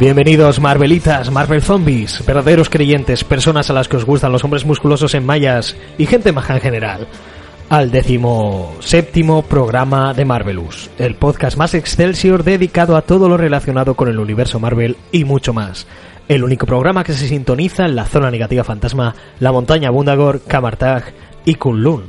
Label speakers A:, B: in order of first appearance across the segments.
A: Bienvenidos Marvelitas, Marvel Zombies, verdaderos creyentes, personas a las que os gustan los hombres musculosos en mallas y gente maja en general, al décimo séptimo programa de Marvelous, el podcast más excelsior dedicado a todo lo relacionado con el universo Marvel y mucho más. El único programa que se sintoniza en la zona negativa fantasma, la montaña Bundagor, Kamartag y Kunlun.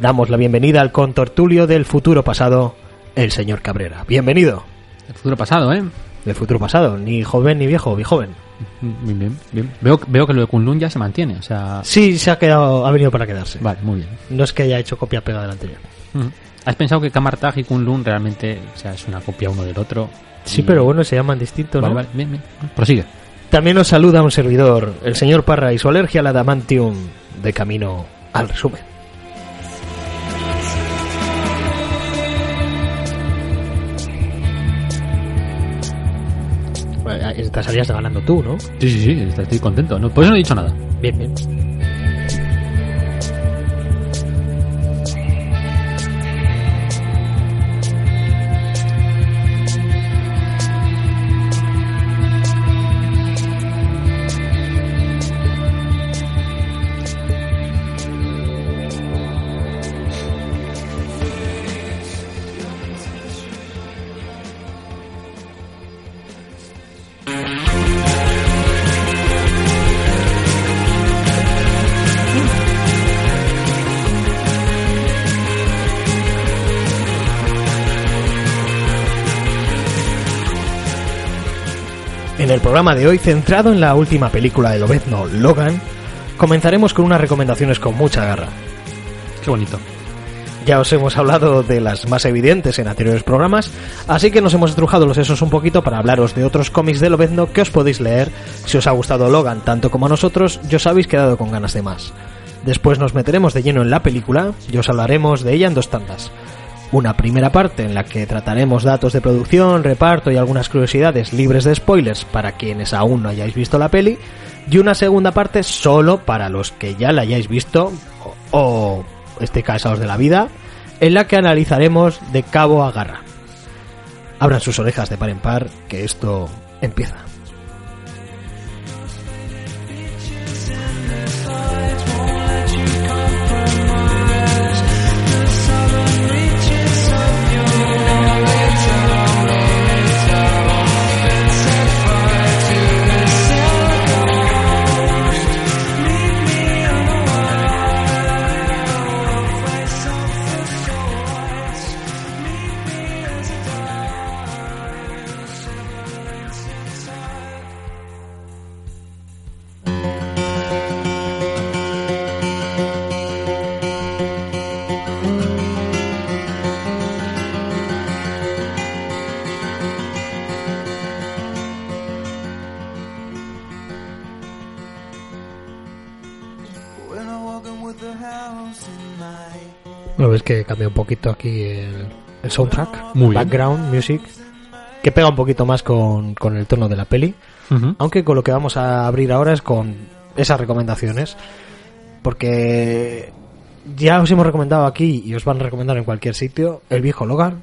A: Damos la bienvenida al contortulio del futuro pasado, el señor Cabrera. Bienvenido.
B: El futuro pasado, ¿eh?
A: Del futuro pasado, ni joven ni viejo, ni joven.
B: Bien, bien, bien. Veo, veo que lo de Kunlun ya se mantiene, o sea...
A: Sí, se ha quedado, ha venido para quedarse.
B: Vale, muy bien.
A: No es que haya hecho copia pega del anterior.
B: Ujú. ¿Has pensado que Kamartag y Kunlun realmente, o sea, es una copia uno del otro?
A: Sí,
B: Y-
A: pero bueno, se llaman distintos,
B: Mm. Vale,
A: ¿no?
B: vale, bien, bien. Prosigue.
A: También nos saluda un servidor, el señor Parra y su alergia al adamantium de camino al resumen. Bueno, Estas salías ganando tú, ¿no?
B: Sí, sí, sí, est- estoy contento. No, por eso no he dicho nada.
A: Bien, bien. En el programa de hoy, centrado en la última película de Lobezno, Logan, comenzaremos con unas recomendaciones con mucha garra.
B: Qué bonito.
A: Ya os hemos hablado de las más evidentes en anteriores programas, así que nos hemos estrujado los sesos un poquito para hablaros de otros cómics de Lobezno que os podéis leer. Si os ha gustado Logan tanto como a nosotros, ya os habéis quedado con ganas de más. Después nos meteremos de lleno en la película y os hablaremos de ella en dos tandas. Una primera parte en la que trataremos datos de producción, reparto y algunas curiosidades libres de spoilers para quienes aún no hayáis visto la peli. Y una segunda parte solo para los que ya la hayáis visto o, o esté cansados de la vida, en la que analizaremos de cabo a garra. Abran sus orejas de par en par, que esto empieza.
C: When I walk in with the house in my
A: Bueno, ves que cambia un poquito aquí el, el soundtrack,
B: Muy bien.
A: background, music, que pega un poquito más con, con el tono de la peli,
B: Ujú.
A: aunque con lo que vamos a abrir ahora es con esas recomendaciones, porque ya os hemos recomendado aquí y os van a recomendar en cualquier sitio El viejo Logan,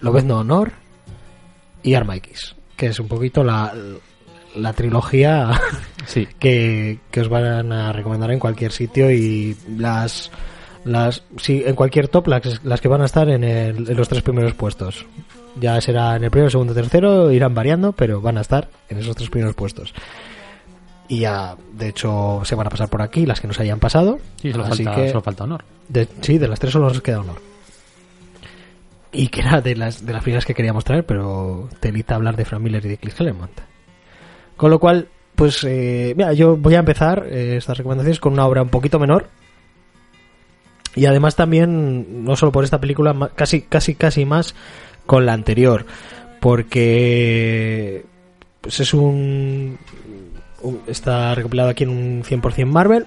A: Lobezno Honor y Arma X, que es un poquito la, la trilogía
B: Sí.
A: que, que os van a recomendar en cualquier sitio y las las sí, en cualquier top las, las que van a estar en, el- en los tres primeros puestos ya será en el primero segundo tercero irán variando pero van a estar en esos tres primeros puestos y ya de hecho se van a pasar por aquí las que nos hayan pasado
B: Sí, solo
A: así
B: falta,
A: que
B: solo falta honor.
A: de, sí de las tres solo nos queda uno y que era de las de las primeras que queríamos traer pero telita hablar de Frank Miller y de Chris Claremont con lo cual, pues, eh, mira, yo voy a empezar eh, estas recomendaciones con una obra un poquito menor. Y además también, no solo por esta película, ma- casi, casi, casi más con la anterior. Porque pues es un, un- Está recopilado aquí en un 100% Marvel.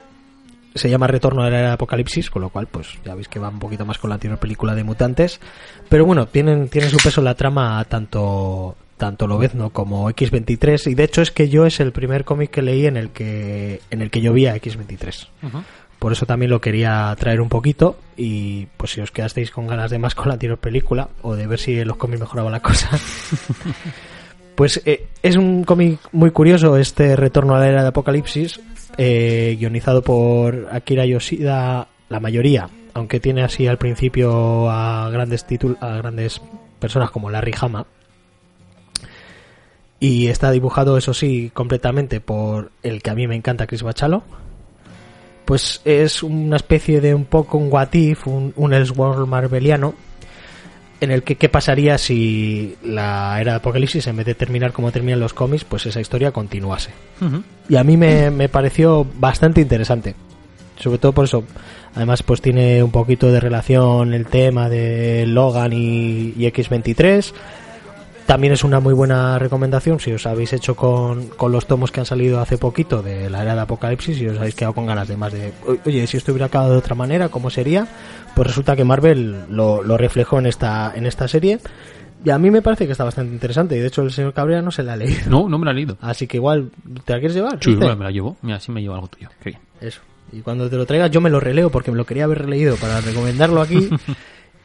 A: Se llama Retorno a la Era de Apocalipsis, con lo cual, pues ya veis que va un poquito más con la anterior película de Mutantes. Pero bueno, tienen, tiene su peso en la trama tanto, tanto Lobezno como X23. Y de hecho es que yo es el primer cómic que leí en el que, en el que yo vi a X23. Por eso también lo quería traer un poquito. Y pues si os quedasteis con ganas de más con la anterior película, o de ver si en los cómics mejoraba la cosa, Pues eh, es un cómic muy curioso este Retorno a la Era de Apocalipsis, eh, guionizado por Akira Yoshida, la mayoría, aunque tiene así al principio a grandes títulos, a grandes personas como Larry Hama. Y está dibujado, eso sí, completamente por el que a mí me encanta, Chris Bachalo. Pues es una especie de un poco un what if, un, un Elseworld marveliano, en el que qué pasaría si la era de Apocalipsis, en vez de terminar como terminan los cómics, pues esa historia continuase.
B: Ujú.
A: Y a mí me, me pareció bastante interesante. Sobre todo por eso. Además, pues tiene un poquito de relación el tema de Logan y, y X23. También es una muy buena recomendación si os habéis hecho con, con los tomos que han salido hace poquito de la era de Apocalipsis y os habéis quedado con ganas de más de, "O- oye, si esto hubiera acabado de otra manera, ¿cómo sería? Pues resulta que Marvel lo, lo reflejó en esta, en esta serie. Y a mí me parece que está bastante interesante. Y de hecho el señor Cabrera no se la ha leído.
B: No, no me la he leído.
A: Así que igual, ¿te la quieres llevar?
B: Sí,
A: ¿Viste?
B: bueno, me la llevo. Mira, sí me llevo algo tuyo. Qué bien.
A: Eso. Y cuando te lo traigas, yo me lo releo porque me lo quería haber releído para recomendarlo aquí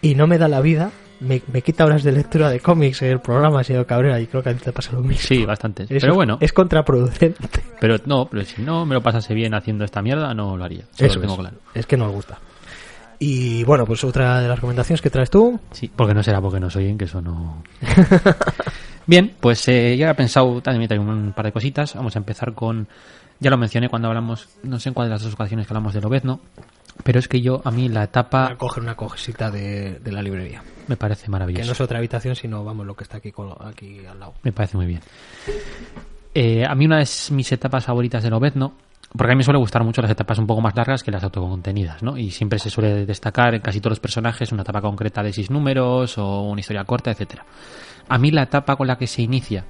A: y no me da la vida. Me, me quita horas de lectura de cómics el programa, señor Cabrera, y creo que a ti te pasa lo mismo.
B: Sí, bastantes.
A: Eso
B: pero bueno,
A: Es contraproducente.
B: pero no, pero si no me lo pasase bien haciendo esta mierda, no lo haría. Eso lo tengo
A: es.
B: claro.
A: Es que nos gusta. Y bueno, pues otra de las recomendaciones que traes tú.
B: Sí, porque no será porque nos oyen, que eso no. Bien, pues eh, ya he pensado también traigo un par de cositas. Vamos a empezar con. Ya lo mencioné cuando hablamos, no sé en cuál de las dos ocasiones que hablamos de Lobezno, pero es que yo, a mí la
A: Voy a
B: etapa
A: coger una cojecita de, de la librería.
B: me parece
A: Que no
B: maravillosa.
A: es otra habitación, sino vamos, lo que está aquí, colo- aquí al lado.
B: Me parece muy bien. Eh, a mí una de mis etapas favoritas de Lobezno, porque a mí me suele gustar mucho las etapas un poco más largas que las autocontenidas, ¿no? Y siempre se suele destacar en casi todos los personajes una etapa concreta de seis números o una historia corta, etcétera. A mí la etapa con la que se inicia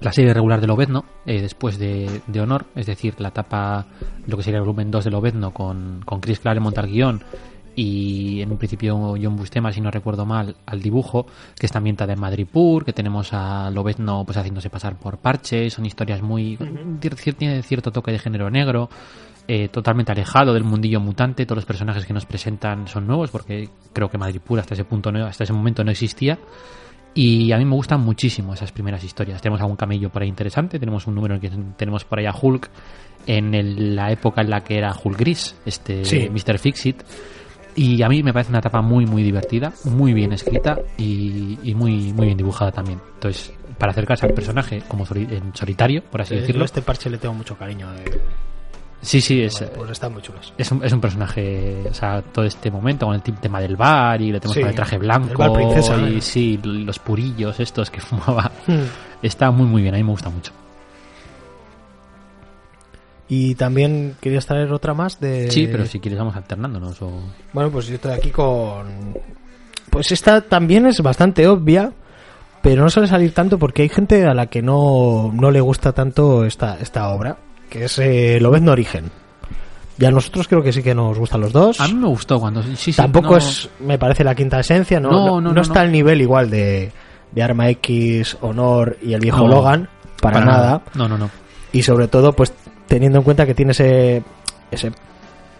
B: la serie regular de Lobezno, eh, después de, de Honor, es decir, la etapa, lo que sería el volumen 2 de Lobezno con, con Chris Claremont al guión y en un principio John Bustema, si no recuerdo mal, al dibujo, que está ambientada en Madrid Pur, que tenemos a Lobezno pues haciéndose pasar por parches, son historias muy... cier- tiene cierto toque de género negro, eh, totalmente alejado del mundillo mutante, todos los personajes que nos presentan son nuevos, porque creo que Madrid Pur hasta ese punto, no- hasta ese momento no existía, y a mí me gustan muchísimo esas primeras historias. Tenemos algún camello por ahí interesante. Tenemos un número en el que tenemos por ahí a Hulk en el- la época en la que era Hulk gris, este
A: Sí.
B: Mr. Fixit. Y a mí me parece una etapa muy, muy divertida, muy bien escrita y, y muy, muy bien dibujada también. Entonces, para acercarse al personaje como soli- en solitario, por así
A: Eh,
B: decirlo.
A: este parche le tengo mucho cariño. eh.
B: Sí, sí, es,
A: Vale, pues están muy chulas.
B: es un, es un personaje, o sea, todo este momento con el tim- tema del bar y lo tenemos
A: Sí,
B: con el traje
A: el
B: blanco
A: bar princesa,
B: y
A: eh.
B: sí, los purillos estos que fumaba.
A: Hmm.
B: Está muy muy bien, a mí me gusta mucho.
A: Y también querías traer otra más de...
B: Sí, pero si quieres vamos alternándonos o...
A: Bueno, pues yo estoy aquí con... Pues esta también es bastante obvia, pero no suele salir tanto porque hay gente a la que no, no le gusta tanto esta, esta obra, que es eh, Lobezno Origen. Y a nosotros creo que sí que nos gustan los dos.
B: A mí me gustó cuando... Sí, sí,
A: Tampoco
B: no-
A: es, me parece, la quinta esencia, ¿no?
B: No,
A: No,
B: no,
A: no
B: no,
A: está
B: no.
A: al nivel igual de, de Arma X, Honor y el viejo
B: No,
A: Logan, para, nada.
B: No, no, no.
A: y sobre todo pues teniendo en cuenta que tiene ese ese,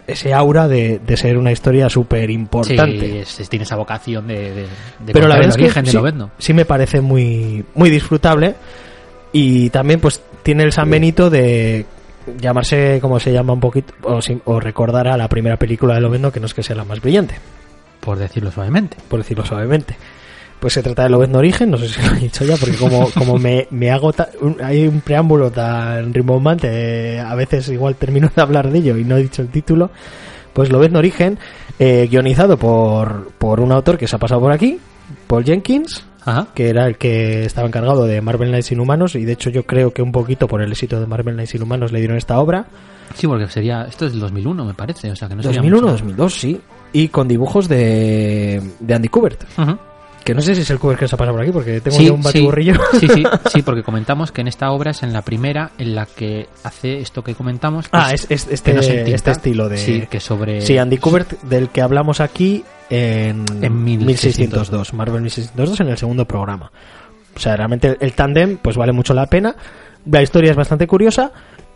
A: ese aura de, de ser una historia súper importante
B: Sí, es- es- tiene esa vocación de... de- de
A: pero la
B: contar
A: verdad
B: el
A: es que
B: origen de
A: sí,
B: Lobezno.
A: sí me parece muy muy disfrutable y también pues tiene el San Benito de llamarse como se llama un poquito o, si- o recordar a la primera película de Lobezno que no es que sea la más brillante
B: Por decirlo suavemente.
A: por decirlo suavemente pues se trata de Lobezno Origen, no sé si lo he dicho ya, porque como, como me, me hago ta- un- hay un preámbulo tan rimbombante, eh, a veces igual termino de hablar de ello y no he dicho el título, pues Lobezno Origen, eh, guionizado por, por un autor que se ha pasado por aquí, Paul Jenkins,
B: Ajá.
A: que era el que estaba encargado de Marvel Knights Inhumanos, y de hecho yo creo que un poquito por el éxito de Marvel Knights Inhumanos le dieron esta obra.
B: Sí, porque sería... Esto es del 2001, me parece. O sea, que no sería
A: 2001-2002, sí. Y con dibujos de, de Andy Kubert.
B: mucho. Ujú.
A: Que no sé si es el cover que se ha pasado por aquí, porque tengo yo un batiburrillo.
B: Sí, sí, sí, porque comentamos que en esta obra es en la primera en la que hace esto que comentamos. que
A: Ah, es, es-
B: que
A: este,
B: no se entinta.
A: este estilo de...
B: Sí, que sobre...
A: Sí, Andy Kubert, del que hablamos aquí en,
B: En
A: 1602, Marvel 1602 en el segundo programa. O sea, realmente el, el tándem pues vale mucho la pena. La historia es bastante curiosa.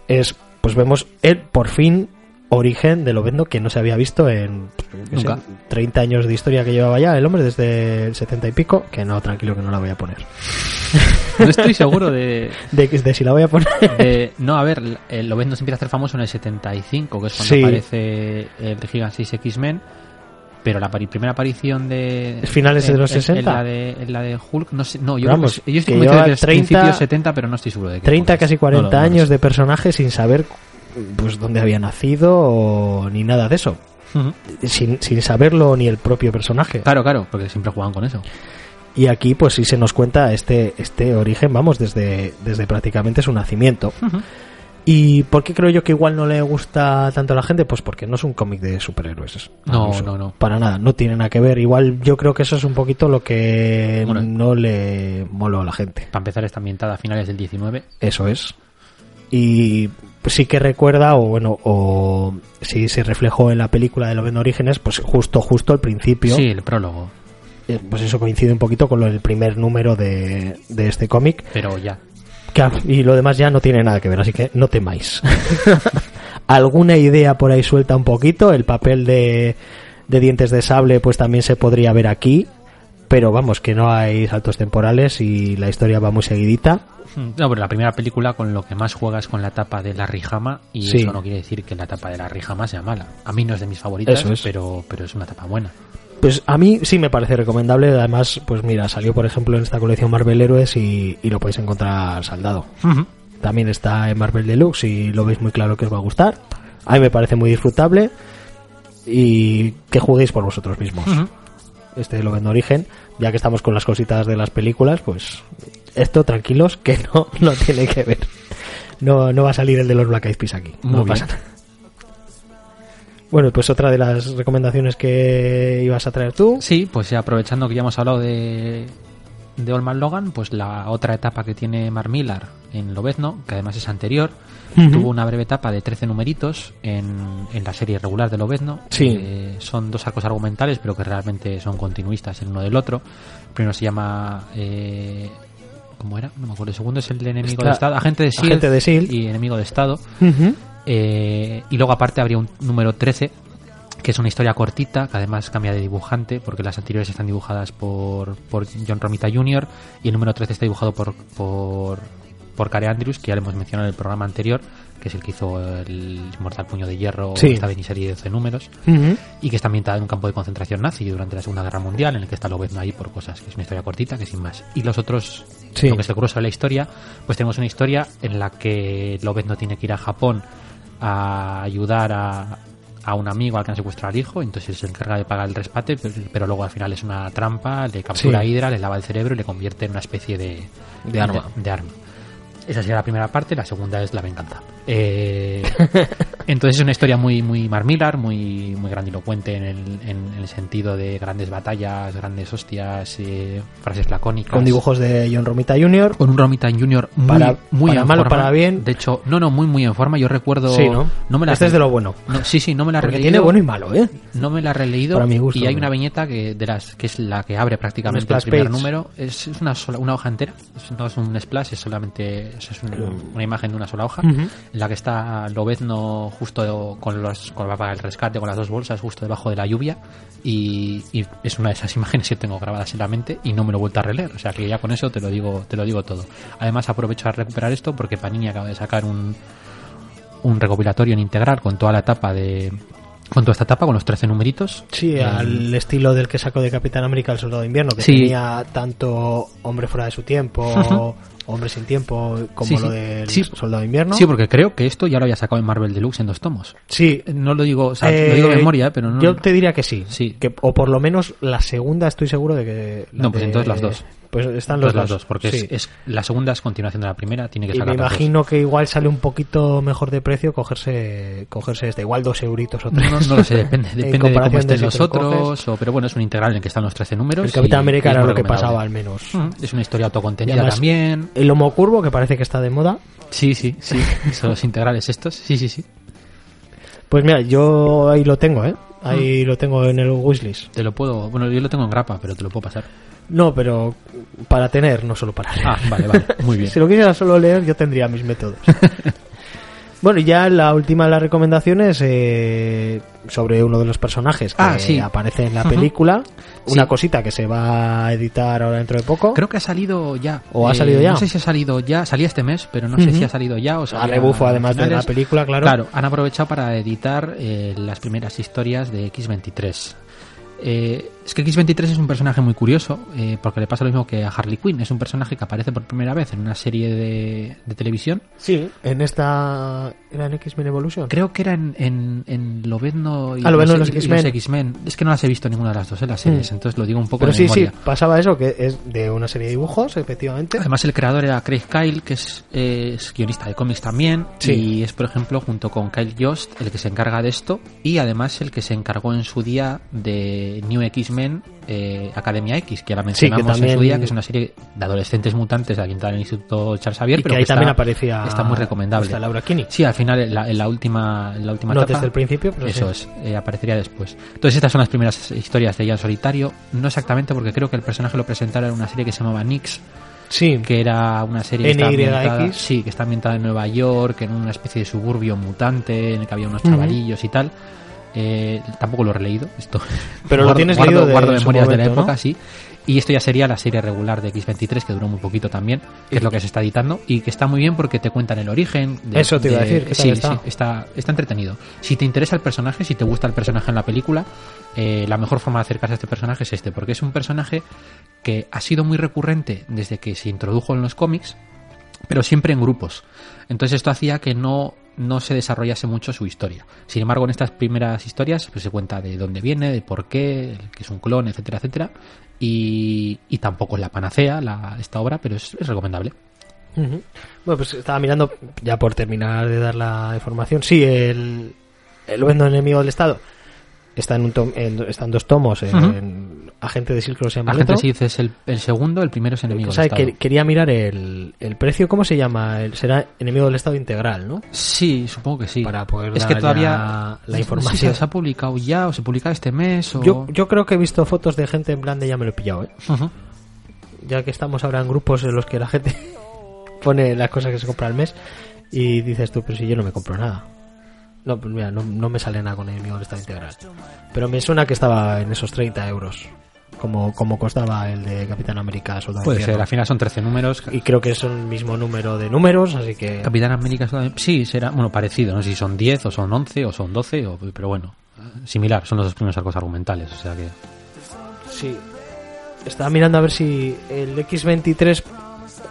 A: Es, pues vemos él por fin origen de Lobezno que no se había visto en yo qué sé,
B: Nunca.
A: 30 años de historia que llevaba ya el hombre desde el 70 y pico, que no, tranquilo que no la voy a poner.
B: No estoy seguro de,
A: De, de si la voy a poner.
B: de- No, a ver, el Lobezno se empieza a hacer famoso en el 75, que es cuando
A: Sí.
B: aparece el Gigan 6 X-Men. Pero la apari- primera aparición de.
A: ¿Es finales de
B: en-
A: los
B: en- en
A: 60?
B: la de, en la de Hulk, no sé. No, yo,
A: Vamos,
B: creo que, es- yo estoy
A: que
B: convencido de
A: lleva
B: que es
A: 30,
B: principios 70, pero no estoy seguro de que.
A: 30, casi 40 años
B: de
A: de personaje sin saber pues dónde había nacido o ni nada de eso. Sin, sin saberlo ni el propio personaje.
B: Claro, claro, porque siempre jugaban con eso.
A: Y aquí pues sí se nos cuenta este, este origen, vamos, desde, desde prácticamente su nacimiento. ¿Y por qué creo yo que igual no le gusta tanto a la gente? Pues porque no es un cómic de superhéroes.
B: No,
A: Incluso,
B: no, no.
A: Para nada, no tiene nada que ver. Igual yo creo que eso es un poquito lo que
B: Bueno.
A: no le moló a la gente.
B: Para empezar, está ambientada a finales del 19.
A: Eso es. Y pues sí que recuerda, o bueno, o si se reflejó en la película de Loven Orígenes, pues justo, justo al principio.
B: Sí, el prólogo.
A: Eh, Pues eso coincide un poquito con lo del primer número de, de este cómic.
B: Pero ya.
A: Que a- Y lo demás ya no tiene nada que ver, así que no temáis. ¿Alguna idea por ahí suelta un poquito? El papel de, de dientes de sable pues también se podría ver aquí. Pero vamos, que no hay saltos temporales y la historia va muy seguidita.
B: Mm, No, pero la primera película con lo que más juegas con la tapa de la Rijama y
A: Sí.
B: eso no quiere decir que la tapa de la Rijama sea mala. A mí no es de mis favoritas,
A: Eso es.
B: pero pero es una tapa buena.
A: Pues a mí sí me parece recomendable. Además, pues mira, salió por ejemplo en esta colección Marvel Héroes y, y lo podéis encontrar saldado. También está en Marvel Deluxe y lo veis muy claro que os va a gustar. A mí me parece muy disfrutable y que juguéis por vosotros mismos. Este lo vendo origen. Ya que estamos con las cositas de las películas, pues esto tranquilos que no, no tiene que ver. No, no va a salir el de los Black Eyed Peas aquí.
B: Muy
A: No pasa
B: bien.
A: nada. Bueno, pues otra de las recomendaciones que ibas a traer tú.
B: Sí, pues ya aprovechando que ya hemos hablado de, de Old Man Logan, pues la otra etapa que tiene Mark Millar en Lobezno, que además es anterior,
A: Ujú.
B: tuvo una breve etapa de 13 numeritos en, en la serie regular de Lobezno.
A: Sí.
B: Eh, son dos arcos argumentales, pero que realmente son continuistas el uno del otro. El primero se llama... eh, ¿Cómo era? No me acuerdo. El segundo es el de enemigo
A: Está-
B: de Estado. Agente de SHIELD,
A: Agente de S.H.I.E.L.D..
B: E y enemigo de Estado.
A: Ujú.
B: Eh, y luego aparte habría un número 13, que es una historia cortita, que además cambia de dibujante, porque las anteriores están dibujadas por, por John Romita Jr. y el número 13 está dibujado por, por, por Care Andrews, que ya lo hemos mencionado en el programa anterior, que es el que hizo el Mortal Puño de Hierro,
A: Sí.
B: esta miniserie de 12 números,
A: Ujú.
B: y que está ambientada en un campo de concentración nazi durante la Segunda Guerra Mundial, en el que está Lobezno ahí por cosas, que es una historia cortita, que sin más. Y los otros
A: Sí.
B: lo que es el grueso de la historia, pues tenemos una historia en la que Lobezno tiene que ir a Japón a ayudar a, a un amigo al que han secuestrado al hijo, entonces se encarga de pagar el rescate, pero, pero luego al final es una trampa, le captura
A: Sí.
B: a Hydra, le lava el cerebro y le convierte en una especie de,
A: De arma.
B: de- de arma. Esa sería la primera parte, la segunda es la venganza. Eh, entonces es una historia muy, muy marmilar, muy, muy grandilocuente en el, en el sentido de grandes batallas, grandes hostias, eh, frases lacónicas
A: Con dibujos de John Romita Jr.
B: con un Romitan Junior muy,
A: Para-
B: muy
A: para
B: en
A: mal o
B: forma.
A: para bien.
B: De hecho, no, no, muy, muy en forma. Yo recuerdo.
A: Sí, ¿no?
B: me la
A: Este es
B: re-
A: de lo bueno.
B: No, sí, sí, no me la he
A: Porque
B: releído.
A: tiene bueno y malo, ¿eh?
B: No me la he releído.
A: Para mi gusto,
B: y hay
A: ¿no?
B: una viñeta que de las que es la que abre
A: Un
B: prácticamente el
A: splash
B: primer
A: page.
B: número. Es, es una sola, una hoja entera. Es- no es un splash, es solamente es es un- una imagen de una sola hoja
A: Ujú.
B: en la que está Lobezno justo con los con para el rescate con las dos bolsas justo debajo de la lluvia y, y es una de esas imágenes que tengo grabadas en la mente y no me lo he vuelto a releer o sea que ya con eso te lo digo te lo digo todo además aprovecho a recuperar esto porque Panini acaba de sacar un un recopilatorio en integral con toda la etapa de con toda esta etapa con los 13 numeritos
A: Sí,
B: Eh,
A: al estilo del que sacó de Capitán América el Soldado de Invierno, que
B: Sí.
A: tenía tanto hombre fuera de su tiempo, hombre sin tiempo, como
B: Sí, sí.
A: lo del
B: Sí.
A: Soldado de Invierno.
B: sí porque creo que esto ya lo había sacado en Marvel Deluxe en dos tomos
A: Sí.
B: no lo digo o sea,
A: Eh,
B: lo digo de memoria pero no
A: Yo te diría que sí.
B: Sí.
A: Que, o por lo menos la segunda estoy seguro de que... la
B: No, pues
A: de-
B: entonces las dos.
A: Pues están los
B: Entonces,
A: dos.
B: las dos, porque
A: sí.
B: es, es- la segunda es continuación de la primera, tiene que pues.
A: Y me
B: sacar las dos.
A: imagino que igual sale un poquito mejor de precio cogerse cogerse este. Igual dos euritos o tres.
B: No, no lo sé, depende,
A: En
B: depende de cómo
A: comparación de
B: estén
A: si
B: los
A: te lo coges.
B: otros, o- pero bueno, es un integral en el que están los 13 números.
A: El Capitán
B: y-
A: América
B: y es
A: era
B: muy
A: lo que
B: recomendable.
A: pasaba al menos.
B: Ujú, Es una historia autocontenida
A: Y además-
B: también.
A: El lomo curvo, que parece que está de moda.
B: Sí, sí, sí. Son los integrales estos. Sí, sí, sí.
A: Pues mira, yo ahí lo tengo, ¿eh?
B: Ah.
A: Ahí lo tengo en el Weasleys.
B: Te lo puedo. Bueno, yo lo tengo en grapa, pero te lo puedo pasar.
A: No, pero para tener, no solo para leer.
B: Ah, vale, vale. Ah, Muy bien.
A: si lo quisiera solo leer, yo tendría mis métodos. Bueno, y ya la última de las recomendaciones eh, sobre uno de los personajes que
B: Ah, sí.
A: aparece en la
B: Ujú.
A: película.
B: Sí.
A: Una cosita que se va a editar ahora dentro de poco.
B: Creo que ha salido ya. Eh,
A: ¿O ha salido ya?
B: No sé si ha salido ya. Salía este mes, pero no sé
A: Ujú.
B: si ha salido ya o
A: a
B: salía
A: rebufo además de la
B: finales.
A: película, claro.
B: Claro, han aprovechado para editar eh, las primeras historias de X23. Eh, es que X23 es un personaje muy curioso, eh, porque le pasa lo mismo que a Harley Quinn. Es un personaje que aparece por primera vez en una serie de, de televisión.
A: Sí. En esta... ¿Era en X-Men Evolution?
B: Creo que era en, en, en Lobezno y
A: Ah, Lobezno y los
B: y
A: X-Men.
B: Es que no las he visto ninguna de las dos, eh, las series,
A: Mm.
B: entonces lo digo un poco
A: Pero
B: de
A: sí,
B: memoria.
A: sí, pasaba eso, que es de una serie de dibujos, efectivamente.
B: Además, el creador era Craig Kyle, que es, eh, es guionista de cómics también.
A: Sí.
B: Y es, por ejemplo, junto con Kyle Jost, el que se encarga de esto. Y además, el que se encargó en su día de New X-Men eh, Academia X, que la mencionamos en
A: también-
B: su día, que es una serie de adolescentes mutantes de la quinta del Instituto Charles Xavier.
A: y
B: pero
A: que ahí
B: está-
A: también aparecía...
B: está muy recomendable.
A: Está Laura Kinney.
B: Sí, al final, en la, en la última, en la última
A: No
B: etapa.
A: desde el principio, pero
B: Eso
A: sí.
B: es, eh, aparecería después. Entonces estas son las primeras historias de ella en solitario. No exactamente porque creo que el personaje lo presentaron en una serie que se llamaba Nix,
A: Sí.
B: que era una serie que está,
A: NYX.
B: ambientada, sí, que está ambientada en Nueva York, en una especie de suburbio mutante, en el que había unos
A: Ujú.
B: chavalillos y tal. Eh, tampoco lo he releído, esto.
A: Pero lo tienes
B: guardo,
A: leído de
B: guardo
A: su
B: memorias de la
A: momento,
B: época,
A: ¿no?
B: sí. Y esto ya sería la serie regular de X23, que duró muy poquito también, que es lo que se está editando, y que está muy bien porque te cuentan el origen. de-
A: Eso te iba a
B: de-
A: decir, ¿qué tal
B: sí,
A: está?
B: sí, está, está entretenido. Si te interesa el personaje, si te gusta el personaje en la película, eh, la mejor forma de acercarse a este personaje es este, porque es un personaje que ha sido muy recurrente desde que se introdujo en los cómics, pero siempre en grupos. Entonces esto hacía que no, no se desarrollase mucho su historia. Sin embargo, en estas primeras historias pues, se cuenta de dónde viene, de por qué, que es un clon, etcétera, etcétera. Y, y tampoco es la panacea la, esta obra, pero es, es recomendable.
A: Ujú. Bueno, pues estaba mirando, ya por terminar de dar la información, sí, el, el Obendo enemigo del Estado está en, un tom- en- está en dos tomos, en,
B: Ujú.
A: en Agente de Silk en
B: Agente Sith es el, el segundo, el primero es enemigo. del Estado.
A: quería mirar el, el precio, ¿cómo se llama? El- será Enemigo del Estado Integral, ¿no?
B: Sí, supongo que sí.
A: Para poder
B: es
A: dar
B: que
A: ya
B: todavía
A: la
B: no sé
A: información.
B: si se ha publicado ya o se publica este mes o...
A: Yo, yo creo que he visto fotos de gente en plan de ya me lo he pillado, ¿eh?
B: Ujú.
A: ya que estamos ahora en grupos en los que la gente pone las cosas que se compra al mes y dices tú, pero si yo no me compro nada. No, pues mira, no, no me sale nada con el mío del estado integral. Pero me suena que estaba en esos 30 euros, como, como costaba el de Capitán América Soldado
B: Puede
A: Invierno.
B: ser, al final son 13 números.
A: Y creo que es el mismo número de números, así que...
B: Capitán América Soldado- Sí, será, bueno, parecido, no sé si son 10 o son 11 o son 12, o- pero bueno, eh, similar, son los dos primeros arcos argumentales, o sea que...
A: Sí. Estaba mirando a ver si el X23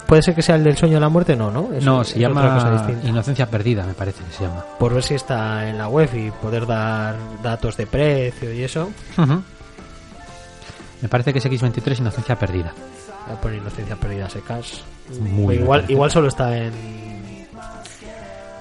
A: puede ser que sea el del sueño de la muerte, no, ¿no? Es-
B: no, se
A: es otra cosa
B: llama
A: distinta.
B: Inocencia Perdida, me parece que se llama.
A: por ver si está en la web y poder dar datos de precio y eso.
B: Me parece que es X23 Inocencia Perdida.
A: Voy a poner Ah, pues inocencia perdida secas.
B: Muy
A: Pero igual,
B: bien.
A: igual solo está en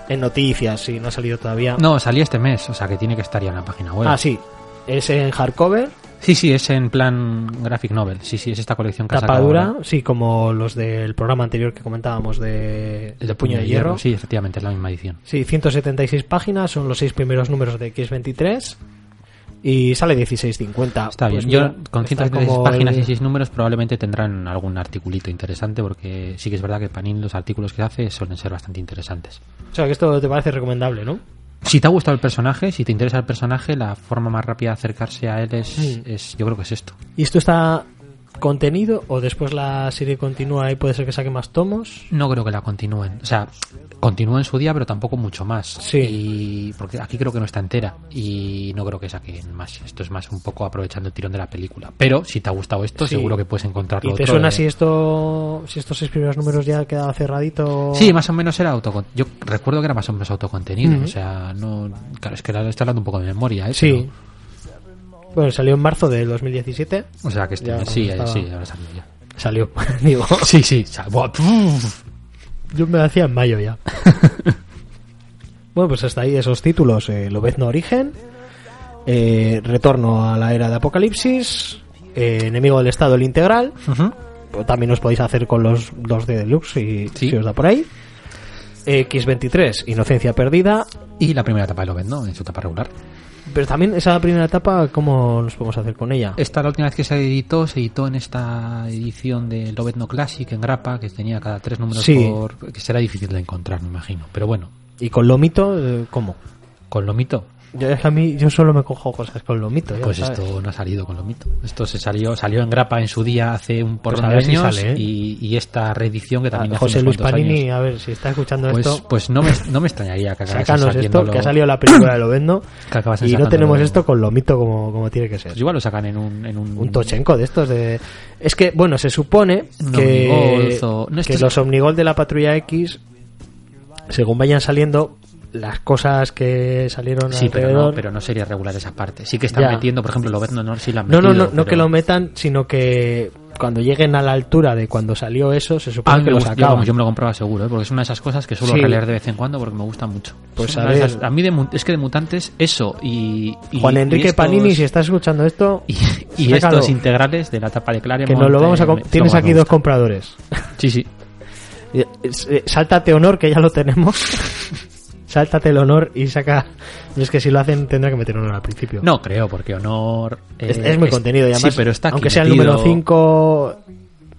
A: en noticias y no ha salido todavía.
B: No, salía este mes, o sea que tiene que estar ya en la página web.
A: Ah, sí. Es en hardcover,
B: sí, sí, es en plan graphic novel, sí, sí, es esta colección que ha sacado
A: tapadura,
B: ahora.
A: sí, como los del programa anterior que comentábamos de,
B: El
A: de Puño de Hierro.
B: Sí, efectivamente, es la misma edición.
A: Sí, 176 páginas, son los seis primeros números de X23 y sale 16.50.
B: Está
A: Pues
B: bien,
A: mira,
B: yo con
A: está
B: 136
A: como
B: páginas
A: el-
B: y 6 números probablemente tendrán algún articulito interesante porque sí que es verdad que Panini los artículos que hace suelen ser bastante interesantes.
A: O sea, que esto te parece recomendable, ¿no?
B: Si te ha gustado el personaje, si te interesa el personaje, la forma más rápida de acercarse a él es,
A: Mm.
B: es- yo creo que es esto.
A: ¿Y esto está contenido o después la serie continúa y puede ser que saque más tomos?
B: No creo que la continúen, o sea, continúa en su día pero tampoco mucho más.
A: Sí.
B: Y porque aquí creo que no está entera y no creo que saquen más. Esto es más un poco aprovechando el tirón de la película. Pero si te ha gustado esto,
A: Sí.
B: seguro que puedes encontrarlo.
A: ¿Y te
B: otro
A: suena
B: de-
A: si esto si estos seis primeros números ya queda cerradito?
B: Sí, más o menos era autocon... Yo recuerdo que era más o menos autocontenido.
A: Ujú.
B: O sea, no. Claro, es que ahora estoy hablando un poco de memoria, ¿eh?
A: Sí. Bueno, salió en marzo del 2017.
B: Pero- o sea, que este-
A: Ya,
B: sí,
A: estaba-
B: sí, ahora salió ya.
A: Salió, digo.
B: Sí, sí. o sea, buah, puf.
A: Yo me lo hacía en mayo ya. bueno, pues hasta ahí esos títulos. Eh, Lobezno Origen, eh, Retorno a la Era de Apocalipsis, eh, Enemigo del Estado el Integral,
B: Ujú.
A: Pero también os podéis hacer con los dos de deluxe si,
B: Sí.
A: si os da por ahí. X23, Inocencia Perdida.
B: Y la primera etapa de Loven, ¿no? En su etapa regular.
A: Pero también esa primera etapa, ¿cómo nos podemos hacer con ella?
B: Esta la última vez que se editó, se editó en esta edición de Lovetno Classic en grapa, que tenía cada tres números
A: Sí.
B: por. que será difícil de encontrar, me imagino. Pero bueno,
A: ¿Y con lomito? eh, ¿Cómo?
B: Con Lomito.
A: Yo, es que a mí yo solo me cojo cosas con lomito. ya
B: Pues
A: sabes.
B: esto no ha salido con Lomito. Esto se salió, salió en grapa en su día hace un
D: Pues
B: porrón
D: a
B: de
D: ver si
B: años
D: sale, ¿eh?
B: y, y esta reedición que también hace
A: Ah, José
B: unos
A: Luis
B: cuantos
A: Panini,
B: años.
A: a ver si está escuchando
B: Pues,
A: esto.
B: pues no, me, no me extrañaría que acabasen
A: Sácanos esto,
B: sabiéndolo-
A: que ha salido la película de Lobendo
B: que acabasen
A: y no
B: sacándolo.
A: tenemos esto con lomito como, como tiene que ser.
B: Pues igual lo sacan en un... En un,
A: Un tochenco de estos de... Es que, bueno, se supone
B: Un
A: que,
B: omnigolf o- no, esto
A: que
B: es-
A: los omnigol de la patrulla X, según vayan saliendo, las cosas que salieron
B: Sí, pero
A: alrededor...
B: no, pero no sería regular esa parte. Sí que están
A: Ya.
B: metiendo, por ejemplo, Lobezno no, sí la han
A: No, no,
B: metido,
A: no, no
B: pero-
A: que lo metan, sino que cuando lleguen a la altura de cuando salió eso, se supone
B: Ah,
A: que
B: me
A: lo
B: gusta- yo,
A: sacaban.
B: vamos, yo me lo compraba seguro, ¿eh? porque es una de esas cosas que suelo
A: Sí.
B: releer de vez en cuando porque me gusta mucho.
A: Pues
B: Es
A: a
B: una de
A: ver.
B: esas- a mí de mu- es que de mutantes, eso y. y-
A: Juan
B: y
A: Enrique
B: estos-
A: Panini, si estás escuchando esto,
B: Y, y
A: sácalo,
B: estos integrales de la tapa de Claremont.
A: que nos lo vamos a...
B: eh,
A: com-
B: me-
A: Tienes
B: toma,
A: aquí
B: me
A: dos
B: gusta.
A: compradores.
B: Sí, sí.
A: Eh, eh, Sáltate honor, que ya lo tenemos. Sáltate el honor y saca... Yo es que si lo hacen tendrá que meter honor al principio.
B: No creo, porque Honor. eh,
A: es, es muy contenido, y además,
B: Sí, pero está aquí
A: aunque sea el
B: metido-
A: número 5...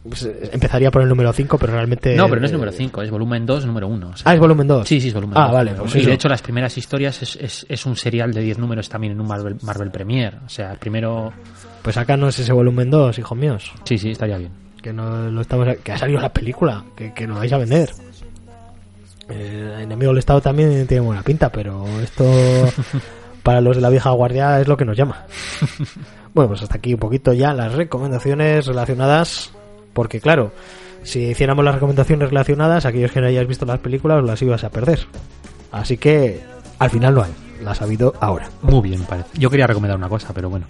A: pues, eh, empezaría por el número 5, pero realmente...
B: No, pero no es número
A: eh,
B: 5, es volumen 2, número 1.
A: Ah, es volumen 2.
B: Sí, sí, es volumen
A: Ah,
B: dos,
A: vale.
B: número
A: pues
B: uno. y
A: eso.
B: de hecho, las primeras historias es, es- es un serial de 10 números también en un Marvel, Marvel Premiere. O sea, primero.
A: Pues sácanos ese volumen 2, hijos míos.
B: Sí, sí, estaría bien.
A: que no lo estamos que ha salido la película que, que lo vais a vender Eh, el enemigo del estado también tiene buena pinta pero esto para los de la vieja guardia es lo que nos llama bueno pues hasta aquí un poquito ya las recomendaciones relacionadas porque claro si hiciéramos las recomendaciones relacionadas aquellos que no hayáis visto las películas las ibas a perder así que al final no hay las ha habido ahora
B: Muy bien, parece. Yo quería recomendar una cosa, pero bueno.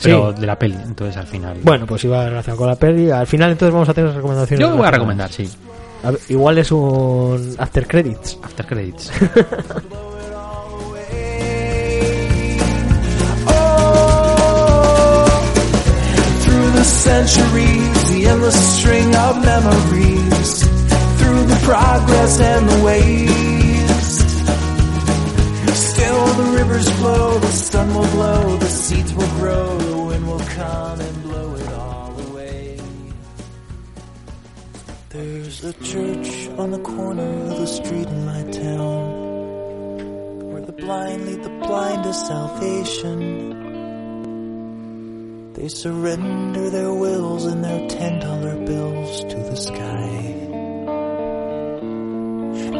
B: Pero de la peli, entonces al final.
A: bueno pues iba relacionado con la peli al final entonces vamos a tener las recomendaciones
B: yo voy a
A: relacionadas.
B: recomendar, sí.
A: A ver, igual es un after credits.
B: After Credits.
C: Oh, Through the centuries, the endless string of memories, through the progress and the waste. Still the rivers flow, the sun will blow, the seeds will grow, the wind will come and blow it all away. There's a church on the corner of the street in my town, where the blind lead the blind to salvation. They surrender their wills and their ten dollar bills to the sky.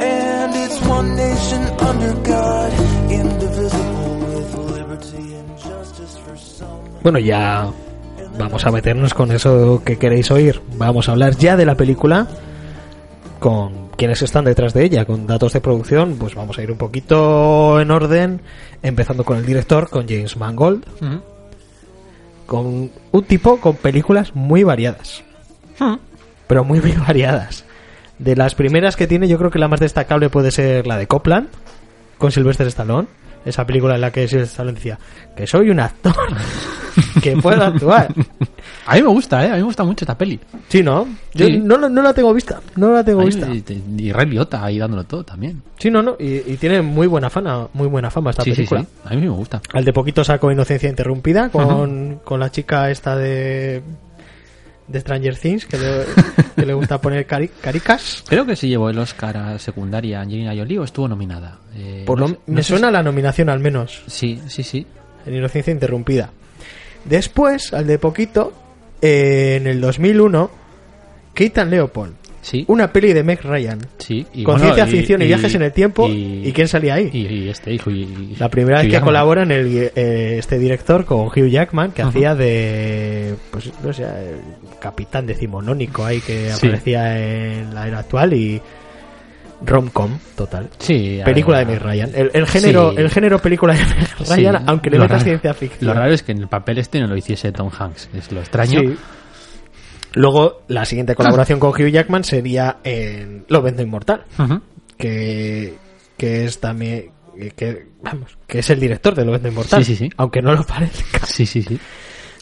C: And it's one nation under God, indivisible, with liberty and justice for some.
A: Bueno, ya vamos a meternos con eso que queréis oír. Vamos a hablar ya de la película con quienes están detrás de ella, con datos de producción. Pues vamos a ir un poquito en orden, empezando con el director, con James Mangold,
B: Ujú.
A: con un tipo con películas muy variadas. Pero muy, muy variadas. De las primeras que tiene, yo creo que la más destacable puede ser la de Copland, con Sylvester Stallone. Esa película en la que Sylvester Stallone decía que soy un actor, que puedo actuar.
B: A mí me gusta, ¿eh? A mí me gusta mucho esta peli.
A: Sí, ¿no? Yo
B: Sí.
A: No, la- no la tengo vista, no la tengo
B: Ahí-
A: vista.
B: y, y Ray Liotta ahí dándolo todo también.
A: Sí, no, no, y, y tiene muy buena fama, muy buena fama esta
B: Sí, sí, sí.
A: película.
B: A mí me gusta.
A: Al de poquito saco Inocencia Interrumpida con, con la chica esta de, de Stranger Things que le, que le gusta poner cari- caricas.
B: Creo que sí llevó el Oscar a secundaria Angelina Jolie o estuvo nominada. Eh,
A: Por
B: no
A: lo-
B: sé- no
A: me
B: sé
A: suena la nominación al menos,
B: si- Sí, sí, sí.
A: en Inocencia Interrumpida. Después, al de poquito, eh, en el 2001, Keitan Leopold,
B: Sí.
A: una peli de Meg Ryan.
B: Sí, y
A: con
B: bueno,
A: ciencia ficción y, viajes en el tiempo.
B: Y,
A: ¿Y, quién salía ahí?
B: y- y este hijo. y-
A: La primera vez
B: Hugh
A: que
B: Jackman.
A: colabora en el, gui- eh, este director con Hugh Jackman, que
B: Ajá.
A: hacía de. Pues no sé, el capitán decimonónico ahí que
B: Sí.
A: aparecía en la era actual y. Rom-com, total.
B: Sí, a
A: película de
B: ver,
A: Meg Ryan. El, el género,
B: Sí.
A: el género película de Meg
B: Sí,
A: Ryan, aunque le
B: lo
A: metas
B: raro-
A: ciencia
B: Lo
A: ficción.
B: raro es que en el papel este no lo hiciese Tom Hanks. Es lo extraño.
A: Sí. Luego, la siguiente colaboración con Hugh Jackman sería en Lo Vendo Inmortal.
B: Ujú.
A: que, que es también que vamos que es el director de Lo Vendo Inmortal
B: Sí, sí, sí.
A: aunque no lo parezca
B: Sí, sí, sí.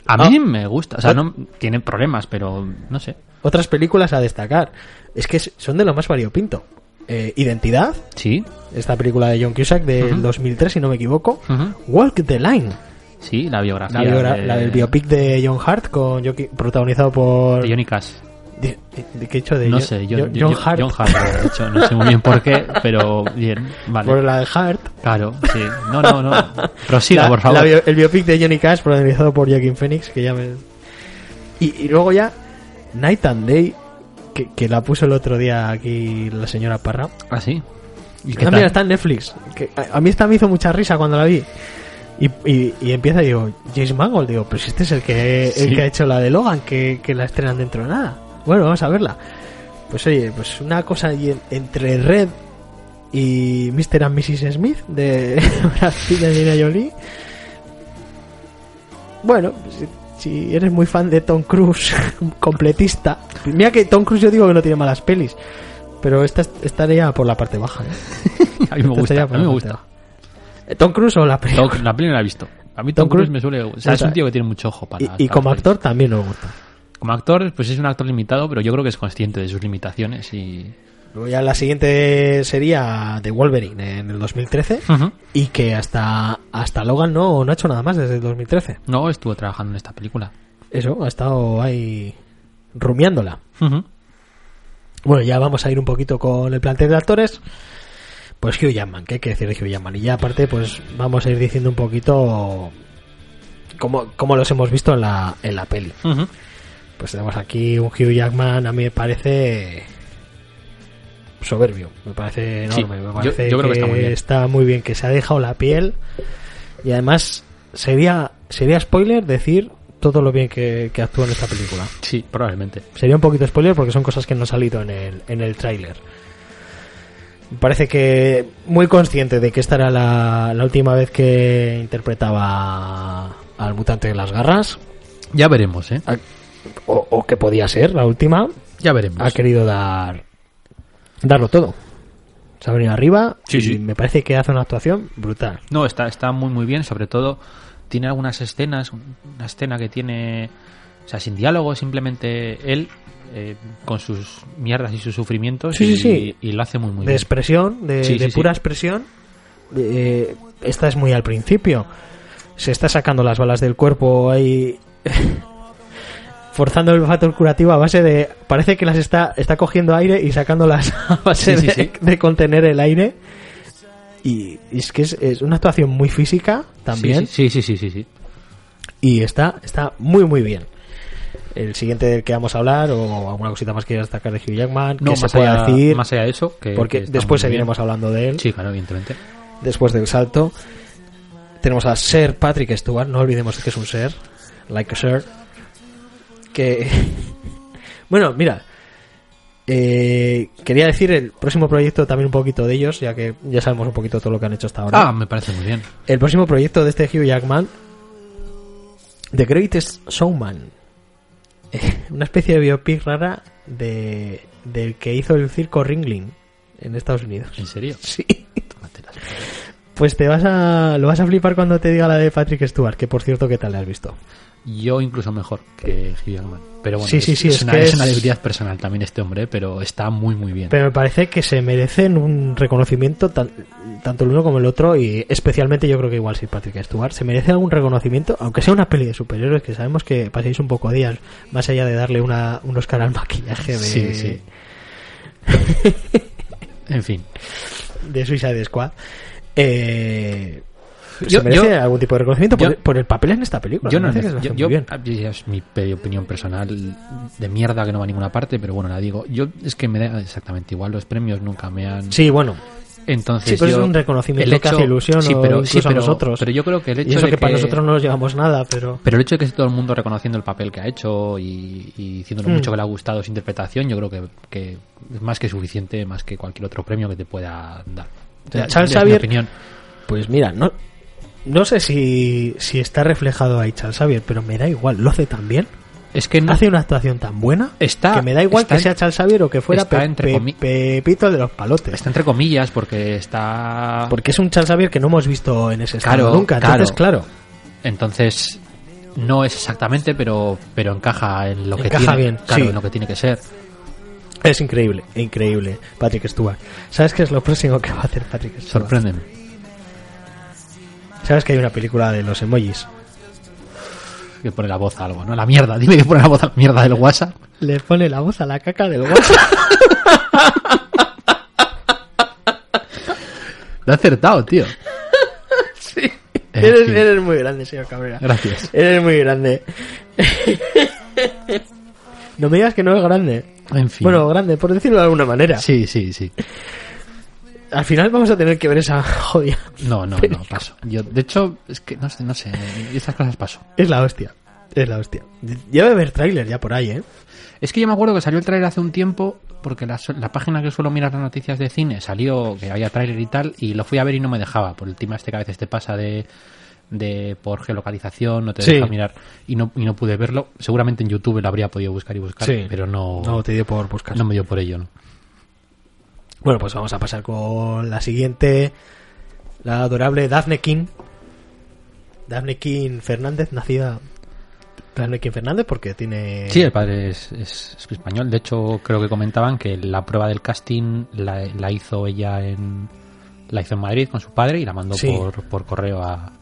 B: A
A: Ah.
B: mí me gusta. O sea, no, tiene problemas, pero no sé.
A: otras películas a destacar es que son de lo más variopinto Eh, Identidad
B: Sí,
A: esta película de John Cusack del 2003 si no me equivoco
B: Ujú.
A: Walk the Line
B: Ah, sí, la biografía.
A: la, biogra-
B: de-
A: la del biopic de John Hart con Joaquin- protagonizado por
B: de Johnny Cash.
A: ¿De, de- de qué he hecho de
B: no
A: John-
B: sé,
A: John,
B: John,
A: John
B: John-
A: Hart?
B: John Hart, de hecho, no sé muy bien por qué, pero bien, vale.
A: Por la de Hart.
B: Claro, sí. No, no, no. Prosiga,
A: La-
B: por favor.
A: la bio- el biopic de Johnny Cash protagonizado por Joaquin Phoenix, que ya me... Y, y luego ya Night and Day, que, que la puso el otro día aquí la señora Parra.
B: Ah, sí. ¿Y qué
A: Ah, mira,
B: tal?
A: está en Netflix. Que a, a mí esta me hizo mucha risa cuando la vi. Y, y, y empieza y digo, James Mangold, digo, pero si este es el que, el
B: Sí.
A: que ha hecho la de Logan, que, que la estrenan dentro de nada. Bueno, vamos a verla. Pues oye, pues una cosa ahí en- entre Red y Mr. and Mrs. Smith de Brad Pitt y Angelina Jolie. Bueno, pues si, si eres muy fan de Tom Cruise, un completista. Mira que Tom Cruise yo digo que no tiene malas pelis, pero esta est- estaría por la parte baja. ¿eh?
B: A mí
A: Esta
B: me gusta,
A: estaría
B: a
A: por
B: mí me
A: la
B: gusta.
A: parte baja. Tom Cruise o la película.
B: Tom- la peli no la he visto. A mí
A: Tom
B: Tom,
A: Cruise
B: Cruise me suele... O sea, es
A: Esa-
B: un tío que tiene mucho ojo para...
A: Y, y
B: para
A: como
B: las pelis.
A: actor también me gusta.
B: Como actor, pues es un actor limitado, pero yo creo que es consciente de sus limitaciones y...
A: Luego ya la siguiente sería The Wolverine en el 2013
B: Ujú.
A: y que hasta hasta Logan no, no ha hecho nada más desde el 2013.
B: No, estuvo trabajando en esta película.
A: Eso, ha estado ahí rumiándola.
B: Ujú.
A: Bueno, ya vamos a ir un poquito con el plantel de actores. Pues Hugh Jackman, ¿qué hay que decir de Hugh Jackman? Y ya aparte, pues vamos a ir diciendo un poquito cómo, cómo los hemos visto en la, en la peli.
B: Ujú.
A: Pues tenemos aquí un Hugh Jackman, a mí me parece soberbio, me parece
B: Sí,
A: enorme, me
B: yo-
A: parece
B: yo creo que está muy bien.
A: está muy bien, que se ha dejado la piel y además sería sería spoiler decir todo lo bien que, que actúa en esta película.
B: Sí, probablemente.
A: Sería un poquito spoiler porque son cosas que no han salido en el, en el tráiler. Me Parece que muy consciente de que esta era la, la última vez que interpretaba al mutante de las garras,
B: Ya veremos, ¿eh?
A: o, o que podía ser la última,
B: Ya veremos.
A: ha querido dar darlo todo. Se ha venido arriba
B: Sí,
A: y
B: sí.
A: me parece que hace una actuación brutal.
B: No, está, está muy muy bien, sobre todo tiene algunas escenas, una escena que tiene, o sea, sin diálogo, simplemente él eh, con sus mierdas y sus sufrimientos
A: Sí, sí,
B: y,
A: sí.
B: y lo hace muy muy
A: de
B: bien.
A: expresión, de,
B: Sí,
A: de
B: sí, sí.
A: pura expresión. Eh, esta es muy al principio. Se está sacando las balas del cuerpo ahí. forzando el factor curativo a base de. Parece que las está, está cogiendo aire y sacándolas a base
B: Sí, sí,
A: de,
B: sí.
A: de contener el aire. Y, y es que es, es una actuación muy física también.
B: Sí, sí, sí, sí, sí. sí.
A: Y está, está muy, muy bien. El siguiente del que vamos a hablar, o alguna cosita más que destacar de Hugh Jackman,
B: No,
A: que se
B: más
A: pueda
B: allá,
A: decir,
B: más allá de eso, que,
A: porque
B: que está
A: después
B: muy bien.
A: seguiremos hablando de él,
B: Sí, claro, evidentemente.
A: después del salto. Tenemos a Sir Patrick Stewart, no olvidemos que es un ser, like a ser, que... bueno, mira, eh, quería decir el próximo proyecto también un poquito de ellos, ya que ya sabemos un poquito todo lo que han hecho hasta ahora.
B: Ah, me parece muy bien.
A: El próximo proyecto de este Hugh Jackman, The Greatest Showman. Eh, Una especie de biopic rara de, del que hizo el circo Ringling en Estados Unidos.
B: ¿En serio?
A: Sí.
B: Tómatela.
A: Pues te vas a, lo vas a flipar cuando te diga la de Patrick Stewart, que por cierto, ¿qué tal la has visto?
B: Yo incluso mejor que Hugh Jackman. Pero bueno,
A: Sí, sí,
B: es,
A: sí,
B: es
A: es
B: una,
A: que
B: es una
A: es-
B: debilidad personal también este hombre, pero está muy muy bien.
A: Pero me parece que se merecen un reconocimiento tan- tanto el uno como el otro y especialmente yo creo que igual si Patrick Stewart se merece algún reconocimiento, aunque sea una peli de superhéroes que sabemos que paséis un poco días más allá de darle una, un Oscar al maquillaje de,
B: Sí, sí. En fin.
A: de Suicide Squad. Eh, pues
B: Yo-
A: se merece
B: yo-
A: algún tipo de reconocimiento por,
B: yo-
A: por el papel en esta película.
B: Yo
A: me
B: no
A: parece que se lo hace
B: yo,
A: muy
B: yo-
A: bien.
B: ah, ya es mi pe- opinión personal de mierda que no va a ninguna parte, pero bueno, la digo. Yo es que me da exactamente igual, los premios nunca me han
A: Sí, bueno.
B: entonces
A: Sí, pero
B: yo-
A: es un reconocimiento
B: el
A: que hace ilusión o incluso a nosotros.
B: Pero yo creo que el hecho
A: Y eso
B: de
A: que para nosotros no nos llevamos nada, pero...
B: pero el hecho de que esté todo el mundo reconociendo el papel que ha hecho y, y diciendo lo
A: Mm.
B: mucho que le ha gustado su interpretación, yo creo que, que es más que suficiente, más que cualquier otro premio que te pueda dar.
A: O sea,
B: Ya-
A: Charles
B: es mi
A: Xavier-
B: opinión.
A: Pues mira, no, no sé si, si está reflejado ahí Charles Xavier, pero me da igual, lo hace tan bien.
B: Es que no,
A: Hace una actuación tan buena
B: Está-
A: que me da igual
B: está
A: que sea
B: en-
A: Charles Xavier o que fuera
B: está
A: Pe-
B: entre
A: Pe-
B: comi-
A: Pepito el de los Palotes.
B: está entre comillas porque está...
A: Porque es un Charles Xavier que no hemos visto en ese estado
B: Claro,
A: nunca. Entonces, claro,
B: claro. Entonces, no es exactamente, pero, pero encaja en lo que
A: Encaja
B: tiene.
A: bien,
B: claro,
A: sí.
B: en lo que tiene que ser.
A: es increíble, increíble. Patrick Stewart. ¿Sabes qué es lo próximo que va a hacer Patrick Stewart?
B: Sorpréndeme.
A: ¿Sabes que hay una película de los emojis?
B: que pone la voz a algo, ¿no? La mierda, dime que pone la voz a la mierda del WhatsApp.
A: Le pone la voz a la caca del WhatsApp.
B: Lo he acertado, tío. En
A: eres,
B: fin.
A: eres muy grande, señor Cabrera.
B: Gracias.
A: Eres muy grande. no me digas que no es grande.
B: En fin.
A: Bueno, grande, por decirlo de alguna manera.
B: sí, sí, sí.
A: Al final vamos a tener que ver esa joya.
B: No, no, no, paso. Yo, de hecho, es que no sé, no sé. Estas cosas paso.
A: Es la hostia. Es la hostia. Ya debe haber tráiler ya por ahí, ¿eh?
B: Es que yo me acuerdo que salió el tráiler hace un tiempo, porque la, su- la página que suelo mirar las noticias de cine salió que había tráiler y tal, y lo fui a ver y no me dejaba, por el tema este que a veces te pasa de, de por geolocalización, no te
A: Sí.
B: deja mirar, y no, y no pude verlo. Seguramente en YouTube lo habría podido buscar y buscar, pero no, no,
A: te dio por buscar.
B: me dio por ello. Oh. ¿no?
A: Bueno, pues vamos a pasar con la siguiente. La adorable Daphne King. Daphne King Fernández, nacida. Daphne King Fernández, porque tiene.
B: Sí, el padre es, es- es español, de hecho creo que comentaban que la prueba del casting la, la hizo ella en la hizo en Madrid con su padre y la mandó
A: Sí.
B: por, por correo a, a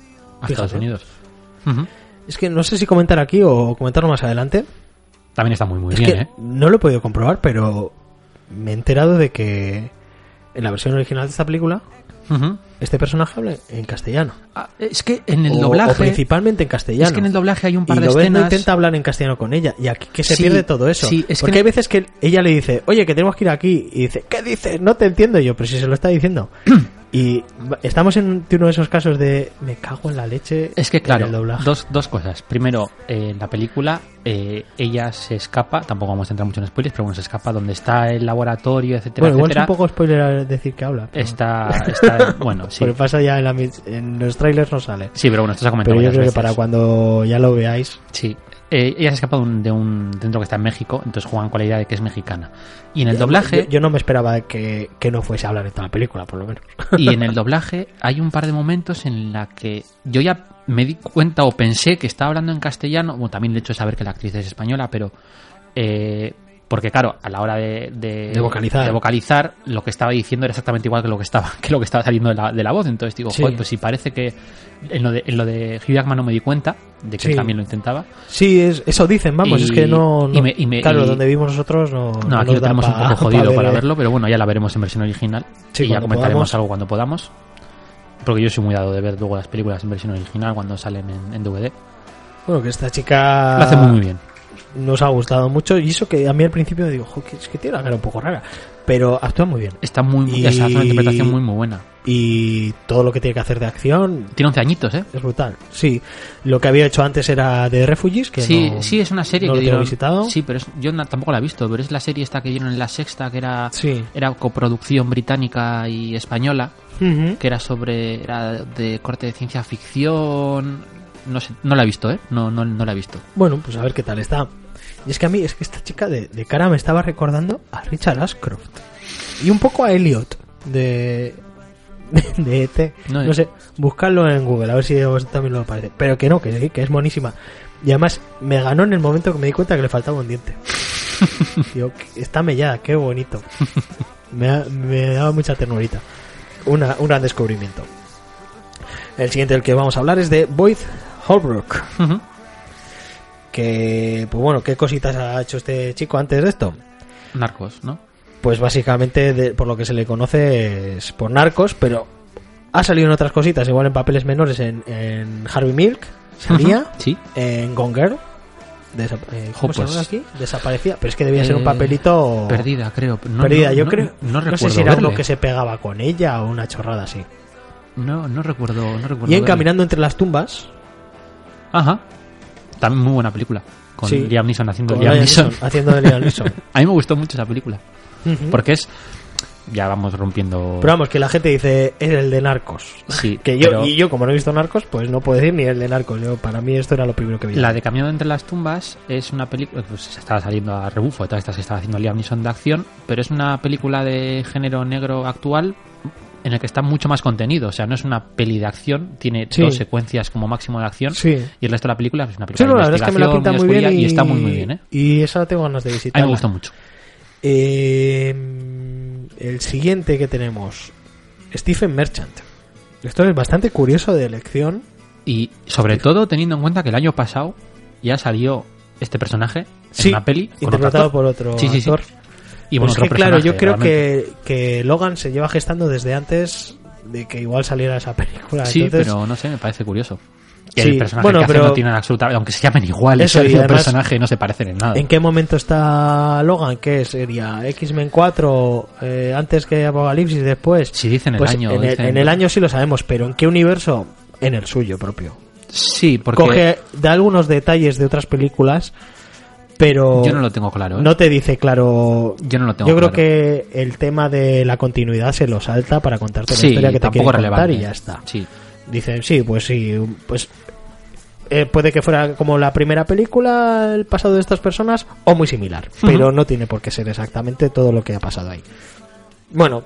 B: Estados
A: Fíjate.
B: Unidos. Ujú.
A: Es que no sé si comentar aquí o comentarlo más adelante.
B: También está muy muy
A: es
B: bien,
A: que
B: ¿eh?
A: no lo he podido comprobar, pero me he enterado de que en la versión original de esta película,
B: Ujú.
A: este personaje habla en castellano.
B: Ah, es que en el
A: O-
B: doblaje.
A: o principalmente en castellano.
B: es que en el doblaje hay un par
A: y
B: de
A: Lobezno
B: escenas.
A: intenta hablar en castellano con ella y aquí que se
B: Sí,
A: pierde todo eso
B: sí, es que
A: porque
B: no-
A: hay veces que ella le dice oye que tenemos que ir aquí y dice ¿qué dices? no te entiendo Y yo pero si se lo está diciendo y va- estamos en uno de esos casos de me cago en la leche
B: Es que,
A: en
B: claro,
A: el doblaje.
B: dos, dos cosas. Primero, eh, en la película, eh, ella se escapa, tampoco vamos a entrar mucho en spoilers, pero bueno, se escapa donde está el laboratorio, etcétera,
A: bueno igual es
B: etcétera.
A: un poco spoiler decir que habla pero-
B: Está, está- bueno, sí.
A: porque pasa ya en, la mis- en los trailers no sale
B: Sí, pero bueno, esto se ha comentado
A: pero yo creo
B: varias
A: que
B: veces.
A: para cuando ya lo veáis
B: Sí. Eh, ella se escapa de un, de un centro que está en México, entonces juegan con la idea de que es mexicana. Y en el doblaje...
A: Eh, yo, yo no me esperaba que, que no fuese a hablar en toda la película por lo menos
B: Y en el doblaje hay un par de momentos en la que yo ya me di cuenta o pensé que estaba hablando en castellano. Bueno, también el hecho de saber que la actriz es española, pero. eh, porque, claro, a la hora de,
A: De vocalizar.
B: de vocalizar, lo que estaba diciendo era exactamente igual que lo que estaba, que lo que estaba saliendo de la, de la voz. Entonces digo,
A: Sí.
B: joder, pues si parece que en lo de, en lo de Hugh Jackman no me di cuenta, de que él
A: Sí.
B: también lo intentaba.
A: Sí, es- eso dicen, vamos,
B: Y-
A: es que no... no-
B: y me- y me-
A: claro,
B: y-
A: donde vimos nosotros no...
B: No, aquí
A: nos
B: lo
A: da
B: tenemos un
A: pa-
B: poco jodido
A: pa ver,
B: para
A: eh.
B: verlo, pero bueno, ya la veremos en versión original
A: Sí,
B: y ya
A: cuando
B: comentaremos
A: podamos.
B: algo cuando podamos. Porque yo soy muy dado de ver luego las películas en versión original cuando salen en, en DVD.
A: Bueno, que esta chica
B: Lo hace muy, muy bien.
A: nos ha gustado mucho y eso que a mí al principio digo, "Jo, que es que tiene la cara un poco rara, pero actúa muy bien.
B: Está muy, muy-
A: Y-
B: o sea, hace una interpretación muy, muy buena.
A: Y todo lo que tiene que hacer de acción
B: Tiene 11 añitos, ¿eh?
A: es brutal. Sí, lo que había hecho antes era de Refugees, que
B: Sí,
A: no-
B: sí, es una serie
A: no
B: que
A: lo tengo
B: dieron-
A: visitado.
B: Sí, pero es- yo na- tampoco la he visto, pero es la serie esta que dieron en la sexta, que era,
A: Sí.
B: era coproducción británica y española,
A: Ujú.
B: que era sobre. era de corte de ciencia ficción. No sé, no la he visto, ¿eh? No, no, no la he visto.
A: Bueno, pues a ver qué tal está. Y es que a mí, es que esta chica de, de cara me estaba recordando a Richard Ashcroft. Y un poco a Elliot de, de, de ET.
B: No,
A: No,
B: eh.
A: sé, buscadlo en Google, a ver si os también lo aparece. Pero que no, que sí, que es monísima. Y además me ganó en el momento que me di cuenta que le faltaba un diente. Digo, "Qué- está mellada, qué bonito. Me, ha- me daba mucha ternurita. Una, un gran descubrimiento. El siguiente del que vamos a hablar es de Boyd Holbrook
B: Ujú.
A: que pues bueno qué cositas ha hecho este chico antes de esto
B: Narcos, ¿no?
A: pues básicamente de- por lo que se le conoce es por narcos pero ha salido en otras cositas igual en papeles menores en, en Harvey Milk salía
B: Ujú, Sí.
A: en Gone Girl desa- eh, ¿cómo se
B: Jopas.
A: llama aquí? desaparecía pero es que debía ser un
B: pues Eh,
A: papelito
B: Perdida, creo. No,
A: perdida
B: no,
A: yo
B: no-
A: creo
B: No,
A: no,
B: recuerdo.
A: sé si era
B: verle.
A: lo que se pegaba con ella o una chorrada así
B: No, no recuerdo. No recuerdo
A: y en
B: verle.
A: Caminando entre las tumbas
B: Ajá. También muy buena película. Con
A: Sí.
B: Liam Neeson haciendo
A: con
B: Liam
A: Liam
B: Neeson.
A: Neeson, haciendo de Liam Neeson
B: A mí me gustó mucho esa película.
A: Ujú.
B: Porque es. Ya vamos rompiendo.
A: ¿Mm? Pero vamos, que la gente dice, es el de narcos.
B: Sí,
A: que yo,
B: pero-
A: Y yo, como no he visto narcos, pues no puedo decir ni el de narcos. Yo, para mí esto era lo primero que vi.
B: La de Caminando entre las tumbas es una película. Pues se estaba saliendo a rebufo de todas estas que estaba haciendo Liam Neeson de acción. Pero es una película de género negro actual en el que está mucho más contenido. O sea, no es una peli de acción. Tiene
A: Sí.
B: dos secuencias como máximo de acción.
A: Sí.
B: Y el resto de la película es una
A: Sí,
B: película
A: no,
B: de
A: la verdad es que me la pinta
B: investigación,
A: muy
B: muy
A: bien.
B: oscura
A: Y,
B: y, está muy muy bien, ¿eh?
A: Y esa la tengo ganas de
B: A
A: visitar.
B: mí me gustó mucho.
A: Eh, el siguiente que tenemos, Stephen Merchant. Esto es bastante curioso de elección.
B: Y sobre todo teniendo en cuenta que el año pasado ya salió este personaje en
A: Sí,
B: una peli. con otro
A: interpretado
B: actor.
A: por otro
B: Sí, sí, sí.
A: actor.
B: Y
A: Pues
B: bueno,
A: es
B: otro
A: que, claro, yo
B: personaje,
A: creo
B: realmente.
A: que, que Logan se lleva gestando desde antes de que igual saliera esa película.
B: Sí,
A: Entonces,
B: pero no sé, me parece curioso. Y
A: Sí,
B: el personaje
A: bueno,
B: que hacen
A: pero-
B: no tiene absolutamente. Aunque se llamen igual,
A: Eso, y
B: el
A: además-
B: personaje no se parecen en nada.
A: ¿En qué momento está Logan? ¿Qué sería? ¿X-Men 4 eh, antes que Apocalipsis después?
B: Si dicen el
A: Pues
B: año.
A: En el,
B: dicen-
A: en el año sí lo sabemos, pero ¿en qué universo? En el suyo propio.
B: Sí, porque
A: Coge, da algunos detalles de otras películas, pero
B: yo no lo tengo claro. ¿eh?
A: no te dice claro.
B: Yo no lo tengo
A: Yo creo
B: claro.
A: que el tema de la continuidad se lo salta para contarte la
B: Sí,
A: historia que te quiere
B: tampoco
A: contar
B: relevante.
A: y ya está.
B: Sí.
A: Dicen, sí, pues sí, pues eh, puede que fuera como la primera película, el pasado de estas personas, o muy similar,
B: Ujú.
A: pero no tiene por qué ser exactamente todo lo que ha pasado ahí. Bueno,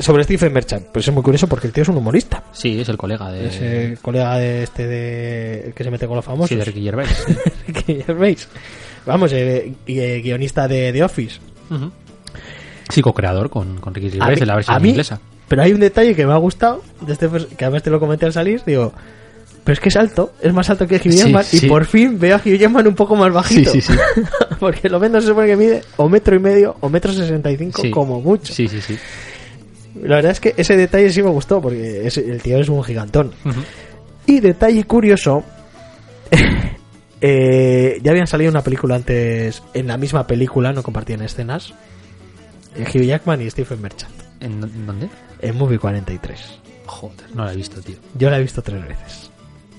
A: sobre Stephen Merchant, pues es muy curioso porque el tío es un humorista.
B: Sí, es el colega de.
A: Es el colega de este de el que se mete con los famosos.
B: Sí, de Ricky Gervais. sí.
A: Ricky Gervais. Vamos, eh, y, eh, guionista de The Office.
B: Ujú. Sí, co-creador con, con Ricky Gervais de la versión
A: a mí-
B: inglesa.
A: Pero hay un detalle que me ha gustado, de este, pers- que además te lo comenté al salir, digo, pero es que es alto, es más alto que Hugh
B: Sí,
A: Jackman, y
B: sí.
A: por fin veo a Hugh Jackman un poco más bajito.
B: Sí, sí, sí.
A: Porque lo menos se supone que mide o metro y medio o metro sesenta y cinco
B: Sí.
A: como mucho.
B: Sí, sí, sí.
A: La verdad es que ese detalle sí me gustó, porque es- el tío es un gigantón.
B: Ujú.
A: Y detalle curioso, eh, ya habían salido una película antes, en la misma película, no compartían escenas, eh, Hugh Jackman y Stephen Merchant,
B: ¿En dó- en dónde?
A: en Movie 43.
B: Joder, no la he visto, tío.
A: Yo la he visto tres veces.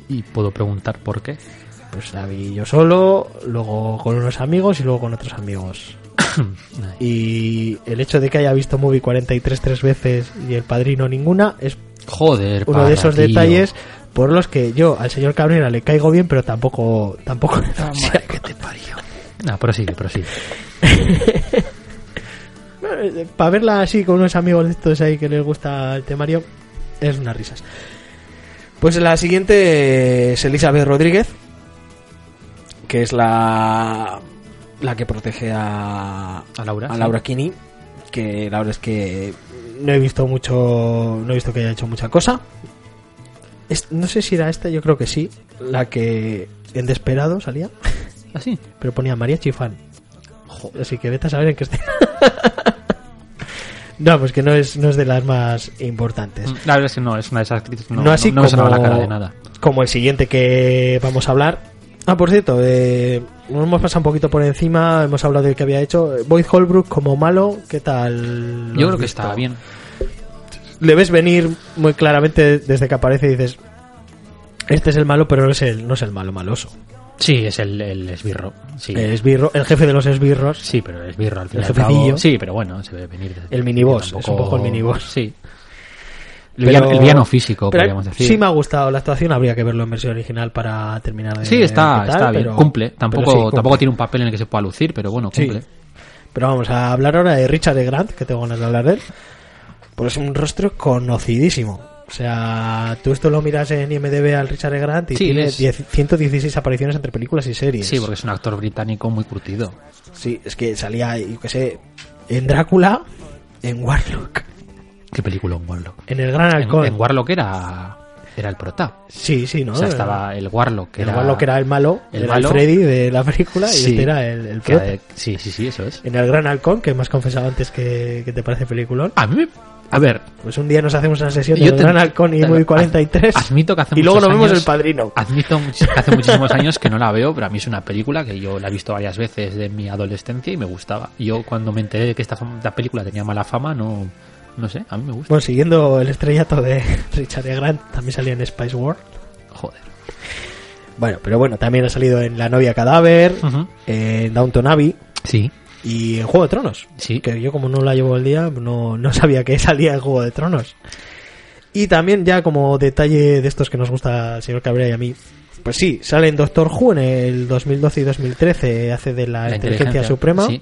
B: Y puedo preguntar por qué.
A: Pues la vi yo solo, luego con unos amigos y luego con otros amigos.
B: Ay.
A: Y el hecho de que haya visto Movie 43 tres veces y El Padrino ninguna es
B: Joder,
A: uno
B: para,
A: de esos
B: tío.
A: detalles por los que yo al señor Cabrera le caigo bien, pero tampoco tampoco le doy
B: madre que te parió. Ah, prosigue, prosigue.
A: Para verla así con unos amigos de estos ahí que les gusta el temario, es unas risas. Pues la siguiente es Elizabeth Rodríguez, que es la, la que protege a,
B: A Laura.
A: a
B: sí.
A: Laura Kinney, que la verdad es que no he visto mucho, no he visto que haya hecho mucha cosa. Es- no sé si era esta, yo creo que sí, la que en Desperado salía,
B: ¿Ah, sí?
A: pero ponía María Chifán.
B: Joder.
A: Así que vete a saber en qué esté. no, pues que no es, no es de las más importantes.
B: Mm, La verdad es que no, es una de esas actrices. No,
A: no, así
B: no- no me
A: como,
B: sonaba la cara de nada.
A: como el siguiente que vamos a hablar. Ah, por cierto, eh, nos hemos pasado un poquito por encima, hemos hablado de que había hecho. Eh, Boyd Holbrook como malo, ¿qué tal? lo has
B: Yo creo que
A: visto?
B: estaba bien.
A: Le ves venir muy claramente desde que aparece y dices, este es el malo, pero no es el, no es el malo maloso.
B: Sí, es el, el esbirro. Sí.
A: El, esbirro, el jefe de los esbirros.
B: Sí, pero el esbirro al
A: El
B: final.
A: jefecillo.
B: Sí, pero bueno, se debe venir. desde-
A: El miniboss,
B: tampoco-
A: es un poco el miniboss.
B: Sí. El,
A: Pero-
B: villano, el villano físico,
A: pero
B: podríamos decir.
A: Sí me ha gustado la actuación, habría que verlo en versión original para terminar de
B: Sí, está,
A: quitar,
B: está bien,
A: eh, pero-
B: cumple.
A: pero
B: Tampoco,
A: sí, cumple.
B: tampoco tiene un papel en el que se pueda lucir, pero bueno,
A: Sí.
B: cumple.
A: Pero vamos a hablar ahora de Richard E. Grant, que tengo ganas de hablar de él. Pues es un rostro conocidísimo. O sea, tú esto lo miras en IMDB al Richard E. Grant y
B: Sí,
A: tiene
B: es-
A: 10 116 apariciones entre películas y
B: Sí,
A: series.
B: porque es un actor británico muy curtido.
A: Sí, es que salía, yo qué sé, en Drácula, en Warlock,
B: Qué película, un Warlock.
A: en El Gran
B: En,
A: Halcón.
B: en Warlock era, era el prota.
A: Sí, sí, ¿no?
B: O sea, estaba el Warlock. que
A: El Warlock era el malo,
B: el
A: era
B: malo.
A: el Freddy de la película y
B: Sí.
A: este era el, el
B: que
A: prota. Eh,
B: era de- sí, sí, sí, eso es.
A: En el Gran Halcón, que me has confesado antes que, que te parece peliculón.
B: A mí, me- a ver,
A: Pues un día nos hacemos una sesión
B: Yo
A: del
B: te-
A: Gran Halcón y
B: te-
A: Movie 43.
B: admito que hace
A: Y luego
B: muchos
A: nos vemos
B: años-
A: el padrino.
B: admito much- hace muchísimos años que no la veo, pero a mí es una película que yo la he visto varias veces de mi adolescencia y me gustaba. Yo cuando me enteré de que esta, fam- esta película tenía mala fama, no, no sé, a mí me gusta.
A: Bueno, siguiendo el estrellato de Richard E. Grant, también salía en Spice War.
B: Joder.
A: Bueno, pero bueno, también ha salido en La novia cadáver,
B: Ujú.
A: en Downton Abbey
B: Sí,
A: y en Juego de Tronos.
B: sí.
A: Que yo como no la llevo el día, no, no sabía que salía en Juego de Tronos. Y también ya como detalle de estos que nos gusta al señor Cabrera y a mí, pues sí, sale en Doctor Who en el 2012 y 2013, hace de la, inteligencia, suprema.
B: Sí.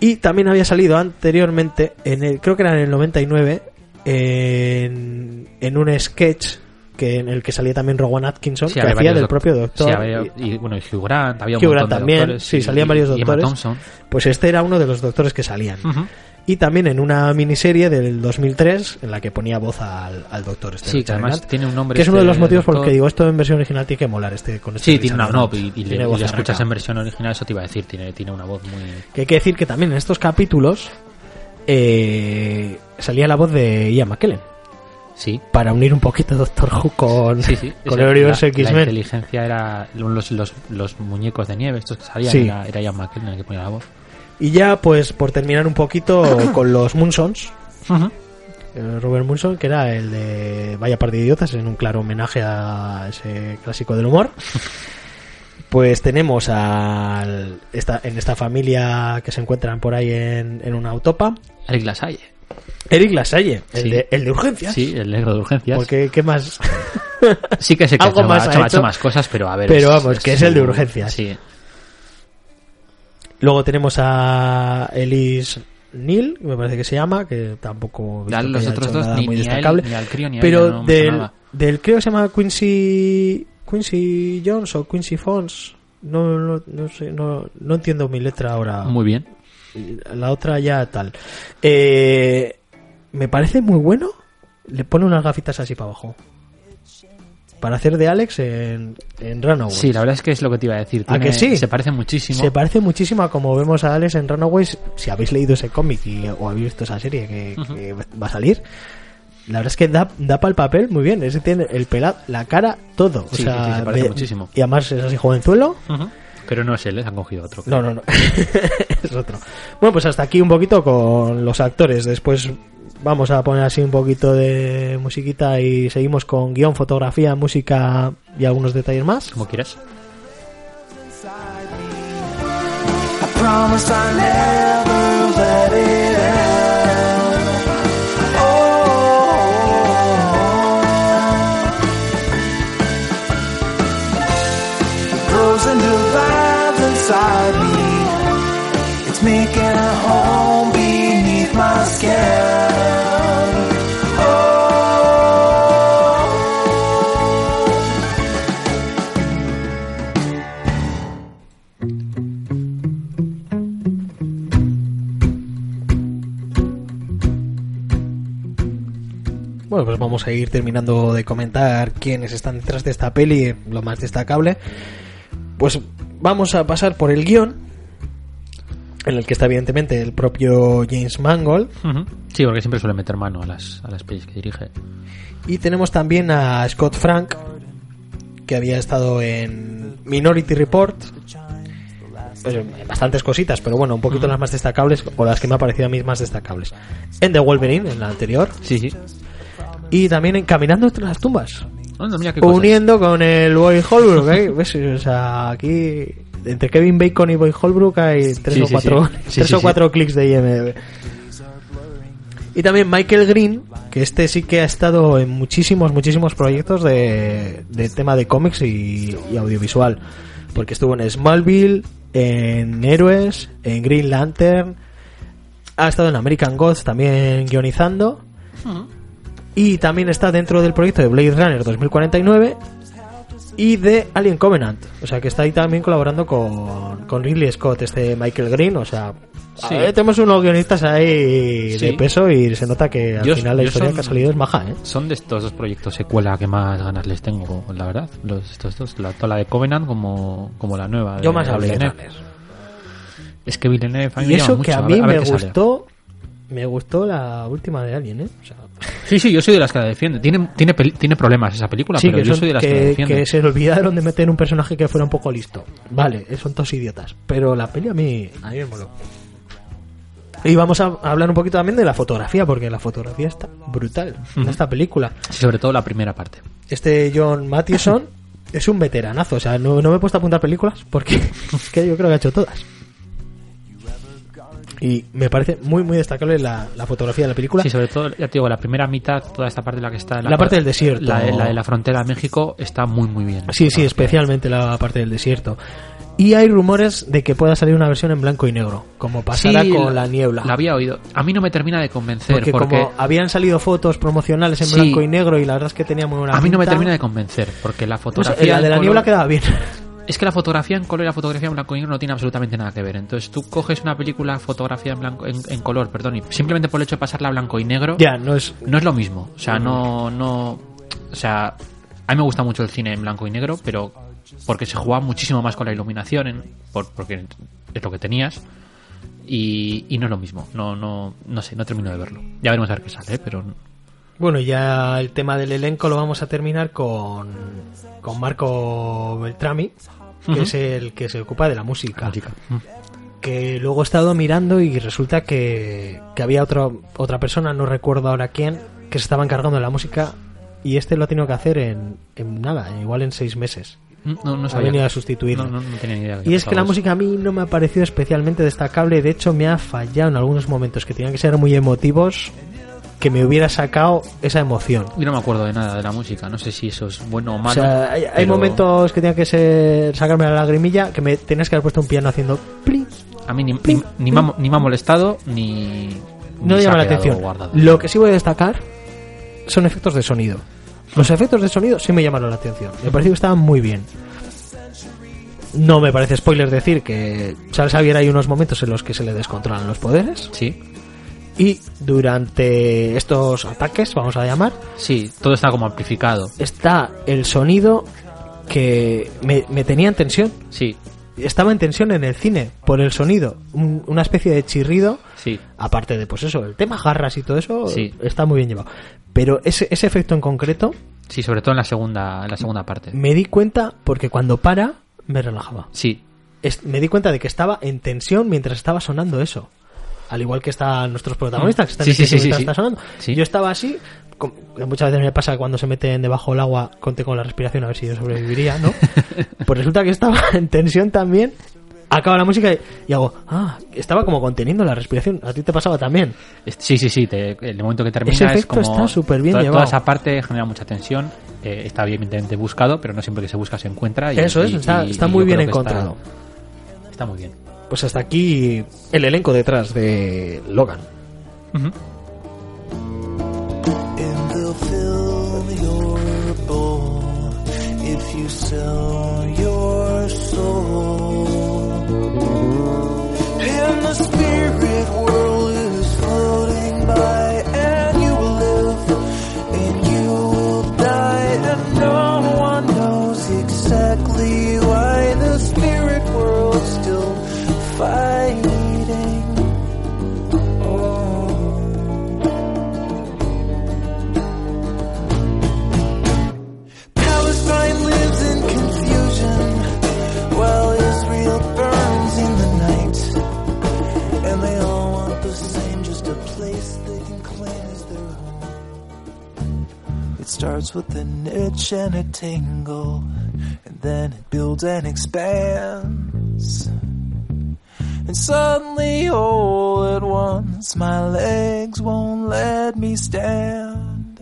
A: Y también había salido anteriormente, en el, creo que era en el 99, en, en un sketch que en el que salía también Rowan Atkinson,
B: Sí,
A: que
B: había
A: hacía
B: varios
A: del
B: doc-
A: propio
B: Sí,
A: doctor.
B: había-
A: Y-
B: y, bueno, y Hugh Grant, había un
A: Hugh
B: montón
A: Grant
B: de
A: también,
B: doctores,
A: sí,
B: y-
A: salían
B: y-
A: varios
B: y Emma
A: doctores.
B: Thompson.
A: pues este era uno de los doctores que salían.
B: Ujú.
A: y también en una miniserie del 2003 en la que ponía voz al, al doctor. Este
B: Sí, que
A: Richard
B: además
A: Lennart,
B: tiene un nombre
A: Que es uno de
B: este
A: los motivos por los que
B: doctor.
A: digo, esto en versión original tiene que molar este con este
B: Sí, tiene una
A: Richard
B: no,
A: Lennart.
B: y, y le,
A: Tiene
B: y
A: voz
B: le
A: de
B: escuchas
A: arranca.
B: en versión original, eso te iba a decir, tiene, tiene una voz muy...
A: Que hay que decir que también en estos capítulos eh, salía la voz de Ian McKellen.
B: Sí,
A: Para unir un poquito Doctor Who con,
B: sí, sí.
A: con
B: Esa-
A: el universo
B: la- La
A: X-Men.
B: inteligencia era los, los, los muñecos de nieve, estos que salían,
A: Sí.
B: era, era Ian McKellen el que ponía la voz.
A: Y ya, pues, por terminar un poquito con los Moonsons, eh, Robert Munson, que era el de Vaya par de idiotas, en un claro homenaje a ese clásico del humor. Pues tenemos al, esta, en esta familia que se encuentran por ahí en, en una autopa,
B: Eric Lasalle.
A: Eric Lasalle, el,
B: Sí.
A: de, el de urgencias.
B: Sí, el negro de urgencias.
A: Porque, ¿qué más?
B: sí que sé que
A: algo
B: ha hecho-
A: más ha
B: ha hecho, ha
A: hecho.
B: hecho más cosas, pero a ver.
A: Pero vamos, que es el de urgencias.
B: Sí,
A: Luego tenemos a Elise Neal, me parece que se llama, que tampoco. he visto
B: Ya
A: que
B: los
A: haya
B: otros
A: hecho
B: dos
A: nada
B: ni,
A: muy
B: ni a él,
A: destacable.
B: ni al crío ni a
A: pero
B: ella, no me
A: del,
B: sonaba.
A: del creo que se llama Quincy Quincy Jones o Quincy Fons no, no, no sé no, no entiendo mi letra ahora
B: Muy bien.
A: la otra ya tal Eh, me parece muy bueno le pone unas gafitas así para abajo para hacer de Alex en, en Runaways
B: Sí, la verdad es que es lo que te iba a decir.
A: ¿A
B: Tiene-
A: Ah, que sí?
B: Se parece muchísimo.
A: se parece muchísimo a como vemos a Alex en Runaways si habéis leído ese cómic y- o habéis visto esa serie que, que va a salir la verdad es que da, da para el papel muy bien ese tiene el pelado la cara todo o
B: Sí,
A: sea,
B: sí, sí, se parece muchísimo.
A: y además es así jovenzuelo
B: Ujú. Pero no es él, ¿eh? han cogido otro.
A: no no no es otro bueno pues hasta aquí un poquito con los actores después vamos a poner así un poquito de musiquita y seguimos con guión fotografía música y algunos detalles más
B: Como quieras.
C: inside me. I promised I never let it out. Oh, It grows and divides inside me. It's making a home beneath my skin. Oh.
A: Bueno, pues vamos a ir terminando de comentar quiénes están detrás de esta peli, eh, lo más destacable. Pues vamos a pasar por el guión, en el que está evidentemente el propio James Mangold.
B: Ujú. Sí, porque siempre suele meter mano a las, a las pelis que dirige.
A: Y tenemos también a Scott Frank, que había estado en Minority Report. Pues, bastantes cositas, pero bueno, un poquito las más destacables, o las que me han parecido a mí más destacables. En The Wolverine, en la anterior.
B: Sí, sí.
A: Y también en Caminando entre las tumbas.
B: Anda, mira qué cosas.
A: uniendo con el Boy Holbrook. ¿eh? ¿Ves? O sea, aquí entre Kevin Bacon y Boy Holbrook hay tres
B: Sí,
A: o
B: sí,
A: cuatro,
B: sí. Sí,
A: tres
B: sí,
A: o
B: sí.
A: cuatro clics de IMDb. Y también Michael Green, que este sí que ha estado en muchísimos, muchísimos proyectos de, de tema de cómics y, y audiovisual. Porque estuvo en Smallville, en Héroes, en Green Lantern, ha estado en American Gods también guionizando.
B: Mm.
A: Y también está dentro del proyecto de Blade Runner 2049 y de Alien Covenant. O sea que está ahí también colaborando con, con Ridley Scott, este Michael Green. O sea, a
B: Sí.
A: ver, tenemos unos guionistas ahí de
B: Sí.
A: peso y se nota que al
B: Yo-
A: final la
B: yo
A: historia
B: son-
A: que ha salido es maja, ¿eh?
B: Son de estos dos proyectos secuela que más ganas les tengo, la verdad. Los, estos dos, la, toda la de Covenant como, como la nueva. de
A: Yo más hablé de
B: Villeneuve.
A: Runner.
B: Es que Villeneuve a mí
A: Y
B: me llama
A: eso que
B: mucho.
A: a
B: ver-
A: mí
B: ver
A: me
B: qué sale.
A: gustó, me gustó la última de Alien, ¿eh? O sea,
B: Sí, sí, yo soy de las que la defiende. Tiene, tiene, peli- tiene problemas esa película,
A: sí,
B: pero
A: que,
B: yo
A: son-
B: soy de las que, la
A: que-
B: defiende.
A: que se le olvidaron de meter un personaje que fuera un poco listo. Vale, son todos idiotas. Pero la peli a mí, a mí me moló. Y vamos a hablar un poquito también de la fotografía, porque la fotografía está brutal en
B: Ujú.
A: esta película.
B: Sí, sobre todo la primera parte.
A: Este John Matheson es un veteranazo, o sea, no, no me he puesto a apuntar películas porque es que yo creo que ha hecho todas. Y me parece muy, muy destacable la, la fotografía de la película.
B: Sí, sobre todo, ya te digo, la primera mitad, toda esta parte en la que está...
A: La parte del desierto.
B: La, de- la de la frontera a México está muy, muy bien.
A: Sí, sí, especialmente la parte del desierto. Y hay rumores de que pueda salir una versión en blanco y negro, como pasará
B: Sí,
A: con la niebla.
B: La había oído. A mí no me termina de convencer
A: porque,
B: porque...
A: como habían salido fotos promocionales en
B: Sí.
A: blanco y negro y la verdad es que tenía muy buena
B: a mí no me
A: pinta,
B: termina de convencer porque la
A: no sé,
B: fotografía...
A: Pues, eh, la de
B: el
A: la
B: color-
A: niebla quedaba bien.
B: Es que la fotografía en color y la fotografía en blanco y negro no tiene absolutamente nada que ver. Entonces tú coges una película fotografía en blanco en, en color, perdón, y simplemente por el hecho de pasarla a blanco y negro,
A: Ya, no es.
B: no es lo mismo. O sea, no, no. O sea, a mí me gusta mucho el cine en blanco y negro, pero porque se jugaba muchísimo más con la iluminación, en- por- porque es lo que tenías. Y, y no es lo mismo. No, no, no sé, no termino de verlo. Ya veremos a ver qué sale, ¿eh? pero.
A: Bueno, ya el tema del elenco lo vamos a terminar con, con Marco Beltrami, que
B: Ujú.
A: es el que se ocupa de la música.
B: Chica. Mm.
A: Que luego he estado mirando y resulta que, que había otro, otra persona, no recuerdo ahora quién, que se estaba encargando de la música y este lo ha tenido que hacer en, en nada, igual en seis meses.
B: Mm, No, no
A: ha
B: sabía.
A: venido a sustituirlo.
B: No, no, no tenía ni idea. de
A: Y es que la
B: pasaba eso.
A: música a mí no me ha parecido especialmente destacable, de hecho me ha fallado en algunos momentos que tenían que ser muy emotivos, que me hubiera sacado esa emoción.
B: Yo no me acuerdo de nada de la música. No sé si eso es bueno o malo.
A: O sea, hay, hay
B: pero
A: momentos que tenía que ser sacarme la lagrimilla, que me tenías que haber puesto un piano haciendo... pli.
B: A mí ni, ni, ni me, ha, mo- ni me ha molestado ni.
A: No
B: ni se ha
A: llama la
B: quedado
A: atención.
B: guardado.
A: Lo que sí voy a destacar son efectos de sonido. Los efectos de sonido sí me llamaron la atención. Me pareció que estaban muy bien. No me parece spoiler decir que Charles Xavier hay unos momentos en los que se le descontrolan los poderes.
B: Sí,
A: Y durante estos ataques, vamos a llamar,
B: sí, todo está como amplificado.
A: está el sonido que me, me tenía en tensión.
B: Sí,
A: Estaba en tensión en el cine por el sonido, un- una especie de chirrido.
B: sí.
A: Aparte de, pues eso, el tema jarras y todo eso,
B: Sí.
A: está muy bien llevado. Pero ese, ese efecto en concreto,
B: Sí, sobre todo en la segunda, en la segunda parte.
A: me di cuenta porque cuando para, me relajaba.
B: Sí,
A: Es- me di cuenta de que estaba en tensión mientras estaba sonando eso. Al igual que están nuestros protagonistas, que están
B: Sí,
A: en
B: sí,
A: tensión
B: sí, sí,
A: mientras
B: sí.
A: está sonando.
B: Sí.
A: Yo estaba así, com- que muchas veces me pasa cuando se meten debajo del agua, conté con la respiración a ver si yo sobreviviría, ¿no? pues resulta que estaba en tensión también. Acaba la música y, y hago, ah, estaba como conteniendo la respiración. A ti te pasaba también.
B: Est- sí, sí, sí. te- el momento que termina
A: Ese
B: es
A: efecto
B: como.
A: está súper bien
B: toda, toda
A: llevado.
B: esa parte genera mucha tensión. eh, está evidentemente buscado, pero no siempre que se busca se encuentra. y-
A: Eso es,
B: y-
A: está-
B: y-
A: está
B: y
A: muy
B: yo
A: bien
B: creo que
A: encontrado.
B: Está, está muy bien.
A: Pues hasta aquí el elenco detrás de Logan.
B: Ujú.
D: and they'll fill your bowl if you sell your soul. And the spirit world is floating by, and you will live and you will die, and no one knows exactly why the spirit world's still fighting. on. Palestine lives in confusion while Israel burns in the night. And they all want the same, just a place they can claim as their home. It starts with an itch and a tingle, and then it builds and expands. And suddenly, all at once, my legs won't let me stand.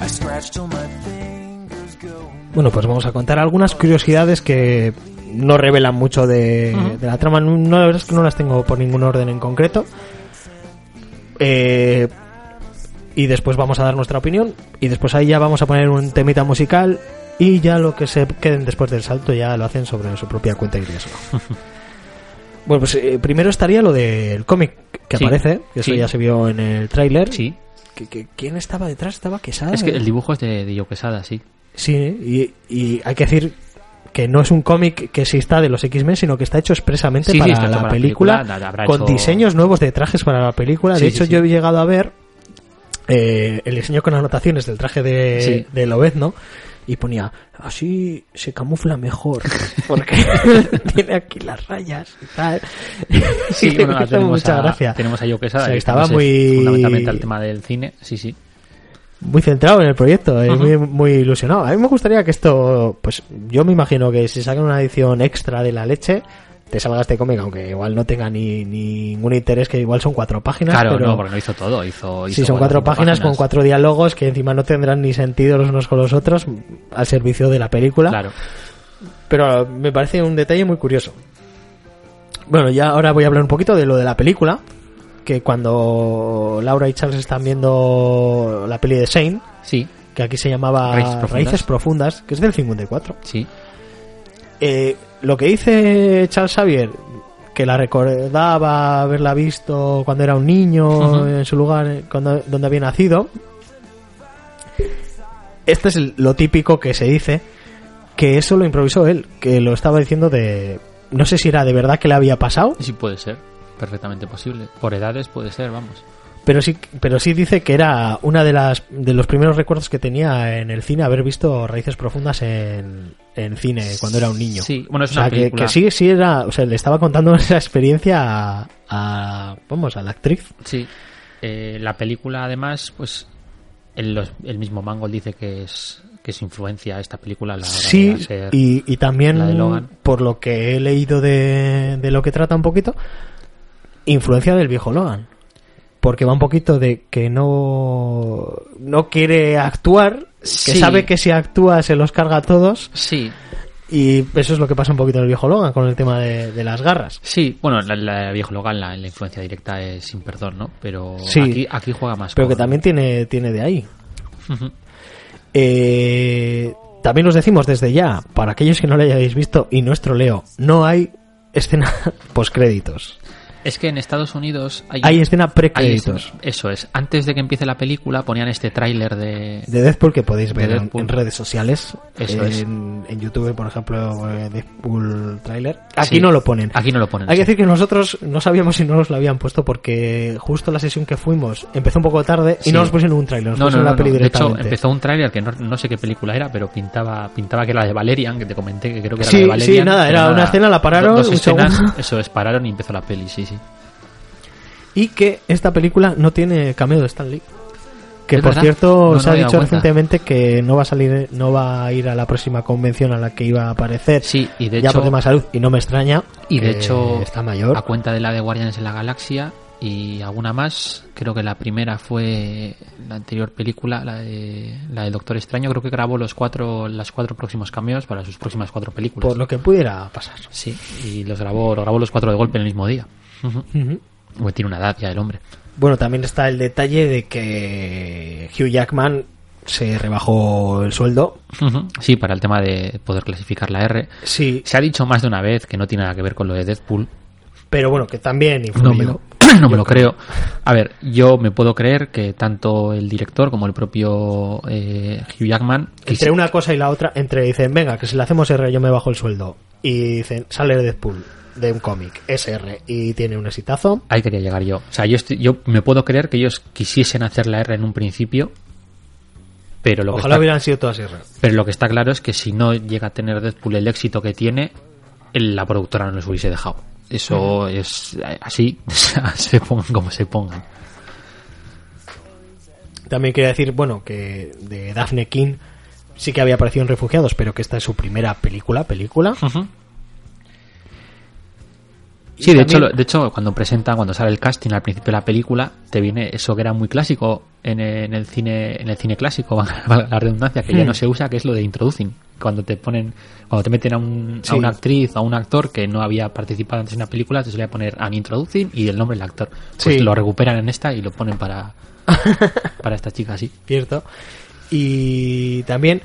D: I scratch till my fingers go.
A: Bueno, pues vamos a contar algunas curiosidades que no revelan mucho de, de la trama. No, no, la verdad es que no las tengo por ningún orden en concreto. Eh, y después vamos a dar nuestra opinión. Y después ahí ya vamos a poner un temita musical. Y ya lo que se queden después del salto ya lo hacen sobre su propia cuenta y riesgo. bueno, pues eh, primero estaría lo del cómic que
B: Sí.
A: aparece. Que eso
B: Sí.
A: ya se vio en el tráiler.
B: Sí.
A: Que- que- ¿Quién estaba detrás? Estaba Quesada.
B: Es que
A: ¿eh?
B: el dibujo es de, de Joe Quesada, sí.
A: Sí, y, y hay que decir que no es un cómic que exista de los X-Men, sino que está hecho expresamente
B: Sí, sí,
A: para,
B: está hecho
A: la
B: para la
A: película,
B: película, la- la habrá
A: con
B: hecho-
A: diseños nuevos de trajes para la película.
B: Sí,
A: de
B: sí,
A: hecho,
B: sí.
A: yo he llegado a ver eh, el diseño con anotaciones del traje de,
B: Sí.
A: de Lobezno y ponía, así se camufla mejor, porque tiene aquí las rayas y tal. Y me hizo mucha
B: a,
A: gracia.
B: tenemos a Joe Quesada.
A: O sea,
B: que
A: estaba
B: conoce
A: muy-
B: Fundamentalmente al tema del cine, sí, sí.
A: muy centrado en el proyecto, eh,
B: Ujú.
A: muy, muy ilusionado. A mí me gustaría que esto, pues yo me imagino que si sacan una edición extra de la leche, te salga este cómic, aunque igual no tenga ni, ni ningún interés, que igual son cuatro páginas.
B: Claro,
A: pero
B: no, porque no hizo todo. Hizo,
A: si
B: hizo
A: son
B: cuatro
A: cuatro
B: o cinco
A: páginas, con cuatro diálogos que encima no tendrán ni sentido los unos con los otros al servicio de la película.
B: Claro.
A: Pero me parece un detalle muy curioso. Bueno, ya ahora voy a hablar un poquito de lo de la película. Que cuando Laura y Charles están viendo la peli de Shane,
B: Sí,
A: que aquí se llamaba
B: Raíces Profundas.
A: Raíces Profundas, que es del 54.
B: sí.
A: Eh, lo que dice Charles Xavier, que la recordaba haberla visto cuando era un niño,
B: Ujú.
A: en su lugar eh, cuando, donde había nacido, este es el- lo típico que se dice, que eso lo improvisó él, que lo estaba diciendo de... No sé si era de verdad que le había pasado,
B: Sí puede ser, perfectamente posible. Por edades puede ser, vamos.
A: pero sí, pero sí dice que era una de las de los primeros recuerdos que tenía en el cine haber visto Raíces Profundas en, en cine cuando era un niño.
B: Sí, bueno, es
A: O sea,
B: una
A: que,
B: película.
A: que sí, sí era, o sea, le estaba contando esa experiencia a, a- vamos, a la actriz.
B: Sí. Eh, la película, además, pues el, los- el mismo Mangold dice que es que es influencia esta película a la hora de
A: sí,
B: hacer-
A: y, y
B: la de
A: también,
B: Logan.
A: por lo que he leído de, de lo que trata un poquito, influencia del viejo Logan. Porque va un poquito de que no, no quiere actuar, que
B: Sí.
A: sabe que si actúa se los carga a todos,
B: Sí,
A: y eso es lo que pasa un poquito en el viejo Logan con el tema de, de las garras.
B: sí. Bueno, la, la viejo Logan, la, la influencia directa es sin perdón, ¿no? Pero
A: Sí.
B: aquí, aquí juega más.
A: Pero que
B: con-
A: también tiene, tiene de ahí.
B: Ujú.
A: Eh, también os decimos desde ya, para aquellos que no lo hayáis visto y nuestro Leo, no hay escena postcréditos.
B: Es que en Estados Unidos hay,
A: Hay escena
B: hay
A: precréditos
B: escena- Eso es. Antes de que empiece la película ponían este tráiler de...
A: de Deadpool que podéis
B: De
A: ver en-
B: Deadpool.
A: en redes sociales.
B: Eso es.
A: en, en YouTube, por ejemplo, eh, Deadpool trailer. Aquí
B: Sí.
A: no lo ponen.
B: Aquí no lo ponen.
A: Hay que
B: sí.
A: decir que nosotros no sabíamos si no nos lo habían puesto porque justo la sesión que fuimos empezó un poco tarde y
B: Sí.
A: no nos pusieron un tráiler, nos
B: No, no,
A: pusieron
B: no,
A: la peli
B: no. De hecho,
A: directamente.
B: empezó un tráiler que no, no sé qué película era, pero pintaba, pintaba que era la de Valerian, que te comenté que creo que era
A: Sí,
B: la de
A: sí,
B: Valerian.
A: nada,
B: pero
A: era una escena, la pararon,
B: Dos
A: un
B: escenas,
A: segundo.
B: eso es, pararon y empezó la peli, sí, sí.
A: Y que esta película no tiene cameo de Stan Lee. Que
B: ¿Es
A: por
B: verdad?
A: cierto,
B: No, no
A: se ha
B: me he
A: dicho
B: dado cuenta.
A: recientemente que no va a salir, no va a ir a la próxima convención a la que iba a aparecer.
B: Sí, y de
A: ya
B: hecho,
A: por tema de salud, y no me extraña.
B: y de
A: que
B: hecho
A: Eh, está mayor.
B: a cuenta de la de Guardianes en la Galaxia y alguna más, creo que la primera fue la anterior película, la de, la de Doctor Extraño, creo que grabó los cuatro, las cuatro próximos cameos para sus próximas cuatro películas.
A: Por lo que pudiera pasar.
B: Sí, y los grabó, los grabó los cuatro de golpe en el mismo día. Ujú.
A: Ujú.
B: Bueno, tiene una edad ya el hombre.
A: Bueno, también está el detalle de que Hugh Jackman se rebajó el sueldo.
B: Ujú. Sí, para el tema de poder clasificar la R.
A: Sí,
B: Se ha dicho más de una vez que no tiene nada que ver con lo de Deadpool.
A: pero bueno, que también influyó.
B: No me lo, no me lo creo. A ver, yo me puedo creer que tanto el director como el propio eh, Hugh Jackman...
A: Entre una cosa y la otra, entre dicen, venga, que si le hacemos R yo me bajo el sueldo. Y dicen, sale Deadpool de un cómic, SR, y tiene un exitazo.
B: Ahí quería llegar yo. O sea, yo, estoy- yo me puedo creer que ellos quisiesen hacer la R en un principio, pero lo, que
A: Ojalá
B: está,
A: hubieran sido todas R.
B: pero lo que está claro es que si no llega a tener Deadpool el éxito que tiene, el- la productora no los hubiese dejado. Eso es eh, así, o sea, se pongan como se pongan.
A: También quería decir, bueno, que de Daphne King sí que había aparecido en Refugiados, pero que esta es su primera película, película.
B: Sí, de
A: también-
B: hecho, lo- de hecho, cuando presenta, cuando sale el casting al principio de la película, te viene eso que era muy clásico en el, en el cine, en el cine clásico, valga la redundancia, que ya
A: Hmm.
B: no se usa, que es lo de introducing. Cuando te ponen, cuando te meten a, un-
A: Sí.
B: a una actriz o a un actor que no había participado antes en una película, te suele poner an introducing y el nombre del actor. Pues
A: Sí.
B: lo recuperan en esta y lo ponen para, para esta chica así.
A: cierto. Y también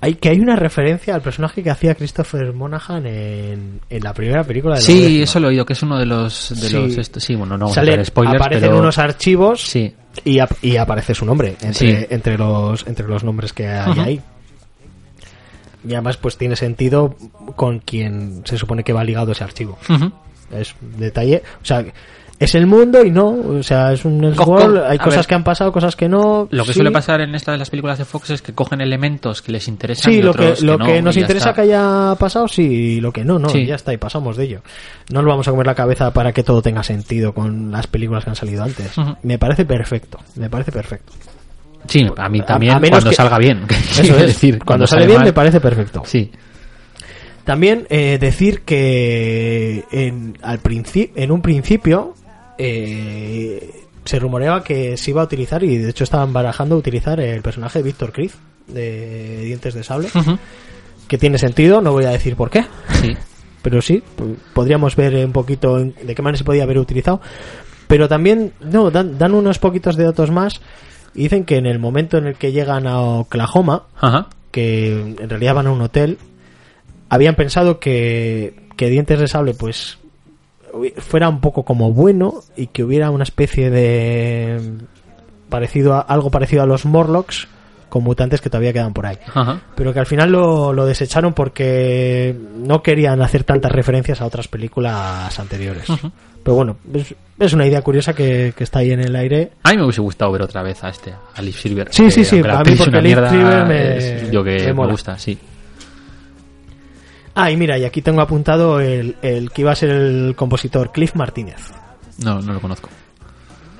A: hay que hay una referencia al personaje que hacía Christopher Monaghan en, en la primera película de la
B: Sí,
A: Oreja.
B: eso lo he oído, que es uno de los, de
A: Sí.
B: los, estos- sí, bueno, no vamos
A: Sale-
B: a hacer spoilers,
A: aparecen
B: pero-
A: unos archivos
B: sí.
A: y, ap- y aparece su nombre entre,
B: Sí.
A: entre los entre los nombres que hay
B: Ajá.
A: ahí. Y además pues tiene sentido con quien se supone que va ligado ese archivo.
B: Ujú.
A: Es un detalle, o sea, es el mundo y no, o sea, es un
B: Co- co-
A: Elseworld, hay
B: a
A: cosas
B: ver.
A: que han pasado, cosas que no.
B: Lo que
A: sí.
B: suele pasar en estas de las películas de Fox es que cogen elementos que les interesan
A: Sí,
B: y
A: lo que,
B: otros
A: lo
B: no,
A: que
B: y
A: nos
B: ya
A: interesa
B: está.
A: que haya pasado, sí, y lo que no, no,
B: Sí.
A: ya está, y pasamos de ello. No nos vamos a comer la cabeza para que todo tenga sentido con las películas que han salido antes.
B: Ujú.
A: Me parece perfecto, me parece perfecto.
B: Sí, a mí
A: A-
B: también
A: a menos
B: cuando
A: que-
B: salga bien. Eso
A: Eso es,
B: decir,
A: cuando, sale, bien me parece perfecto.
B: Sí.
A: También eh, decir que en, al princi- en un principio eh, se rumoreaba que se iba a utilizar, y de hecho estaban barajando utilizar el personaje de Víctor Kriz, de Dientes de Sable,
B: Ujú.
A: que tiene sentido, no voy a decir por qué.
B: Sí.
A: pero sí, p- podríamos ver eh, un poquito en- de qué manera se podía haber utilizado. Pero también, no, dan, dan unos poquitos de datos más y dicen que en el momento en el que llegan a Oklahoma,
B: Ajá.
A: que en realidad van a un hotel, habían pensado que, que Dientes de Sable, pues, hubi- fuera un poco como bueno y que hubiera una especie de. parecido a, algo parecido a los Morlocks con mutantes que todavía quedan por ahí.
B: Ajá.
A: Pero que al final lo, lo desecharon porque no querían hacer tantas referencias a otras películas anteriores.
B: Ujú.
A: Pero bueno, es, es una idea curiosa que, que está ahí en el aire.
B: A mí me hubiese gustado ver otra vez a este, a Liv Silver.
A: Sí,
B: que
A: sí, sí,
B: aunque la
A: a mí
B: actriz es
A: porque
B: una
A: Liv
B: mierda,
A: Silver me-
B: es Yo
A: me
B: que me,
A: mola.
B: gusta, sí.
A: Ah, y mira, y aquí tengo apuntado el, el que iba a ser el compositor Cliff Martínez.
B: No, no lo conozco.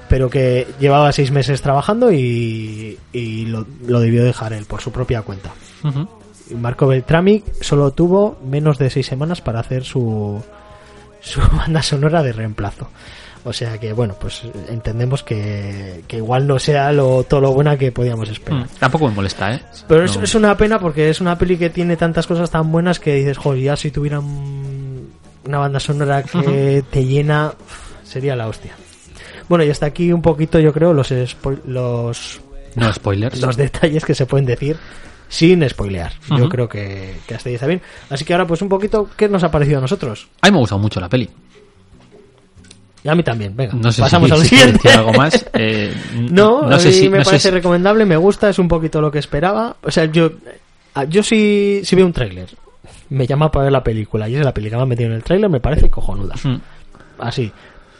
A: Pero que llevaba seis meses trabajando y, y lo, lo debió dejar él por su propia cuenta.
B: Ujú.
A: Y Marco Beltrami solo tuvo menos de seis semanas para hacer su, su banda sonora de reemplazo. O sea que, bueno, pues entendemos que, que igual no sea lo, todo lo buena que podíamos esperar.
B: Mm, Tampoco me molesta, ¿eh?
A: Pero es,
B: No.
A: es una pena porque es una peli que tiene tantas cosas tan buenas que dices, joder, ya si tuvieran una banda sonora que te llena, uf, sería la hostia. Bueno, y hasta aquí un poquito, yo creo, los, espo- los,
B: No spoilers.
A: los detalles que se pueden decir sin spoilear. Yo
B: Ujú.
A: creo que, que hasta ahí está bien. Así que ahora, pues un poquito, ¿qué nos ha parecido a nosotros?
B: A mí me ha gustado mucho la peli.
A: Y a mí también, venga.
B: No sé
A: pasamos
B: si,
A: al
B: si quieres
A: siguiente.
B: decir algo más. eh, n-
A: No, a
B: sé
A: mí
B: si,
A: me
B: no sé
A: parece
B: si-
A: recomendable, me gusta, es un poquito lo que esperaba. O sea, yo, a- yo sí, sí veo un tráiler. Me llama para ver la película y es la película que me han metido en el tráiler, me parece cojonuda.
B: Mm,
A: Así.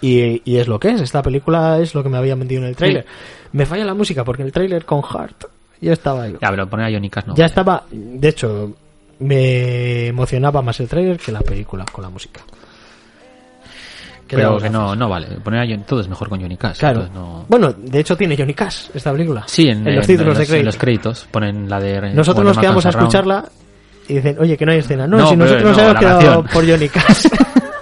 A: Y, y es lo que es, esta película es lo que me habían metido en el tráiler. Me falla la música porque el tráiler con Heart ya estaba ahí.
B: Ya, pero poner a Johnny Cash no.
A: Ya
B: vale.
A: estaba, de hecho, me emocionaba más el tráiler que la película con la música. ¿Qué le
B: Pero
A: vamos a
B: que no, no vale. Poner a Johnny... Todo es mejor con Johnny Cash.
A: pues- Claro.
B: entonces no-
A: Bueno, de hecho tiene Johnny Cash esta película.
B: Sí, en,
A: los
B: en-
A: títulos
B: en
A: de
B: los- en
A: crédito.
B: los créditos ponen la de...
A: Nosotros
B: Wonder
A: nos quedamos a
B: Man's Around.
A: escucharla y dicen, oye, que no hay escena. No,
B: No,
A: si
B: pero
A: nosotros nos
B: no,
A: hemos
B: la
A: quedado
B: canción.
A: por Johnny Cash.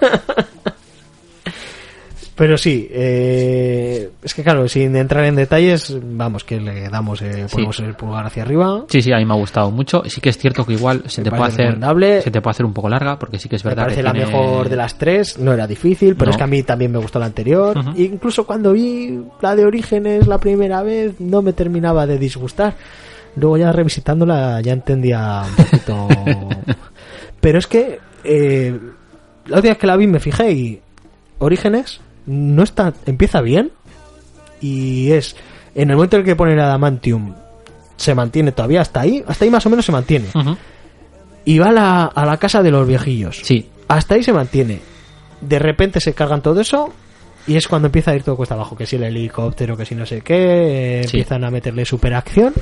A: pero sí, eh, es que claro, sin entrar en detalles, vamos, que le damos, eh,
B: Sí.
A: ponemos el pulgar hacia arriba.
B: Sí, sí, a mí me ha gustado mucho. Sí que es cierto que igual se
A: Me
B: te puede
A: parece
B: hacer
A: recomendable.
B: se te puede hacer un poco larga porque sí que es
A: Me
B: verdad
A: parece
B: que
A: la
B: tiene-
A: mejor de las tres, no era difícil, pero
B: No.
A: es que a mí también me gustó la anterior.
B: Ujú.
A: Incluso cuando vi la de Orígenes la primera vez, no me terminaba de disgustar. Luego ya revisitándola ya entendía un poquito... pero es que eh, la otra vez que la vi me fijé y Orígenes no está, empieza bien y es en el momento en el que pone el adamantium se mantiene todavía hasta ahí, hasta ahí más o menos se mantiene
B: Ujú.
A: y va a la, a la casa de los viejillos.
B: Sí,
A: Hasta ahí se mantiene. De repente se cargan todo eso y es cuando empieza a ir todo cuesta abajo. Que si el helicóptero, que si no sé qué, eh,
B: Sí.
A: empiezan a meterle superacción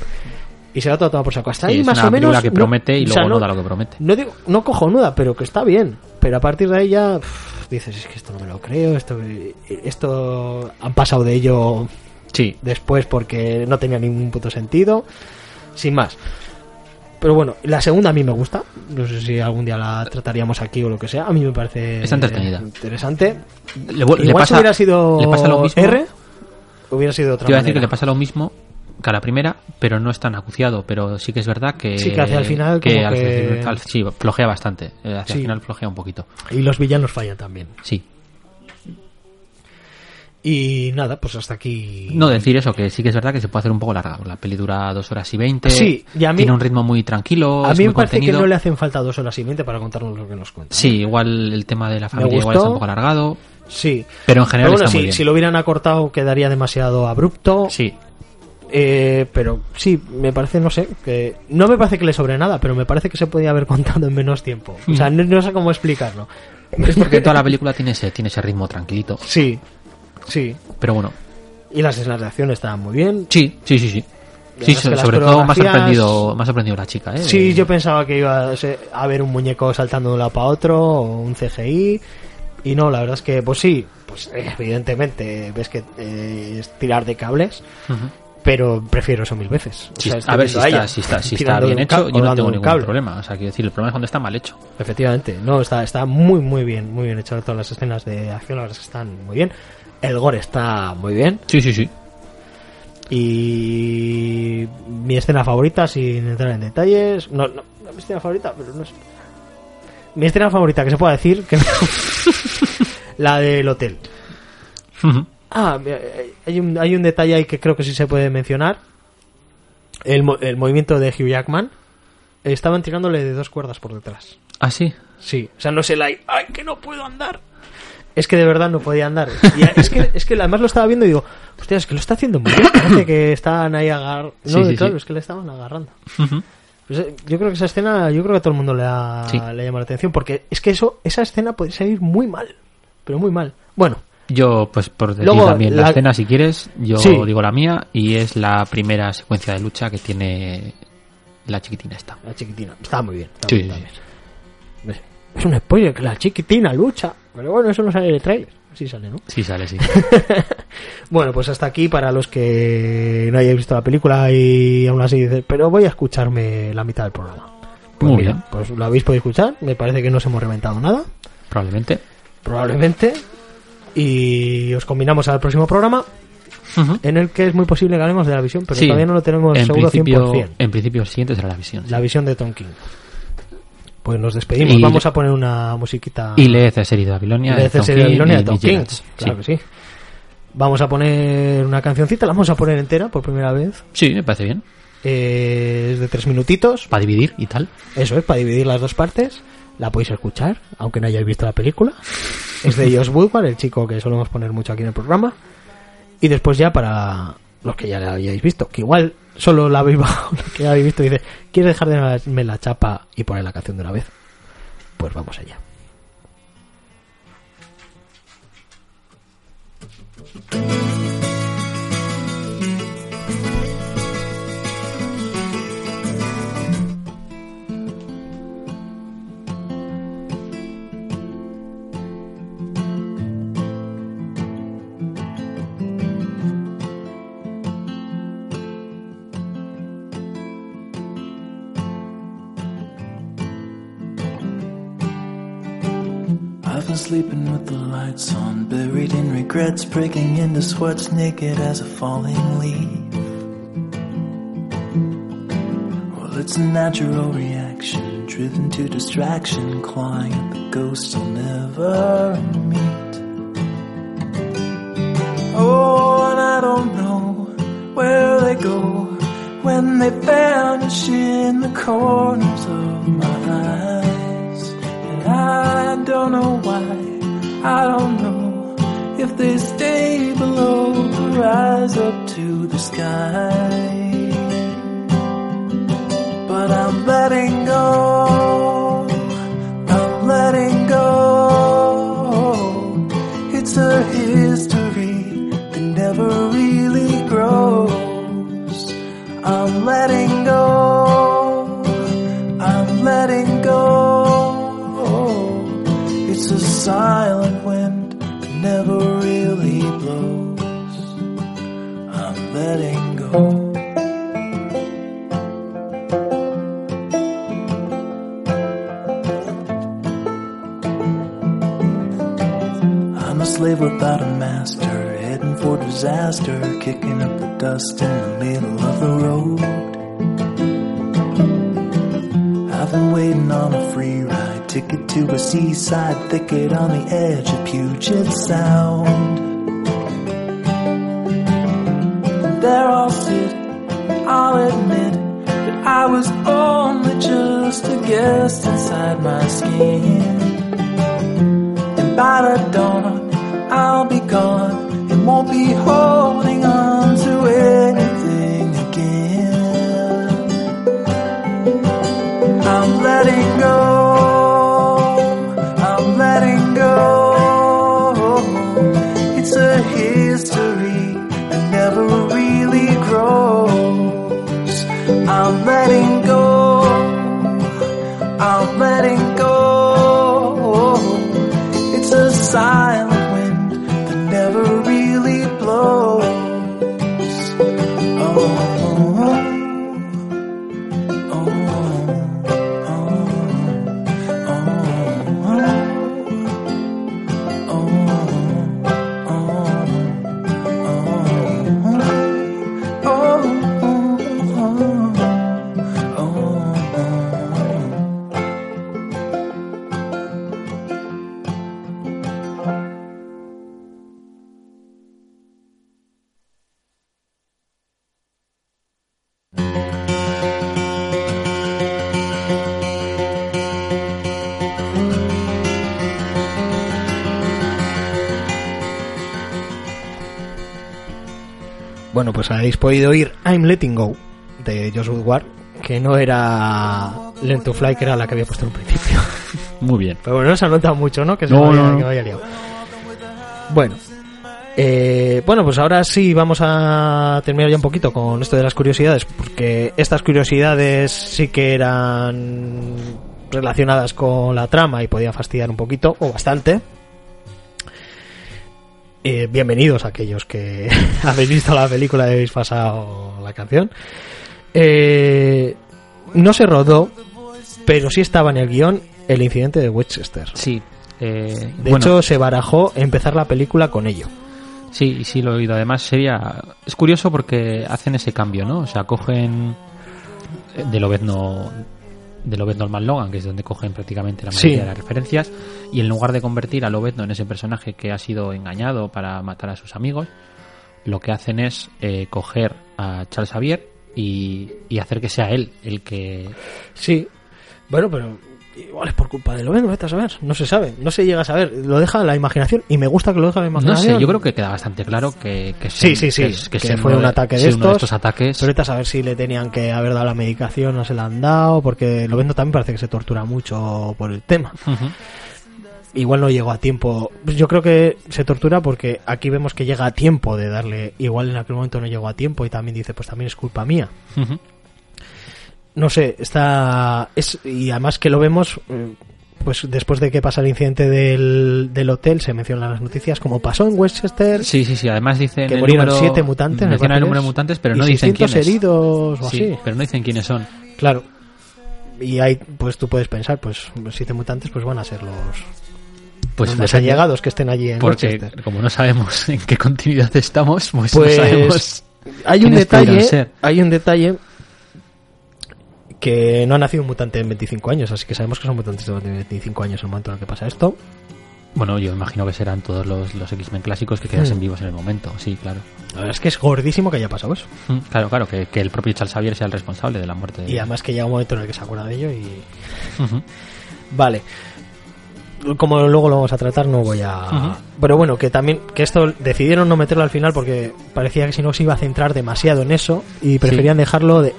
A: y se va todo a tomar por saco. Hasta
B: sí,
A: ahí
B: es
A: más
B: una
A: o menos.
B: película que
A: no-
B: promete y
A: o
B: luego
A: sea,
B: no
A: no-
B: da lo que promete.
A: no digo, no cojonuda, pero que está bien. Pero a partir de ahí ya uff, dices, es que esto no me lo creo, esto, esto han pasado de ello
B: Sí,
A: después porque no tenía ningún puto sentido. Sin más. Pero bueno, la segunda a mí me gusta. No sé si algún día la trataríamos aquí o lo que sea. A mí me parece
B: Está entretenida.
A: interesante.
B: le, vu- le
A: Igual si
B: pasa,
A: hubiera sido
B: le pasa lo mismo.
A: R, hubiera sido otra
B: Te iba a decir que
A: manera.
B: le pasa lo mismo que a la primera, pero no es tan acuciado. Pero sí que es verdad que.
A: Sí, que hacia el final
B: que
A: como
B: al-
A: que-
B: al- sí, flojea bastante. Eh, Hacia
A: Sí.
B: el final flojea un poquito.
A: Y los villanos fallan también.
B: Sí.
A: Y nada, pues hasta aquí.
B: No decir eso, que sí que es verdad que se puede hacer un poco larga. La peli dura dos horas y veinte.
A: Sí, y a mí-
B: Tiene un ritmo muy tranquilo.
A: a
B: es
A: mí me
B: muy
A: parece
B: contenido.
A: que no le hacen falta dos horas y veinte para contarnos lo que nos cuenta.
B: Sí, igual el tema de la familia igual
A: gustó.
B: está un poco alargado.
A: Sí.
B: Pero en general
A: Pero bueno,
B: está muy
A: si,
B: bien.
A: si lo hubieran acortado quedaría demasiado abrupto.
B: Sí,
A: Eh, pero sí, me parece, no sé, que no me parece que le sobre nada, pero me parece que se podía haber contado en menos tiempo. O sea, no, no sé cómo explicarlo.
B: es porque toda la película tiene ese, tiene ese ritmo tranquilito.
A: Sí, sí.
B: Pero bueno,
A: Y las escenas de acción estaban muy bien.
B: sí, sí, sí, sí.
A: La
B: Sí,
A: verdad es que
B: so-
A: las
B: sobre todo me ha
A: coreografías-
B: sorprendido, me ha sorprendido la chica, ¿eh?
A: Sí,
B: Eh,
A: yo pensaba que iba a ser- a haber un muñeco saltando de un lado para otro o un CGI. Y no, la verdad es que, pues sí, pues eh, evidentemente ves que eh, es tirar de cables,
B: Ujú.
A: pero prefiero eso mil veces. O
B: Sí,
A: sea,
B: a
A: estoy
B: ver si
A: viendo
B: está,
A: ella
B: si está, si está
A: tirando de
B: bien
A: un ca-
B: hecho, yo no
A: colgando
B: tengo
A: de un
B: ningún
A: cable.
B: problema. O sea, quiero decir, el problema es cuando está mal hecho.
A: Efectivamente, no, está, está muy, muy bien, muy bien hecho todas las escenas de acción, la verdad es que están muy bien. El gore está muy bien.
B: Sí, sí, sí.
A: Y mi escena favorita, sin entrar en detalles. No, no, no mi escena favorita, pero no es. Mi escena favorita que se pueda decir, que no- la del hotel. Ah, eh, hay un, hay un detalle ahí que creo que sí se puede mencionar. El, mo- el movimiento de Hugh Jackman. Estaban tirándole de dos cuerdas por detrás.
B: Ah, sí.
A: Sí, o sea, no es el ay, ay, que no puedo andar. Es que de verdad no podía andar. Y es que, es que además lo estaba viendo y digo, hostia, es que lo está haciendo muy bien. Parece que estaban ahí agarrando. No,
B: Sí, sí,
A: claro,
B: sí.
A: es que le estaban agarrando.
B: Ujú.
A: Pues, eh, yo creo que esa escena, yo creo que a todo el mundo le ha,
B: Sí.
A: le ha llamado la atención, porque es que eso, esa escena puede salir muy mal, pero muy mal. Bueno,
B: Yo, pues por decir
A: Luego,
B: también la...
A: la-
B: escena, si quieres, yo
A: Sí.
B: digo la mía y es la primera secuencia de lucha que tiene la chiquitina esta.
A: la chiquitina, está muy bien. está
B: Sí,
A: bien, está
B: sí,
A: bien. Es un spoiler que la chiquitina lucha, pero bueno, eso no sale de trailer. Sí sale, ¿no?
B: Sí, sale, sí.
A: Bueno, pues hasta aquí para los que no hayáis visto la película y aún así dices, pero voy a escucharme la mitad del programa. Pues
B: Muy
A: mira,
B: bien.
A: Pues lo habéis podido escuchar, me parece que no os hemos reventado nada,
B: Probablemente.
A: probablemente. Y os combinamos al próximo programa,
B: Ujú.
A: en el que es muy posible que hablemos de la visión, pero
B: Sí.
A: todavía no lo tenemos
B: en
A: seguro
B: principio,
A: 100%.
B: En principio, el siguiente será la visión. sí.
A: La visión de Tom King. Pues nos despedimos,
B: Y-
A: vamos a poner una musiquita
B: Y leed Serie de Babilonia.
A: de
B: Tom
A: César de
B: King
A: Babilonia
B: y
A: de Tom
B: Mitchell
A: King.
B: Hedges.
A: Claro que
B: sí.
A: sí. Vamos a poner una cancioncita, la vamos a poner entera por primera vez.
B: Sí, me parece bien.
A: Eh, es de tres minutitos.
B: Para dividir y tal.
A: Eso es, para dividir las dos partes. La podéis escuchar, aunque no hayáis visto la película. Es de Josh Woodward, el chico que solemos poner mucho aquí en el programa. Y después ya para los que ya la hayáis visto, que igual solo la habéis bajado, los que ya habéis visto, y dice, ¿quieres dejar de darme la chapa y poner la canción de una vez? Pues vamos allá.
D: I've been sleeping with the lights on, buried in regrets, breaking into sweats naked as a falling leaf. Well, it's a natural reaction, driven to distraction, clawing at the ghost I'll never meet. Oh, and I don't know where they go when they vanish in the corners of my eyes. And I don't know why, I don't know if they stay below or rise up to the sky. But I'm letting go. I'm letting go. It's a history that never really grows. I'm letting go. I'm letting go. It's a silent wind that never really blows. I'm letting go. I'm a slave without a master, heading for disaster, kicking up the dust in the middle of the road. I've been waiting on a free ride, ticket to a seaside thicket on the edge of Puget Sound. There I'll sit, I'll admit that I was only just a guest inside my skin. And by the dawn, I'll be gone and won't be holding on to anything again. I'm letting go. I'm letting go. It's a history that never really grows. I'm letting go. I'm letting go. It's a silent wind that never really blows. Oh, oh, oh, oh.
A: Bueno, pues habéis podido oír I'm Letting Go de Josh Woodward, que no era Learn to Fly, que era la que había puesto en un principio.
B: Muy bien.
A: Pero bueno, no se ha notado mucho, ¿no? Que se
B: No,
A: me había-
B: no, no.
A: que me había liado. Bueno. Eh, bueno, pues ahora sí vamos a terminar ya un poquito con esto de las curiosidades, porque estas curiosidades sí que eran relacionadas con la trama y podían fastidiar un poquito, o bastante. Eh, bienvenidos a aquellos que habéis visto la película y habéis pasado la canción. Eh, no se rodó, pero sí estaba en el guión el incidente de Westchester.
B: Sí. eh,
A: De
B: bueno,
A: hecho, se barajó empezar la película con ello.
B: Sí, sí lo he oído. Además sería... Es curioso porque hacen ese cambio, ¿no? O sea, cogen eh, de Lobezno de Lobezno al Logan, que es donde cogen prácticamente la mayoría
A: Sí.
B: de las referencias, y en lugar de convertir a Lobezno en ese personaje que ha sido engañado para matar a sus amigos, lo que hacen es eh, coger a Charles Xavier y, y hacer que sea él el que...
A: Sí. Bueno, pero igual es por culpa de lo menos, vete a saber. No se sabe, no se llega a saber. Lo deja a la imaginación y me gusta que lo deja a la
B: No
A: imaginación.
B: sé, yo creo que queda bastante claro que... que
A: Sí,
B: se-
A: sí, sí,
B: Que,
A: que
B: se
A: fue
B: uno
A: un ataque de
B: sí, uno
A: estos,
B: estos ataques.
A: Pero vete a saber si le tenían que haber dado la medicación, no se la han dado, porque lo vendo también parece que se tortura mucho por el tema.
B: Ujú.
A: Igual no llegó a tiempo. Yo creo que se tortura porque aquí vemos que llega a tiempo de darle. Igual en aquel momento no llegó a tiempo y también dice, pues también es culpa mía.
B: Ujú.
A: no sé, está es y además que lo vemos eh, pues después de que pasa el incidente del, del hotel se mencionan las noticias como pasó en Westchester
B: Sí, sí, sí. Además dicen
A: que
B: el
A: murieron
B: número-
A: siete mutantes, me parece
B: mencionan el
A: que
B: número de
A: es,
B: mutantes, pero
A: y
B: no dicen
A: 600
B: quiénes.
A: heridos o
B: Sí,
A: así,
B: pero no dicen quiénes son.
A: claro. Y ahí pues tú puedes pensar, pues siete mutantes pues van a ser los,
B: Pues
A: los
B: les
A: más allegados que estén allí en
B: Porque
A: Westchester.
B: como no sabemos en qué continuidad estamos, pues,
A: Pues,
B: no sabemos.
A: Hay un
B: quiénes
A: detalle,
B: podrían ser.
A: hay un detalle que no ha nacido un mutante en 25 años, así que sabemos que son mutantes de 25 años en el momento en el que pasa esto.
B: Bueno, yo imagino que serán todos los, los X-Men clásicos que
A: Hmm.
B: quedasen vivos en el momento. Sí, claro.
A: La verdad es que es gordísimo que haya pasado eso.
B: Mm, Claro, claro, que, que el propio Charles Xavier sea el responsable de la muerte. de-
A: Y además que llega un momento en el que se acuerda de ello y...
B: Ujú.
A: Vale. Como luego lo vamos a tratar, no voy a...
B: Ujú.
A: Pero bueno, que también... Que esto decidieron no meterlo al final porque parecía que si no se iba a centrar demasiado en eso y preferían dejarlo de...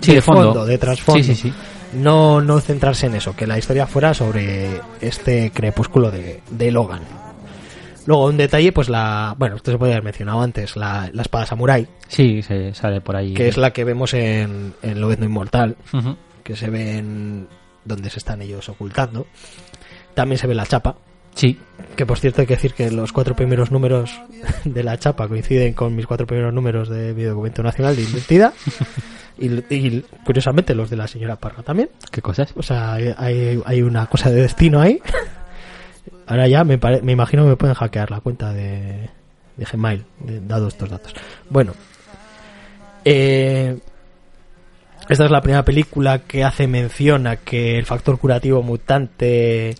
B: Sí, de fondo.
A: de trasfondo.
B: Sí, sí, sí.
A: No, no centrarse en eso, que la historia fuera sobre este crepúsculo de, de Logan. Luego, un detalle, pues la... Bueno, esto se puede haber mencionado antes, la, la espada samurai,
B: Sí, se sale por ahí.
A: que es la que vemos en, en Lobezno Inmortal.
B: Ujú.
A: que se ven donde se están ellos ocultando. También se ve la chapa,
B: Sí,
A: que por cierto hay que decir que los cuatro primeros números de la chapa coinciden con mis cuatro primeros números de mi documento nacional de identidad. Y, y, curiosamente los de la señora Parra también.
B: qué cosas.
A: Pues, O sea, hay, hay una cosa de destino ahí. Ahora ya me, pare- me imagino que me pueden hackear la cuenta de, de Gmail, de- dado estos datos. Bueno. eh, esta es la primera película que hace mención a que el factor curativo mutante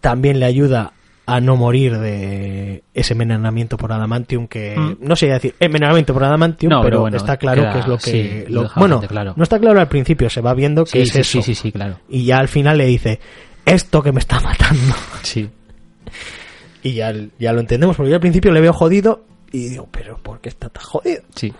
A: también le ayuda a no morir de ese envenenamiento por adamantium que
B: Mm.
A: no sé decir envenenamiento por adamantium
B: No, pero
A: pero,
B: bueno,
A: está claro
B: queda-
A: que es lo que
B: sí,
A: lo-
B: lo deja
A: bueno
B: bastante claro.
A: no está claro al principio se va viendo que
B: Sí,
A: es
B: sí,
A: eso
B: sí, sí, sí, claro.
A: y ya al final le dice, esto que me está matando.
B: Sí.
A: Y ya, ya lo entendemos, porque yo al principio le veo jodido y digo, pero ¿por qué está tan jodido?
B: Sí.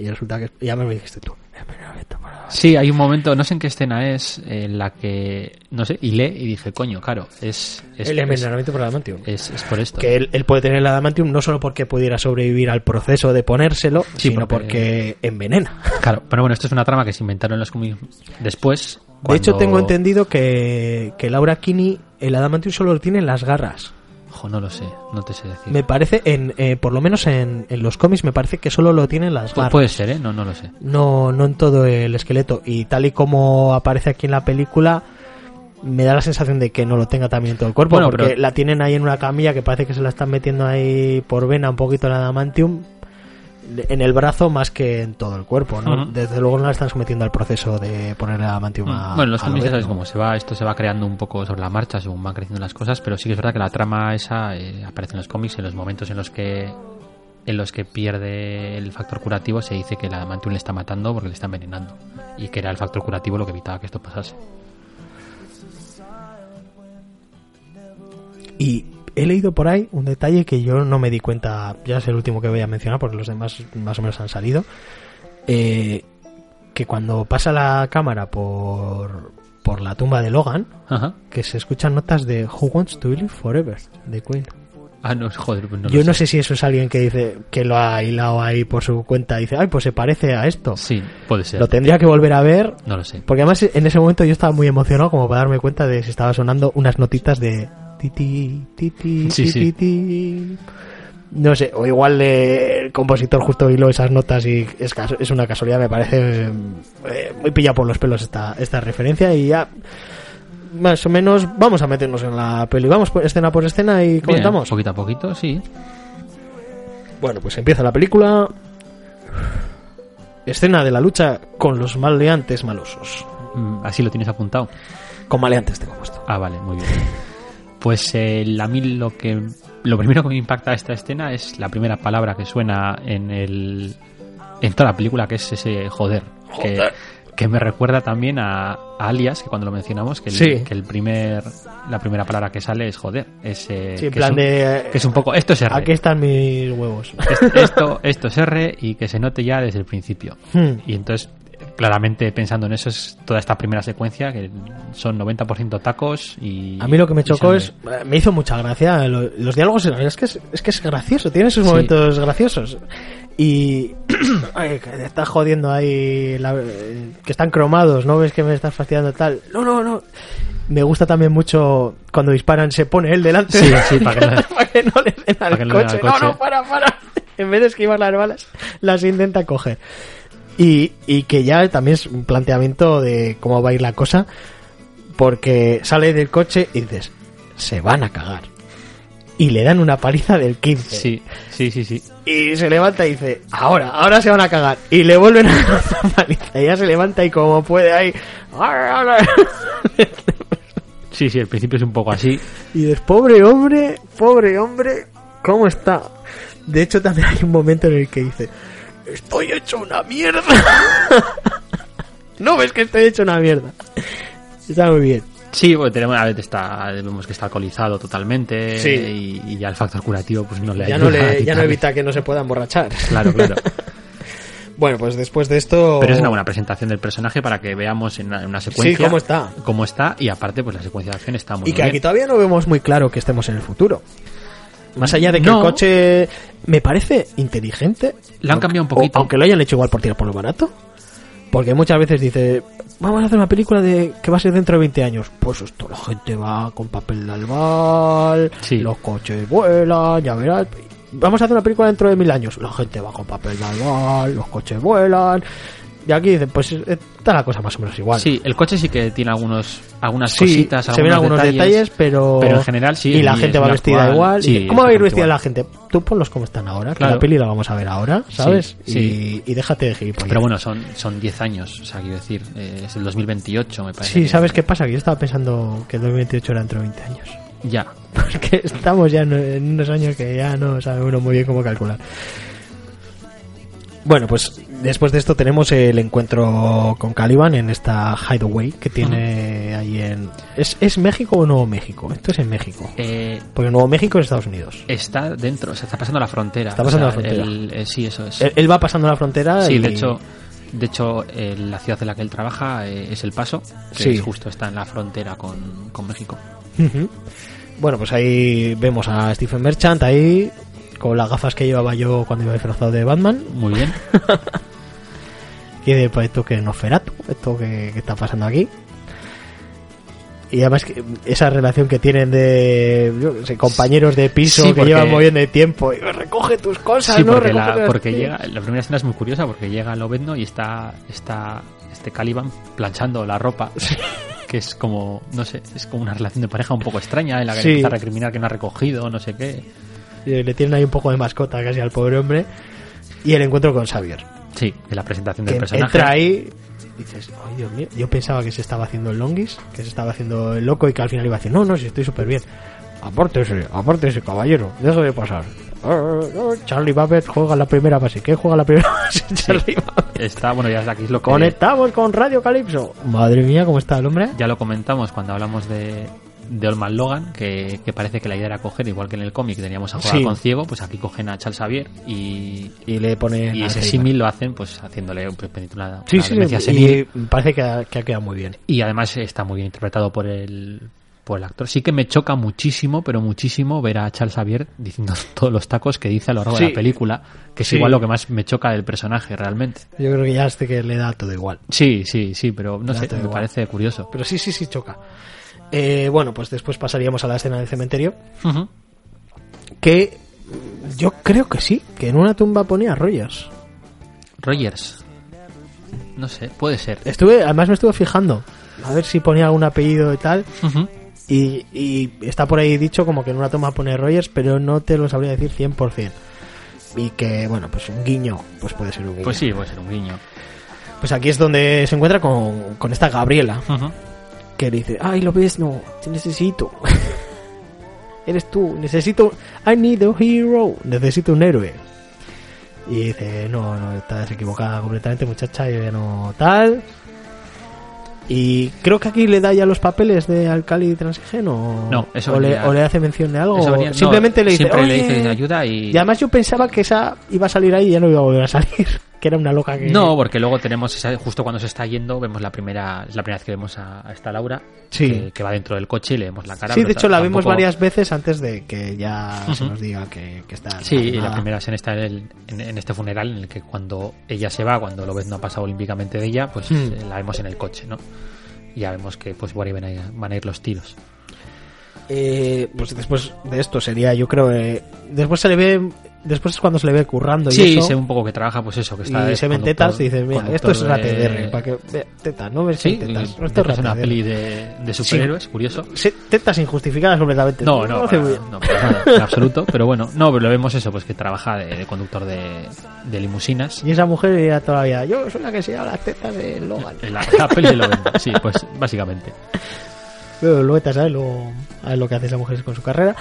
A: Y resulta que ya me lo dijiste tú. "Eh, pero a ver, esto para-
B: Sí, hay un momento, no sé en qué escena es, en la que, no sé, y lee y dije, coño, claro, es, es,
A: el
B: es,
A: envenenamiento por adamantium.
B: es- es por esto.
A: Que él, él puede tener el adamantium no solo porque pudiera sobrevivir al proceso de ponérselo,
B: Sí,
A: sino porque,
B: porque-
A: envenena.
B: Claro, pero bueno, esto es una trama que se inventaron los cómics después.
A: De hecho,
B: cuando-
A: tengo entendido que, que Laura Kinney el adamantium solo lo tiene en las garras.
B: Jo, no lo sé, no te sé decir.
A: Me parece, en eh, por lo menos en, en los cómics, me parece que solo lo tiene en las
B: Pu-
A: garras.
B: Puede ser, ¿eh? No, no lo sé.
A: no, no en todo el esqueleto. Y tal y como aparece aquí en la película, me da la sensación de que no lo tenga también en todo el cuerpo,
B: Bueno,
A: porque
B: pero-
A: la tienen ahí en una camilla que parece que se la están metiendo ahí por vena un poquito el adamantium en el brazo más que en todo el cuerpo, ¿no?
B: Ujú.
A: Desde luego no la están sometiendo al proceso de poner el adamantium a...
B: Mm. bueno, los
A: a
B: cómics
A: Lobezno.
B: ya sabes cómo se va, esto se va creando un poco sobre la marcha según van creciendo las cosas, pero sí que es verdad que la trama esa eh, aparece en los cómics en los momentos en los que en los que pierde el factor curativo se dice que el adamantium le está matando porque le está envenenando y que era el factor curativo lo que evitaba que esto pasase.
A: Y he leído por ahí un detalle que yo no me di cuenta, ya es el último que voy a mencionar porque los demás más o menos han salido, eh, que cuando pasa la cámara por, por la tumba de Logan,
B: Ajá.
A: que se escuchan notas de Who Wants to Live Forever de Queen.
B: Ah, no, joder, pues no lo
A: yo no
B: sé.
A: sé si eso es alguien que dice que lo ha hilado ahí por su cuenta, dice, ay, pues se parece a esto.
B: Sí, puede ser.
A: Lo tendría que volver a ver
B: No lo sé.
A: porque además en ese momento yo estaba muy emocionado como para darme cuenta de si estaba sonando unas notitas de ti ti ti ti
B: Sí,
A: ti,
B: sí.
A: ti, ti. No sé, o igual eh, el compositor justo hiló esas notas y es, cas- es una casualidad, me parece eh, muy pilla por los pelos esta, esta referencia y ya más o menos vamos a meternos en la peli, vamos por escena por escena y
B: Bien,
A: comentamos.
B: poquito a poquito, sí.
A: Bueno, pues empieza la película. Escena de la lucha con los maleantes malosos.
B: Mm, Así lo tienes apuntado.
A: Con maleantes tengo puesto.
B: Ah, vale, muy bien. Pues eh, a mí lo que lo primero que me impacta esta escena es la primera palabra que suena en el en toda la película que es ese joder, que- Que, me recuerda también a, a Alias que cuando lo mencionamos que el,
A: Sí.
B: que el primer la primera palabra que sale es joder, es, eh,
A: Sí, en
B: que,
A: plan
B: es un,
A: de.
B: que es un poco esto es R,
A: Aquí están mis huevos.
B: est- esto esto es R y que se note ya desde el principio.
A: Hmm.
B: Y entonces, claramente pensando en eso, es toda esta primera secuencia, que son 90% tacos y...
A: A mí lo que me
B: y
A: chocó
B: sangre.
A: es. eh, Me hizo mucha gracia. lo- Los diálogos, la verdad es que es, es que es gracioso. Tiene sus
B: Sí.
A: momentos graciosos. Y. Ay, que te estás jodiendo ahí. la- eh, que están cromados, ¿no? Ves que me estás fastidiando tal. No, no, no. Me gusta también mucho cuando disparan, se pone él delante.
B: Sí, sí, para que no-
A: para que no le den al,
B: para que no le den
A: coche.
B: al
A: No,
B: coche.
A: no, para, para. En vez de esquivar las balas, las intenta coger. Y, y que ya también es un planteamiento de cómo va a ir la cosa, porque sale del coche y dices, se van a cagar. Y le dan una paliza del 15.
B: Sí, sí, sí, sí.
A: Y se levanta y dice, ahora, ahora se van a cagar. Y le vuelven a dar otra paliza. Y ya se levanta y como puede ahí... "Arr, arr, arr".
B: Sí, sí, el principio es un poco así.
A: Y dices, pobre hombre, pobre hombre, ¿cómo está? De hecho, también hay un momento en el que dice, estoy hecho una mierda. no ves que estoy hecho una mierda. Está muy bien.
B: Sí, bueno, tenemos, a ver, está, vemos que está alcoholizado totalmente
A: Sí.
B: y, y ya el factor curativo pues no le
A: Ya no,
B: ayuda a
A: le, ya no
B: quitarle.
A: evita que no se pueda emborrachar.
B: Claro, claro.
A: Bueno, pues después de esto...
B: Pero es una buena presentación del personaje para que veamos en una, en una secuencia
A: cómo está.
B: cómo está y aparte pues la secuencia de acción está muy
A: Y que
B: muy
A: aquí
B: bien.
A: todavía no vemos muy claro que estemos en el futuro. Más allá de que
B: No.
A: el coche me parece inteligente.
B: Le han
A: Aunque-
B: cambiado un poquito.
A: o- aunque lo hayan hecho igual por tirar por lo barato. Porque muchas veces dice, vamos a hacer una película de que va a ser dentro de 20 años. Pues esto, la gente va con papel de albal,
B: Sí.
A: los coches vuelan, ya verás. Vamos a hacer una película dentro de mil años. La gente va con papel de albal, los coches vuelan. Y aquí dice, pues está la cosa más o menos igual.
B: Sí, el coche sí que tiene algunos algunas
A: Sí,
B: cositas,
A: se ven algunos detalles, pero...
B: pero en general sí,
A: Y la
B: y
A: gente
B: es
A: va
B: una
A: vestida
B: actual-
A: igual.
B: sí,
A: Y- ¿Cómo va a ir
B: exactamente
A: vestida
B: igual.
A: la gente? Tú ponlos como están ahora, que
B: Claro.
A: la peli la vamos a ver ahora, ¿sabes?
B: Sí, sí.
A: Y, y déjate de gilipollas.
B: Pero bueno, son, son 10 años, o sea, quiero decir, eh, es el 2028, me parece.
A: Sí,
B: que-
A: ¿sabes qué pasa? Que yo estaba pensando que el 2028 era dentro de 20 años.
B: Ya.
A: Porque estamos ya en- en unos años que ya no sabe uno muy bien cómo calcular. Bueno, pues después de esto tenemos el encuentro con Caliban en esta hideaway que tiene ahí en... ¿Es, ¿Es México o Nuevo México? Esto es en México.
B: Eh,
A: Porque Nuevo México es Estados Unidos.
B: está dentro, o sea, está pasando la frontera.
A: Está pasando
B: O sea,
A: la frontera.
B: el- eh, sí, eso es.
A: Él, él va pasando la frontera
B: sí,
A: y...
B: de hecho, de hecho eh, la ciudad en la que él trabaja eh, es El Paso, que
A: Sí.
B: es justo está en la frontera con, con México.
A: Ujú. Bueno, pues ahí vemos a Stephen Merchant ahí con las gafas que llevaba yo cuando iba disfrazado de Batman.
B: Muy bien.
A: Y de, pues, esto que no Feratu, esto que, que está pasando aquí. Y además que esa relación que tienen de yo qué sé, compañeros de piso
B: Sí,
A: que
B: porque-
A: llevan muy bien de tiempo. Y, recoge tus cosas,
B: Sí,
A: ¿no?
B: porque,
A: Recoge
B: la,
A: las
B: porque
A: tuyas".
B: llega, la primera escena es muy curiosa porque llega Lobezno y está, está este Caliban planchando la ropa. Que es como, no sé, es como una relación de pareja un poco extraña en la que
A: Sí.
B: empieza a recriminar que no ha recogido, no sé qué.
A: Y le tienen ahí un poco de mascota casi al pobre hombre. Y el encuentro con Xavier.
B: Sí, de la presentación del
A: que
B: personaje.
A: entra ahí dices, ay Dios mío, yo pensaba que se estaba haciendo el longis, que se estaba haciendo el loco y que al final iba a decir, no, no, si estoy súper bien. Apórtese, apórtese, caballero, déjame de pasar. Charlie Babbitt juega la primera base. ¿Qué juega la primera base? Charlie Babbitt.
B: Está, bueno, ya es aquí es lo que
A: Conectamos con Radio Calipso. Madre mía, ¿cómo está el hombre?
B: ya lo comentamos cuando hablamos de, de Olman Logan, que, que parece que la idea era coger, igual que en el cómic teníamos a jugar
A: Sí.
B: con ciego, pues aquí cogen a Charles Xavier y,
A: Y le pone.
B: y ese símil lo hacen pues haciéndole un, una,
A: Sí,
B: una
A: sí,
B: demencia senil.
A: y parece que ha, que ha quedado muy bien.
B: Y además está muy bien interpretado por el, por el actor. Sí que me choca muchísimo, pero muchísimo ver a Charles Xavier diciendo todos los tacos que dice a lo largo de
A: Sí.
B: la película, que es
A: Sí.
B: igual lo que más me choca del personaje realmente.
A: Yo creo que ya este que le da todo igual.
B: Sí, sí, sí, pero no
A: Ya
B: sé,
A: te
B: me
A: digo.
B: parece curioso.
A: Pero sí, sí, sí, choca. Eh, bueno, pues después pasaríamos a la escena del cementerio.
B: Ujú.
A: Que yo creo que sí, que en una tumba ponía Rogers.
B: Rogers. No sé, puede ser.
A: Estuve, además me estuve fijando a ver si ponía algún apellido y tal.
B: Ujú.
A: Y, y está por ahí dicho como que en una toma pone Rogers, pero no te lo sabría decir 100%. Y que, bueno, pues un guiño, pues puede ser un guiño.
B: Pues sí, puede ser un guiño.
A: Pues aquí es donde se encuentra con, con esta Gabriela,
B: Ujú.
A: que le dice, ay, lo ves, no, te necesito. Eres tú, necesito, I need a hero, necesito un héroe. Y dice, no, no, estás equivocada completamente, muchacha, yo ya no tal. Y creo que aquí le da ya los papeles de alcalde transigeno.
B: No, eso
A: o, le,
B: venía-
A: o le hace mención de algo.
B: Eso
A: o
B: venía- no,
A: simplemente le dice,
B: siempre le
A: "Oye".
B: dice ayuda y...
A: Y además yo pensaba que esa iba a salir ahí y ya no iba a volver a salir. Que era una loca que.
B: No, porque luego tenemos esa- justo cuando se está yendo, vemos la primera, es la primera vez que vemos a, a esta Laura,
A: Sí.
B: que, que va dentro del coche y le vemos la cara.
A: Sí,
B: pero
A: de hecho la
B: tampoco-
A: vimos varias veces antes de que ya se
B: Ujú.
A: nos diga que, que está.
B: Sí, y la
A: nada.
B: primera escena está en, el- en- en este funeral en el que cuando ella se va, cuando Lobez no ha pasado olímpicamente de ella, pues
A: Mm.
B: eh, la vemos en el coche, ¿no? Y ya vemos que pues por ahí van a ir, van a ir los tiros.
A: Eh, pues después de esto sería, yo creo. eh, después se le ve. Después es cuando se le ve currando y
B: Sí,
A: eso.
B: sé un poco que trabaja, pues eso, que está.
A: y
B: de
A: se ven
B: conductor-
A: tetas y dices, mira, esto es
B: conductor de-
A: RATDR. Para que, vea, teta, no ves
B: Sí,
A: tetas.
B: me
A: Esto es
B: parece una
A: RATDR.
B: peli de, de superhéroes, curioso.
A: Sí, tetas injustificadas completamente.
B: No, no,
A: hace
B: para-
A: bien.
B: no, para nada, en absoluto. Pero bueno, no, pero lo vemos eso, pues que trabaja de, de conductor de, de limusinas.
A: Y esa mujer era todavía. Yo soy la que se llama las tetas de Logan.
B: En La, la peli lo vende, sí, pues básicamente.
A: Pero luego a saber lo, a ver lo que hace esa mujer con su carrera.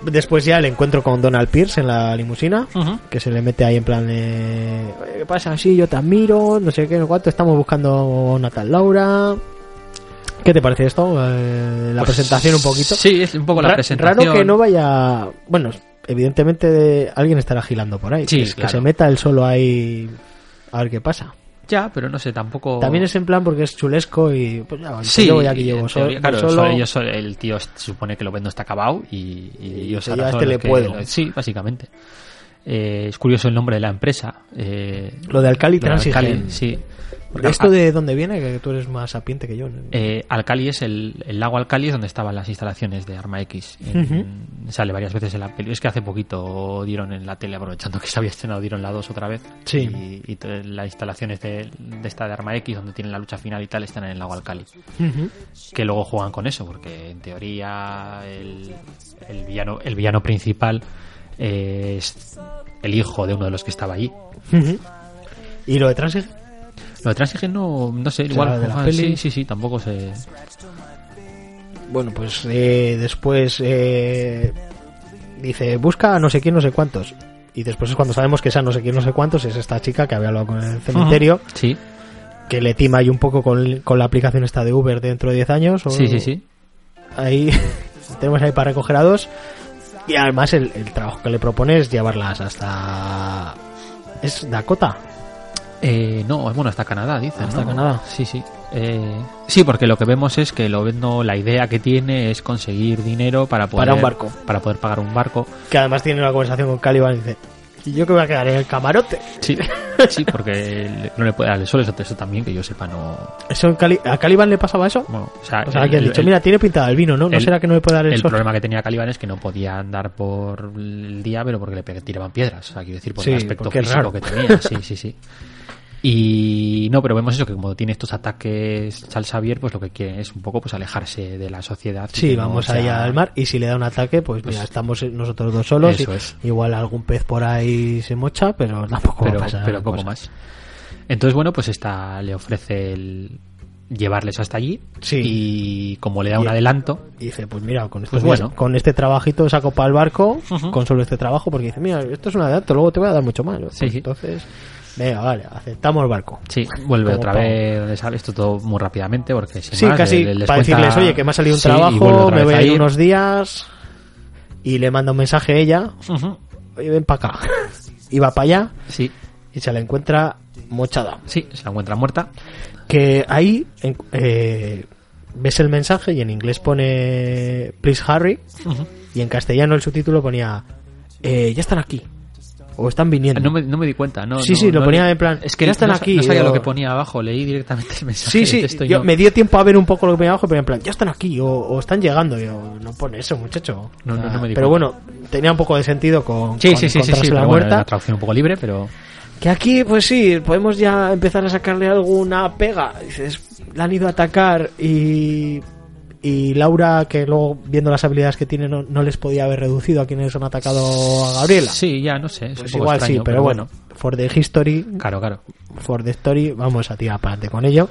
A: Después ya el encuentro con Donald Pierce en la limusina,
B: Ujú.
A: que se le mete ahí en plan eh, ¿qué pasa? Sí, yo te admiro, no sé qué, no sé cuánto, estamos buscando a una tal Laura. ¿Qué te parece esto? Eh, la
B: Pues
A: presentación un poquito.
B: Sí, es un poco la
A: Ra-
B: presentación.
A: Raro que no vaya... Bueno, evidentemente alguien estará girando por ahí.
B: Sí,
A: que, es- que
B: claro.
A: se meta el solo ahí a ver qué pasa.
B: Ya, pero no sé, tampoco.
A: También es en plan porque es chulesco y... Pues, ya,
B: Sí,
A: yo voy aquí, llevo
B: en
A: sol-
B: teoría, claro,
A: solo...
B: solo- yo solo- el tío se supone que lo vendo está acabado y, y yo
A: Y yo a este le puedo.
B: sí, básicamente. Eh, es curioso el nombre de la empresa. eh,
A: Lo de Alcali
B: lo de
A: Transigen.
B: Alcali, sí. Ah, Porque
A: ¿Esto
B: a-
A: de dónde viene? Que tú eres más sapiente que yo. ¿no?
B: Eh, Alcali es el, el lago Alcali es donde estaban las instalaciones de Arma X. En- Sale varias veces en la peli. Es que hace poquito dieron en la tele, aprovechando que se había estrenado, dieron la 2 otra vez.
A: Sí.
B: Y, y to- las instalaciones de, de esta de Arma X, donde tienen la lucha final y tal, están en el lago Alcali. Que luego juegan con eso, porque en teoría el, el villano, el villano principal eh, es el hijo de uno de los que estaba allí.
A: Ujú. ¿Y lo de Transigen?
B: Lo de Transigen no, no sé,
A: ¿Será
B: igual.
A: de la
B: juegan-
A: peli?
B: sí, sí, sí, tampoco sé.
A: Bueno, pues eh, después eh, dice, busca a no sé quién, no sé cuántos. Y después es cuando sabemos que esa no sé quién, no sé cuántos es esta chica que había hablado con el cementerio,
B: Ujú. Sí.
A: que le tima ahí un poco con, con la aplicación esta de Uber dentro de 10 años. o-
B: Sí, sí, sí.
A: Ahí tenemos ahí para recoger a dos. Y además el, el trabajo que le propone es llevarlas hasta... Es Dakota.
B: Eh, no, bueno, hasta Canadá, dicen.
A: Hasta
B: ¿no?
A: Canadá.
B: Sí, sí. Eh, sí, porque lo que vemos es que lo vendo, la idea que tiene es conseguir dinero para poder.
A: Para un barco.
B: Para poder pagar un barco.
A: Que además tiene una conversación con Caliban y dice, ¿y yo que voy a quedar en el camarote?
B: Sí, sí, porque le- no le puede dar el sol, eso, eso también, que yo sepa, no.
A: Eso en Cali- ¿A Caliban le pasaba eso?
B: bueno, o sea,
A: O sea, que han
B: Ah, el-
A: dicho,
B: el-
A: mira, tiene pintada el vino, ¿no? ¿No
B: el-
A: será que no le puede dar el,
B: el
A: sol?
B: problema que tenía Caliban es que no podía andar por el día, pero porque le pe- tiraban piedras. O sea, quiero decir, por
A: Sí,
B: el aspecto
A: porque es
B: físico
A: raro.
B: que tenía. Sí, sí, sí. Y no, pero vemos eso, que como tiene estos ataques Charles Xavier, pues lo que quiere es un poco pues alejarse de la sociedad. y
A: Sí,
B: que no
A: vamos
B: sea-
A: allá al mar y si le da un ataque, pues, mira, estamos nosotros dos solos.
B: Eso
A: y-
B: es.
A: Igual algún pez por ahí se mocha, pero tampoco va a
B: Pero,
A: pasar Pues-
B: pero
A: gran
B: poco
A: cosa.
B: más. Entonces, bueno, pues esta le ofrece el llevarles hasta allí.
A: Sí.
B: Y como le da
A: Y-
B: un adelanto,
A: Y dice, pues mira, con, esto
B: Pues
A: voy a-
B: bueno.
A: con este trabajito saco para el barco, con solo este trabajo, porque dice, mira, esto es un adelanto, luego te voy a dar mucho más.
B: Sí, sí.
A: Entonces, Venga, vale, aceptamos el barco.
B: Sí, vuelve
A: Como
B: otra
A: Pau.
B: vez donde sale esto todo muy rápidamente porque sin
A: Sí,
B: más,
A: casi
B: le- les
A: para
B: cuenta-
A: decirles, oye, que me ha salido un
B: Sí, y vuelve
A: trabajo,
B: otra
A: me
B: vez
A: voy a
B: ahí.
A: ir unos días y le manda un mensaje a ella,
B: Ujú,
A: oye, ven para acá. Y va para allá
B: Sí,
A: y se la encuentra mochada.
B: sí, se la encuentra muerta.
A: Que ahí en- eh, ves el mensaje y en inglés pone Please Harry y en castellano el subtítulo ponía eh, ya están aquí o están viniendo.
B: No me, no me di cuenta, no.
A: Sí,
B: no-
A: sí, lo
B: no
A: ponía
B: le-
A: en plan,
B: Es que
A: ya
B: no
A: están
B: sa-
A: aquí,
B: No sabía
A: o-
B: lo que ponía abajo, leí directamente el mensaje.
A: Sí,
B: de
A: sí,
B: texto y
A: yo
B: no-
A: me dio tiempo a ver un poco lo que me abajo, pero en plan, ya están aquí o, o están llegando. Yo, no pone eso, muchacho.
B: No, no,
A: Ah,
B: no me di
A: pero
B: cuenta.
A: bueno, tenía un poco de sentido con,
B: Sí,
A: con
B: sí, sí, sí, sí,
A: encontrarse
B: pero
A: la
B: bueno,
A: muerta.
B: la traducción un poco libre, pero
A: que aquí, pues sí, podemos ya empezar a sacarle alguna pega. Dices, la han ido a atacar y. Y Laura, que luego, viendo las habilidades que tiene, no, no les podía haber reducido a quienes han atacado a Gabriela.
B: sí, ya no sé, es
A: pues
B: un poco
A: igual
B: extraño,
A: sí, pero, bueno. For the history,
B: Claro, claro.
A: for the story, vamos a tirar para adelante con ello.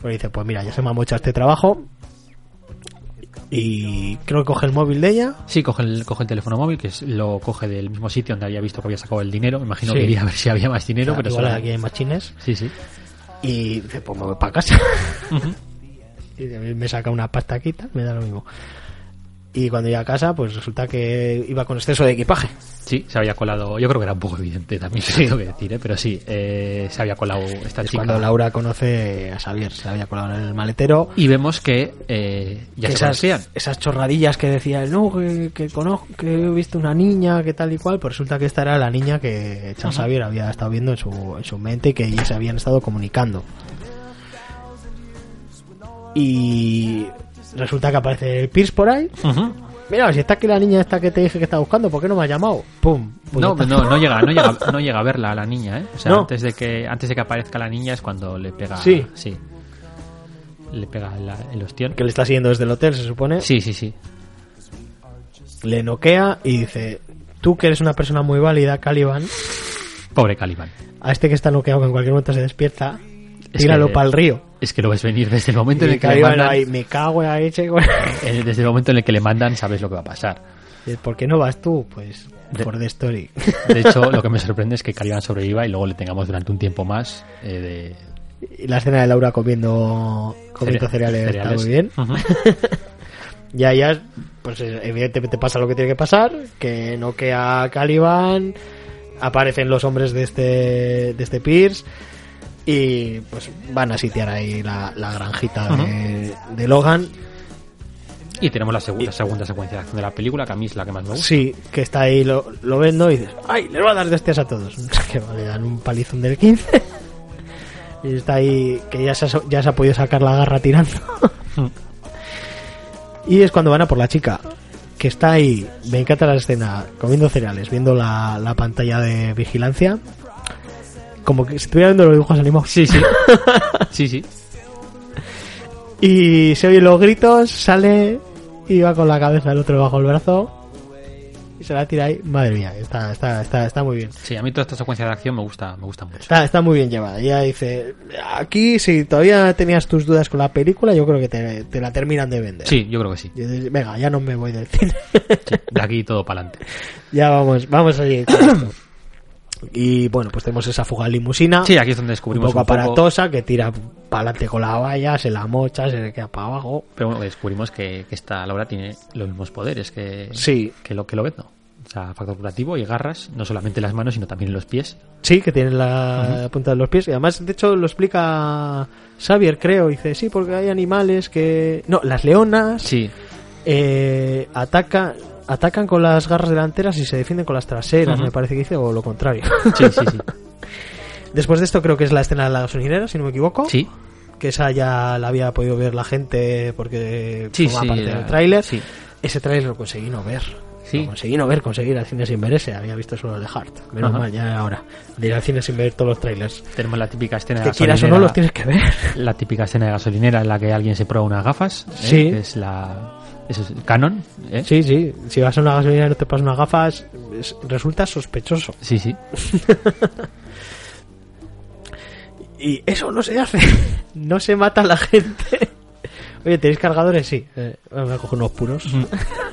A: Pues dice, pues mira, ya se me ha mochado este trabajo. Y creo que coge el móvil de ella.
B: Sí, coge el, coge el teléfono móvil, que es- lo coge del mismo sitio donde había visto que había sacado el dinero. Me imagino
A: Sí.
B: que iría a ver si había más
A: O
B: dinero,
A: sea,
B: pero
A: igual
B: solo-
A: aquí hay machines.
B: Sí, sí.
A: Y dice, pues me voy para casa.
B: Ujú.
A: Y me saca una pastaquita, me da lo mismo. Y cuando llega a casa, pues resulta que iba con exceso de equipaje.
B: Sí, se había colado. Yo creo que era un poco evidente también, tengo que decir, ¿eh? pero sí, eh, se había colado esta
A: Es
B: chica.
A: cuando Laura conoce a Xavier, se la había colado en el maletero.
B: Y vemos que eh, ya
A: Que
B: se conocían.
A: esas, esas chorradillas que decía él, no, que, que conozco, que he visto una niña, que tal y cual, pues resulta que esta era la niña que Charles Xavier había estado viendo en su, en su mente y que ellos se habían estado comunicando. Y resulta que aparece el Pierce por ahí.
B: Ujú.
A: Mira, si está aquí la niña esta que te dije que estaba buscando, ¿por qué no me ha llamado? ¡Pum! pues
B: No, pues
A: puñetazo.
B: no, no llega, no llega, no llega a verla a la niña, ¿eh? O sea,
A: No.
B: antes de que antes de que aparezca la niña es cuando le pega.
A: Sí.
B: Le pega la- el hostión.
A: Que le está siguiendo desde el hotel, se supone.
B: Sí, sí, sí.
A: Le noquea y dice, tú que eres una persona muy válida, Caliban,
B: Pobre Caliban.
A: a este que está noqueado que en cualquier momento se despierta,
B: Es
A: tíralo
B: que-
A: para el río.
B: Es que lo ves venir desde el momento en
A: Y
B: el que le
A: Caliban
B: mandan,
A: ahí, me cago en la leche, güey.
B: eh, desde el momento en el que le mandan, sabes lo que va a pasar.
A: Dice, ¿Por qué no vas tú? Pues,
B: De-
A: por the story.
B: De hecho, lo que me sorprende es que Caliban sobreviva y luego le tengamos durante un tiempo más eh, de
A: Y la escena de Laura comiendo, comiendo
B: cere-
A: cereales, está muy bien.
B: Ujú.
A: Ya, ya, pues eh, evidentemente pasa lo que tiene que pasar, que noquea a Caliban, aparecen los hombres de este, de este Pierce y pues van a sitiar ahí la, la granjita de, de Logan.
B: Y tenemos la segunda, segunda secuencia de acción de la película, que a mí es la que más me gusta.
A: Sí, que está ahí, lo, lo vendo y dices, ¡ay, les voy a dar de hostias a todos! que le dan un palizón del 15. y está ahí, que ya se, ha, ya se ha podido sacar la garra tirando. y es cuando van a por la chica, que está ahí, me encanta la escena, comiendo cereales, viendo la, la pantalla de vigilancia. Como que si estuviera viendo los dibujos animados.
B: Sí, sí. Sí, sí.
A: Y se oyen los gritos, sale y va con la cabeza del otro bajo el brazo. Y se la tira ahí. Madre mía, está, está, está, está muy bien.
B: Sí, a mí toda esta secuencia de acción me gusta, me gusta mucho.
A: Está, está muy bien llevada. Ella dice, aquí si todavía tenías tus dudas con la película, yo creo que te, te la terminan de vender.
B: Sí, yo creo que sí.
A: Y dices, Venga, ya no me voy del cine.
B: Sí, De aquí todo para adelante.
A: ya vamos, vamos a seguir con esto. Y bueno, pues tenemos esa fuga en limusina.
B: Sí, aquí es donde
A: un
B: descubrimos
A: poco
B: un poco,
A: aparatosa que tira para adelante con la valla, se la mocha, se le queda para abajo.
B: pero bueno, descubrimos que, que esta Laura tiene los mismos poderes que,
A: Sí.
B: que lo que lo ves, ¿no? O sea, factor curativo y garras, no solamente en las manos, sino también en los pies.
A: Sí, que tiene la punta de los pies. Y además, de hecho, lo explica Xavier, creo. Dice, sí, porque hay animales que... No, las leonas
B: Sí,
A: eh, ataca- atacan con las garras delanteras y se defienden con las traseras,
B: Ujú.
A: me parece que dice, o lo contrario.
B: sí, sí, sí.
A: Después de esto creo que es la escena de la gasolinera, si no me equivoco.
B: Sí,
A: Que esa ya la había podido ver la gente porque
B: Sí,
A: forma
B: sí,
A: parte
B: era-
A: del tráiler.
B: sí.
A: Ese tráiler lo conseguí no ver.
B: Sí.
A: Lo conseguí no ver, conseguí ir al cine sin ver ese. Había visto solo el de Hart. Menos
B: Ajá.
A: mal, ya ahora. De ir al cine sin ver todos los trailers.
B: tenemos la típica escena de
A: Que quieras o no
B: gasolinera-
A: los tienes que ver.
B: La típica escena de gasolinera en la que alguien se prueba unas gafas. ¿eh?
A: Sí.
B: Que es la. Eso es canon. ¿eh?
A: Sí, sí. Si vas a una gasolinera y no te pasas unas gafas, es- resulta sospechoso.
B: Sí, sí.
A: Y eso no se hace. No se mata a la gente. Oye, ¿tenéis cargadores? Sí. Eh, bueno, voy a coger unos puros.
B: Mm,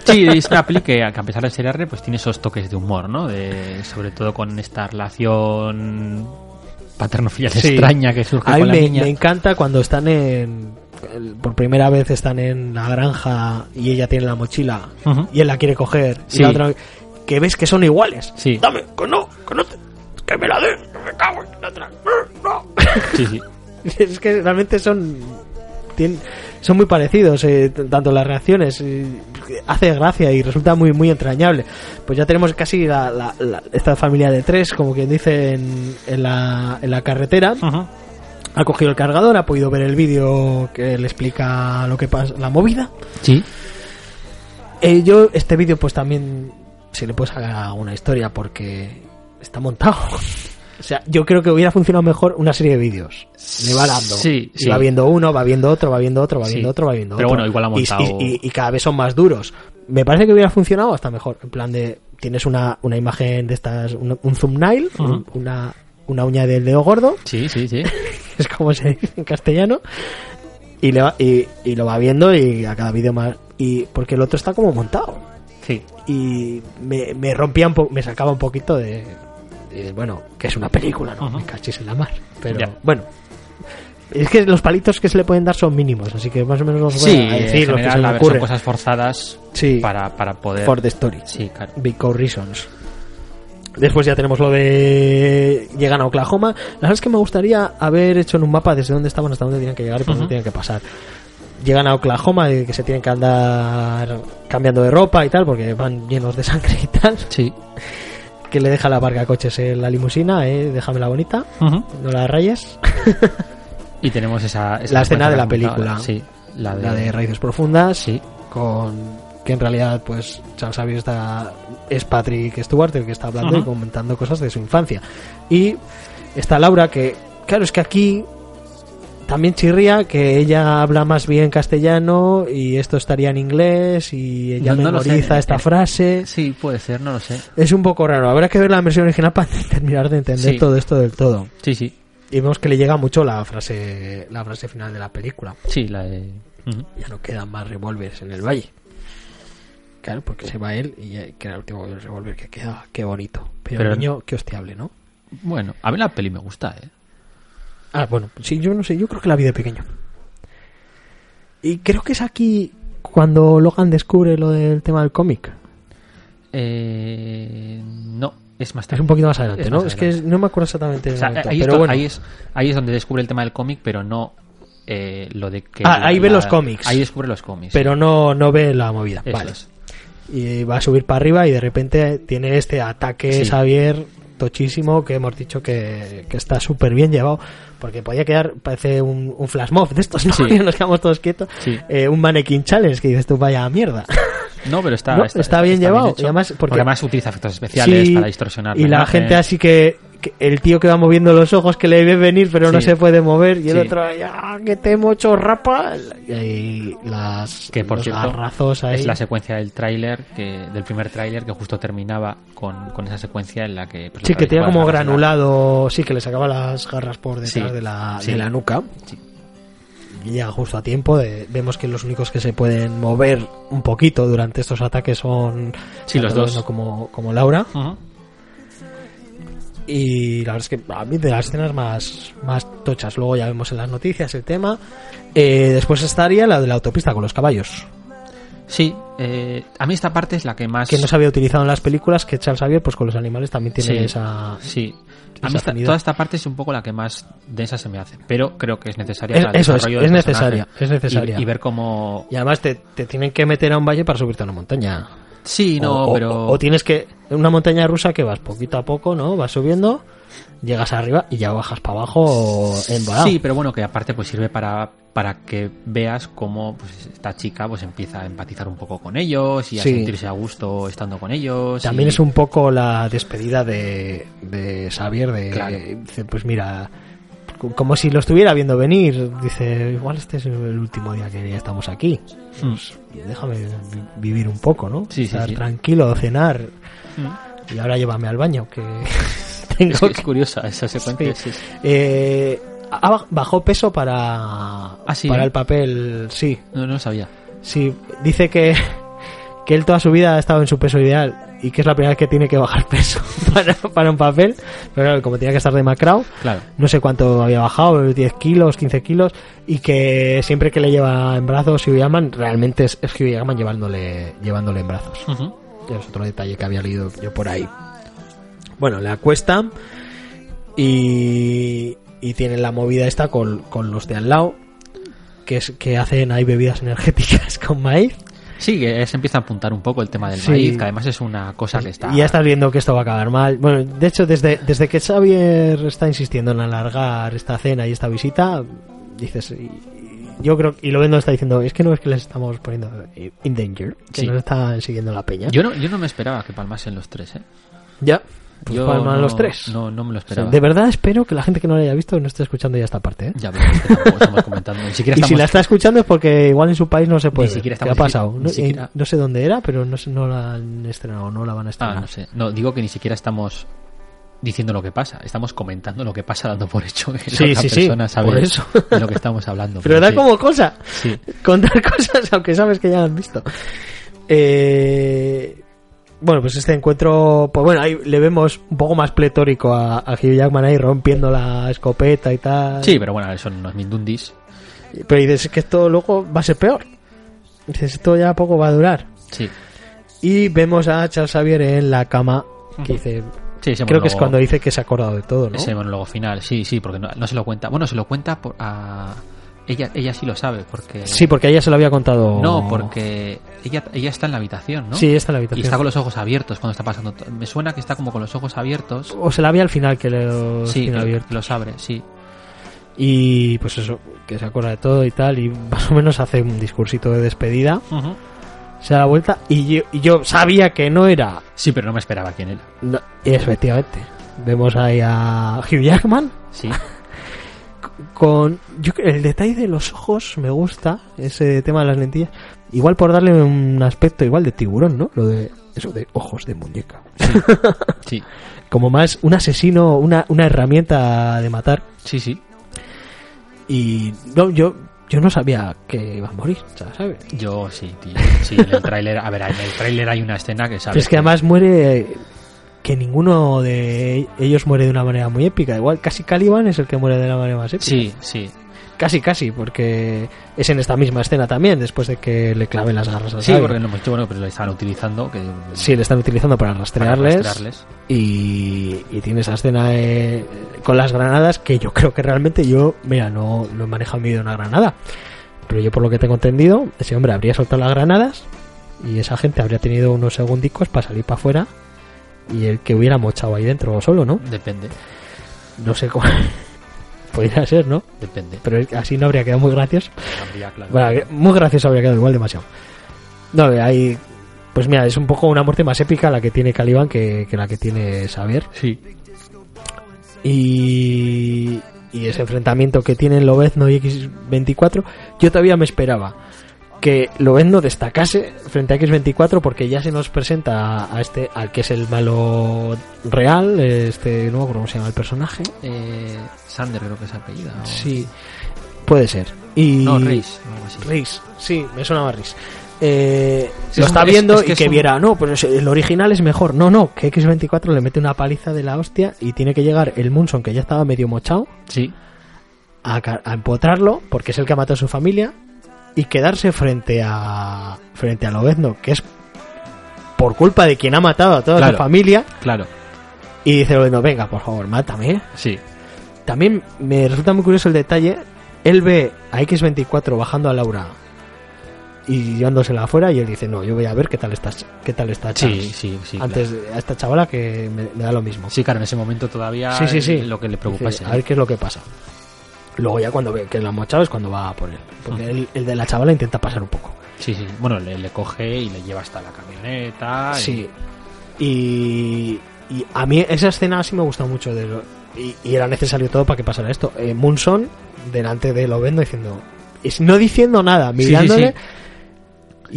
B: Sí, es una peli que, a que a pesar de ser R, pues tiene esos toques de humor, ¿no? De, sobre todo con esta relación paternofilial
A: Sí.
B: extraña que surge
A: A mí
B: con la
A: me,
B: niña.
A: me encanta cuando están en. el- Por primera vez están en la granja y ella tiene la mochila
B: Ujú.
A: y él la quiere coger. y
B: Sí.
A: la otra- que ves que son iguales.
B: Sí.
A: Dame, que no, que no te- que me la des, que me cago en la otra. No.
B: Sí, sí.
A: es que realmente son. tien- son muy parecidos, eh, t- tanto las reacciones. eh, hace gracia y resulta muy, muy entrañable. Pues ya tenemos casi la- la- la- esta familia de tres, como quien dice, en, en la, en la carretera
B: Ujú.
A: ha cogido el cargador, ha podido ver el vídeo que le explica lo que pasa, la movida.
B: Sí.
A: Eh, yo, este vídeo, pues también se le puede sacar una historia porque está montado. O sea, yo creo que hubiera funcionado mejor una serie de vídeos. Le va dando.
B: Sí,
A: Y
B: sí.
A: va viendo uno, va viendo otro, va viendo otro, va
B: Sí.
A: viendo otro, va viendo
B: Pero
A: otro.
B: bueno, igual ha
A: Y-
B: montado-
A: Y, y- y cada vez son más duros. Me parece que hubiera funcionado hasta mejor. En plan de, tienes una, una imagen de estas, un, un thumbnail,
B: Ujú.
A: una, una uña del dedo gordo,
B: Sí, sí, sí.
A: es como se dice en castellano y, le va- y, y lo va viendo y a cada vídeo más y porque el otro está como montado
B: Sí.
A: y me, me rompía un po- me sacaba un poquito de, de, bueno que es una película no
B: Ajá.
A: me cachis en la mar pero
B: Ya.
A: bueno es que los palitos que se le pueden dar son mínimos así que más o menos los voy
B: Sí,
A: a
B: Pues en
A: decir lo que se
B: general,
A: me
B: a ver, son
A: ocurre
B: cosas forzadas
A: Sí.
B: para, para poder...
A: for the story
B: Sí, claro.
A: Because Reasons. Después ya tenemos lo de llegan a Oklahoma. La verdad es que me gustaría haber hecho en un mapa desde dónde estaban hasta dónde tenían que llegar y por dónde
B: Ujú.
A: tenían que pasar. Llegan a Oklahoma y que se tienen que andar cambiando de ropa y tal porque van llenos de sangre y tal.
B: Sí.
A: Que le deja la barca coches en la limusina, eh, déjamela bonita,
B: Ujú.
A: no la rayes.
B: Y tenemos esa... esa
A: La
B: secuencia
A: escena de
B: que
A: la
B: has comentado,
A: película.
B: Sí. La de...
A: La de raíces profundas.
B: Sí.
A: con que en realidad pues Charles Xavier está es Patrick Stewart el que está hablando
B: Ajá.
A: y comentando cosas de su infancia y está Laura que claro es que aquí también chirría que ella habla más bien castellano y esto estaría en inglés y ella
B: No, no lo sé.
A: memoriza esta frase
B: Sí, puede ser, no lo sé.
A: es un poco raro habrá que ver la versión original para terminar de entender
B: Sí.
A: todo esto del todo
B: Sí, sí.
A: y vemos que le llega mucho la frase la frase final de la película
B: Sí, la de... Ujú.
A: ya no quedan más revólveres en el valle. Claro, porque se va él y ya- que era el último revólver que queda. Qué bonito. Pero,
B: Pero-
A: el niño, qué hostiable, ¿no?
B: Bueno, a mí la peli me gusta, ¿eh?
A: Ah, bueno, sí, yo no sé, yo creo que la vi de pequeño. Y creo que es aquí cuando Logan descubre lo del tema del cómic.
B: Eh, no, es más
A: Es
B: tarde.
A: un poquito más adelante,
B: Es
A: ¿no?
B: más
A: Es que es- no me acuerdo exactamente del
B: O sea,
A: momento,
B: ahí, es
A: pero
B: do-
A: bueno.
B: ahí es, ahí es donde descubre el tema del cómic, pero no eh, lo de que...
A: Ah, ahí ve los cómics.
B: Ahí descubre los cómics.
A: Pero no, no ve la movida.
B: Eso
A: vale.
B: es.
A: y va a subir para arriba y de repente tiene este ataque
B: Sí.
A: Xavier tochísimo que hemos dicho que, que está súper bien llevado porque podía quedar parece un, un flash mob de estos ¿no?
B: Sí.
A: Que nos quedamos todos quietos
B: Sí.
A: Eh, un mannequin challenge que dices tú vaya mierda
B: No, pero está,
A: No, está bien llevado,
B: hecho.
A: y además, porque-
B: además utiliza efectos especiales
A: Sí,
B: para distorsionar.
A: y la
B: imagen.
A: gente así que, que el tío que va moviendo los ojos que le ve venir pero no
B: Sí.
A: se puede mover y el
B: Sí.
A: otro "Ah, que te mocho rapa y las
B: Que por
A: los
B: cierto,
A: garrazos ahí
B: es la secuencia del tráiler, que del primer tráiler que justo terminaba con, con esa secuencia en la que. pues,
A: Sí,
B: la
A: que tenía
B: película
A: como
B: era nacional.
A: granulado, sí, que le sacaba las garras por detrás
B: Sí,
A: de, la,
B: sí.
A: de la nuca.
B: Sí.
A: Y llega justo a tiempo. de- vemos que los únicos que se pueden mover un poquito durante estos ataques son
B: Sí, los
A: tanto
B: dos.
A: Leno como, como Laura.
B: Ujú.
A: Y la verdad es que a mí de las escenas más, más tochas. Luego ya vemos en las noticias el tema. Eh, después estaría la de la autopista con los caballos.
B: Sí, eh, a mí esta parte es la que más.
A: Que no se había utilizado en las películas, que Charles Xavier, pues con los animales también tiene
B: Sí,
A: esa...
B: Sí.
A: esa
B: A mí esta-
A: afinidad.
B: toda esta parte es un poco la que más densa se me hace, pero creo que es necesaria
A: Es-
B: para el
A: eso es,
B: desarrollo
A: es
B: del
A: necesaria,
B: personaje
A: es necesaria.
B: Y, y ver cómo.
A: Y además te, te tienen que meter a un valle para subirte a una montaña.
B: Sí, no,
A: o, o-
B: pero.
A: o tienes que. En una montaña rusa que vas poquito a poco, ¿no? Vas subiendo, llegas arriba y ya bajas para abajo en volado.
B: Sí, pero bueno, que aparte pues sirve para, para que veas cómo pues, esta chica pues empieza a empatizar un poco con ellos y a
A: Sí.
B: sentirse a gusto estando con ellos.
A: También
B: y-
A: es un poco la despedida de, de Xavier, de.
B: Claro.
A: dice, Pues mira. Como si lo estuviera viendo venir. Dice, igual este es el último día que ya estamos aquí. Pues,
B: Mm.
A: Déjame vi- vivir un poco, ¿no?
B: Sí, sí,
A: Estar
B: sí.
A: tranquilo, cenar.
B: Mm.
A: Y ahora llévame al baño, que tengo
B: Es,
A: que...
B: es curiosa esa secuencia. sí, sí.
A: Eh, ah, bajó peso para,
B: Ah, sí,
A: para
B: ¿eh?
A: el papel, sí.
B: No, no lo sabía.
A: Sí, dice que, que él toda su vida ha estado en su peso ideal y que es la primera vez que tiene que bajar peso para, para un papel. Pero claro, como tenía que estar demacrado,
B: Claro.
A: no sé cuánto había bajado, 10 kilos, 15 kilos, y que siempre que le lleva en brazos Hugh Jackman, realmente es, es Hugh Jackman llevándole, llevándole en brazos.
B: Ujú.
A: Que es otro detalle que había leído yo por ahí. Bueno, le acuestan y, y tienen la movida esta con, con los de al lado, que, es, que hacen ahí bebidas energéticas con maíz.
B: Sí, que se empieza a apuntar un poco el tema del
A: Sí.
B: maíz, que además es una cosa que está...
A: Y ya estás viendo que esto va a acabar mal. Bueno, de hecho, desde, desde que Xavier está insistiendo en alargar esta cena y esta visita, dices, y- y yo creo, y lo vendo está diciendo, es que no es que les estamos poniendo in danger, que
B: Sí.
A: nos están siguiendo la peña.
B: Yo no, yo no me esperaba que palmasen los tres, ¿eh?
A: ya, pues
B: Yo
A: palman
B: no-
A: los tres.
B: No, no me lo
A: O sea,
B: esperaba.
A: de verdad espero que la gente que no la haya visto no esté escuchando ya esta parte. ¿eh?
B: Ya, pero es que tampoco estamos comentando. Ni
A: y
B: siquiera
A: si
B: estamos-
A: la está escuchando es porque igual en su país no se puede.
B: Ni siquiera
A: ver, que
B: estamos-
A: ha pasado?
B: ni
A: No,
B: siquiera-
A: eh, no sé dónde era, pero no, sé- no la han estrenado, no la van a
B: Ah,
A: estrenar.
B: no sé. No, digo que ni siquiera estamos diciendo lo que pasa. Estamos comentando lo que pasa, dando por hecho que
A: Sí,
B: la otra
A: sí, sí,
B: persona sabe
A: por eso.
B: de lo que estamos hablando.
A: Pero da
B: sí,
A: como cosa.
B: sí.
A: contar cosas aunque sabes que ya lo han visto. Eh, bueno, pues este encuentro, pues bueno, ahí le vemos un poco más pletórico a, a Hugh Jackman ahí rompiendo la escopeta y tal.
B: Sí, pero bueno, son unos mindundis.
A: Pero dices "Es que esto luego va a ser peor. Dices, esto ya poco va a durar.
B: Sí.
A: Y vemos a Charles Xavier en la cama, que dice,
B: Sí, ese
A: creo que es
B: monólogo-
A: cuando dice que se ha acordado de todo, ¿no?
B: Ese monólogo final, sí, sí, porque no, no se lo cuenta. Bueno, se lo cuenta por- a... Ella, ella sí lo sabe, porque...
A: Sí, porque ella se lo había contado.
B: No, porque ella, ella está en la habitación, ¿no?
A: Sí, está en la
B: Y
A: habitación.
B: está con los ojos abiertos cuando está pasando. to- Me suena que está como con los ojos abiertos.
A: O se la había al final que le
B: Sí,
A: tiene
B: que-
A: abierto.
B: que los abre, sí.
A: Y pues eso, que se acuerda de todo y tal, y más o menos hace un discursito de despedida,
B: Ujú.
A: se da la vuelta, y yo, y yo sabía que no era.
B: Sí, pero no me esperaba quién era.
A: no, y efectivamente, vemos ahí a Hugh Jackman
B: Sí.
A: con. Yo, creo- el detalle de los ojos me gusta, ese tema de las lentillas. Igual por darle un aspecto igual de tiburón, ¿no? Lo de. Eso de ojos de muñeca.
B: Sí,
A: Como más un asesino, una, una herramienta de matar.
B: sí, sí.
A: Y no, yo, yo no sabía que iba a morir, ¿sabes?
B: Yo sí, tío. Sí, en el tráiler... A ver, en el tráiler hay una escena que sabes...
A: Pero es que además muere que ninguno de ellos muere de una manera muy épica. Igual casi Caliban es el que muere de la manera más épica.
B: Sí, sí.
A: Casi, casi, porque es en esta misma escena también, después de que le claven las garras a
B: Sí,
A: Xavi.
B: porque no hemos bueno, pero lo estaban utilizando. Que,
A: Sí, le están utilizando para
B: para
A: rastrearles.
B: rastrearles.
A: Y, y tiene esa escena eh, con las granadas que yo creo que realmente yo, mira, no, no he manejado mi vida una granada. Pero yo por lo que tengo entendido, ese hombre habría soltado las granadas y esa gente habría tenido unos segundicos para salir para afuera y el que hubiera mochado ahí dentro solo, ¿no?
B: Depende,
A: No sé cómo... Podría ser, ¿no?
B: depende.
A: Pero así no habría quedado muy gracioso.
B: Habría, claro.
A: Bueno, que- muy gracioso habría quedado igual demasiado. No, ahí... Pues mira, es un poco una muerte más épica la que tiene Caliban que, que la que tiene Xavier.
B: Sí.
A: y, y ese enfrentamiento que tienen Lobezno y X24, yo todavía me esperaba que Lobezno destacase frente a X24 porque ya se nos presenta a, a este al que es el malo real, este nuevo cómo se llama el personaje.
B: Eh, Sander creo que es apellida. ¿no?
A: Sí, puede ser. Y
B: No, Reis. o algo así.
A: Reis, sí, me sonaba Reis. Eh,
B: Sí,
A: lo
B: es un-
A: está
B: es-
A: viendo
B: es que
A: y
B: es
A: que
B: un-
A: viera, no, pues el original es mejor. No, no, que X24 le mete una paliza de la hostia y tiene que llegar el Munson, que ya estaba medio mochado,
B: Sí.
A: a, ca- a empotrarlo, porque es el que ha matado a su familia, y quedarse frente a frente a Lobezno, que es por culpa de quien ha matado a toda
B: Claro.
A: su familia,
B: Claro.
A: y dice Lobezno, venga, por favor, mátame.
B: Sí.
A: También me resulta muy curioso el detalle, él ve a X24 bajando a Laura y llevándosela afuera, y él dice, no, yo voy a ver qué tal está, qué tal está
B: Sí,
A: Charles".
B: sí, sí.
A: Antes de- a esta chavala que me, me da lo mismo.
B: claro. Sí, claro, en ese momento todavía
A: Sí, sí, sí.
B: lo que le
A: Dice,
B: preocupase.
A: a ver qué es lo que pasa. Luego ya cuando ve que la han mochado es cuando va a poner. Porque
B: Ah.
A: el, el de la chavala intenta pasar un poco.
B: Sí, sí. Bueno, le, le coge y le lleva hasta la camioneta. y-
A: Sí. Y, y a mí esa escena sí me gusta mucho. De lo- y, y era necesario todo para que pasara esto. Eh, Munson delante de Lovendo diciendo... es- No diciendo nada,
B: sí,
A: mirándole.
B: sí.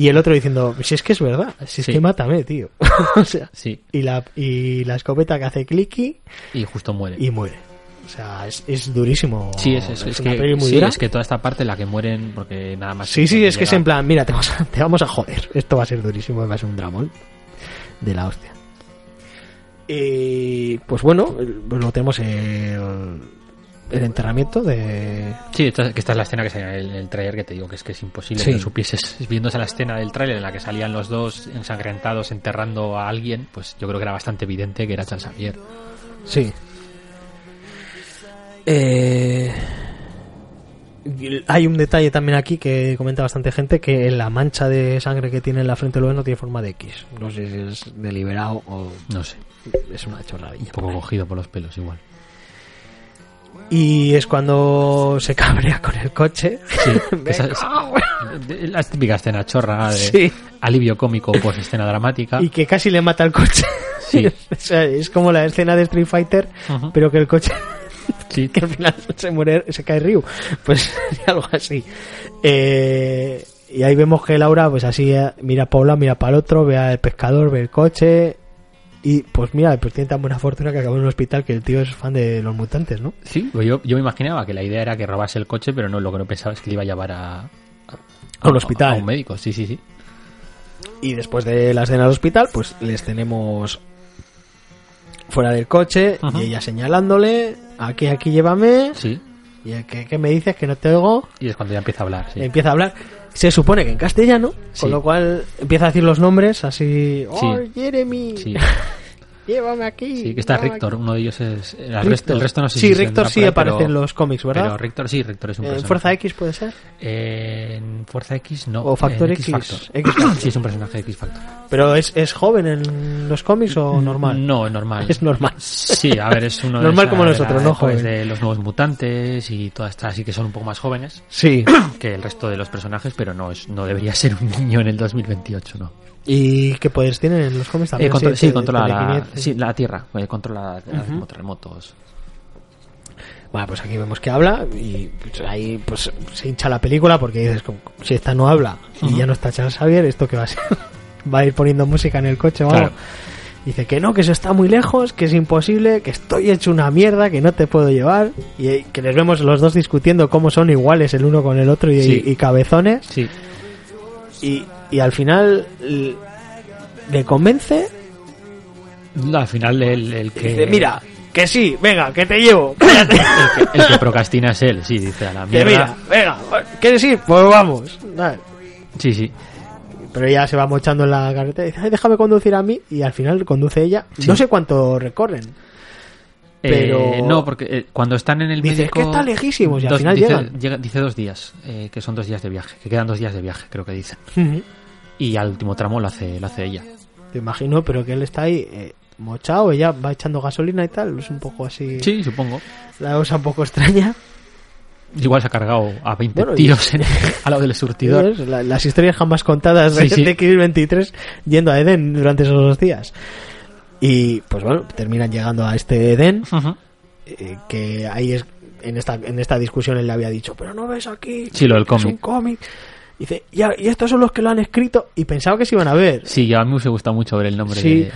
A: Y el otro diciendo, si es que es verdad, si es
B: Sí.
A: que mátame, tío. o sea,
B: Sí.
A: y la, y la escopeta que hace clicky
B: Y justo muere.
A: y muere. O sea, es, es durísimo.
B: Sí, es, es- es
A: una
B: que,
A: peli muy
B: sí,
A: dura.
B: es que toda esta parte en la que mueren, porque nada más.
A: Sí, sí, es que es
B: llega-
A: en plan, mira, te vas a- te vamos a joder. Esto va a ser durísimo, va a ser un dramón. de la hostia. Y pues bueno, pues lo tenemos el, el enterramiento de...
B: Sí, esta, que esta es la escena que salía en el, el tráiler que te digo que es que es imposible
A: Sí.
B: que no supieses viéndose la escena del tráiler en la que salían los dos ensangrentados enterrando a alguien, pues yo creo que era bastante evidente que era Charles Xavier.
A: Sí. Eh, y Hay un detalle también aquí que comenta bastante gente, que la mancha de sangre que tiene en la frente Logan no tiene forma de X. No sé si es deliberado o
B: No sé,
A: es una
B: un
A: chorradilla.
B: poco cogido por los pelos igual.
A: Y es cuando se cabrea con el coche.
B: Sí, esa es- de- la típica escena chorra de
A: Sí.
B: alivio cómico pues escena dramática.
A: Y que casi le mata el coche.
B: Sí.
A: O sea, es como la escena de Street Fighter,
B: Ujú.
A: pero que el coche
B: Sí.
A: que al final se muere, se cae Ryu. Pues algo así. Eh, y ahí vemos que Laura, pues así, eh, mira para un lado, mira para el otro, ve al pescador, ve el coche. Y pues mira, pues tiene tan buena fortuna que acabó en un hospital que el tío es fan de los mutantes, ¿no?
B: Sí, pues yo, yo me imaginaba que la idea era que robase el coche, pero no, lo que no pensaba es que le iba a llevar a... A,
A: A un hospital.
B: A un médico, sí, sí, sí.
A: Y después de la escena del hospital, pues les tenemos fuera del coche
B: Ajá.
A: y ella señalándole, aquí, aquí llévame,
B: Sí.
A: y el que, que me dices que no te oigo,
B: Y es cuando ya empieza a hablar, sí.
A: empieza a hablar. Se supone que en castellano,
B: Sí.
A: con lo cual empieza a decir los nombres así, oh,
B: Sí.
A: Jeremy,
B: Sí,
A: llévame aquí.
B: sí, que está
A: llévame
B: Rictor,
A: aquí".
B: uno de ellos es... El
A: Rictor.
B: resto, el resto no sé
A: Sí,
B: si
A: Rictor
B: saldrá
A: sí
B: por ahí,
A: aparece
B: pero-
A: en los cómics, ¿verdad?
B: Pero Rictor sí, Rictor es un
A: En
B: personaje.
A: Fuerza X puede ser.
B: Eh, en Fuerza X no.
A: O Factor
B: en
A: X.
B: Factor.
A: X Factor.
B: Sí, es un personaje de X Factor.
A: Pero es, es joven en los cómics o normal.
B: No, es normal.
A: Es normal.
B: Sí, a ver, es uno de
A: Normal
B: esa-
A: como
B: de
A: nosotros,
B: la
A: ¿no,
B: época
A: joven?
B: De los nuevos mutantes y todas estas, así que son un poco más jóvenes
A: Sí.
B: que el resto de los personajes, pero no es no debería ser un niño en el 2028, ¿no.
A: ¿Y qué poderes tienen en los cómics
B: Eh,
A: también?
B: contro- sí,
A: te-
B: controla la,
A: telequinesis.
B: sí, la tierra, eh, controla como terremotos.
A: Bueno, pues aquí vemos que habla y pues, ahí pues se hincha la película porque dices, como, si esta no habla y ya no está Charles Xavier, ¿esto qué va a ser? ¿Va a ir poniendo música en el coche o algo?
B: Claro.
A: Dice que no, que eso está muy lejos, que es imposible, que estoy hecho una mierda, que no te puedo llevar y eh, que les vemos los dos discutiendo cómo son iguales el uno con el otro y,
B: Sí.
A: y cabezones
B: Sí,
A: y, y al final l- le convence
B: No, al final el, el que
A: dice, Eh, mira, que sí, venga, que te llevo, cállate".
B: el que, el que procrastina es él, sí, dice a la
A: Que
B: mierda.
A: mira, venga, ¿quieres ir? Pues vamos. Dale.
B: Sí, sí. Eh,
A: Pero ella se va mochando en la carretera y dice, "Ay, déjame conducir a mí. Y al final conduce ella.
B: Sí.
A: No sé cuánto recorren.
B: Eh,
A: Pero-
B: no, porque eh, cuando están en el
A: Dice,
B: médico...
A: "Es que está lejísimos", y al final
B: dice,
A: llegan.
B: llega- dice dos días, eh, que son dos días de viaje, que quedan dos días de viaje, creo que dicen.
A: Te
B: Y al último tramo lo hace, lo hace ella.
A: imagino, pero que él está ahí eh, mochado. Ella va echando gasolina y tal. Es un poco así.
B: Sí, supongo.
A: La cosa un poco extraña.
B: Igual se ha cargado a 20
A: Bueno, y-
B: tiros en- al lado del surtidor.
A: ¿Ves? La- las historias jamás contadas de,
B: Sí, sí.
A: de X23 yendo a Edén durante esos dos días. Y pues bueno, terminan llegando a este Edén.
B: Ujú.
A: eh, que ahí es en esta en esta discusión él le había dicho pero no ves aquí
B: Sí, lo del
A: que es
B: cómic.
A: un cómic dice ya y estos son los que lo han escrito y pensaba que se iban a ver
B: Sí, yo a mí me gusta mucho ver el nombre
A: Sí.
B: de...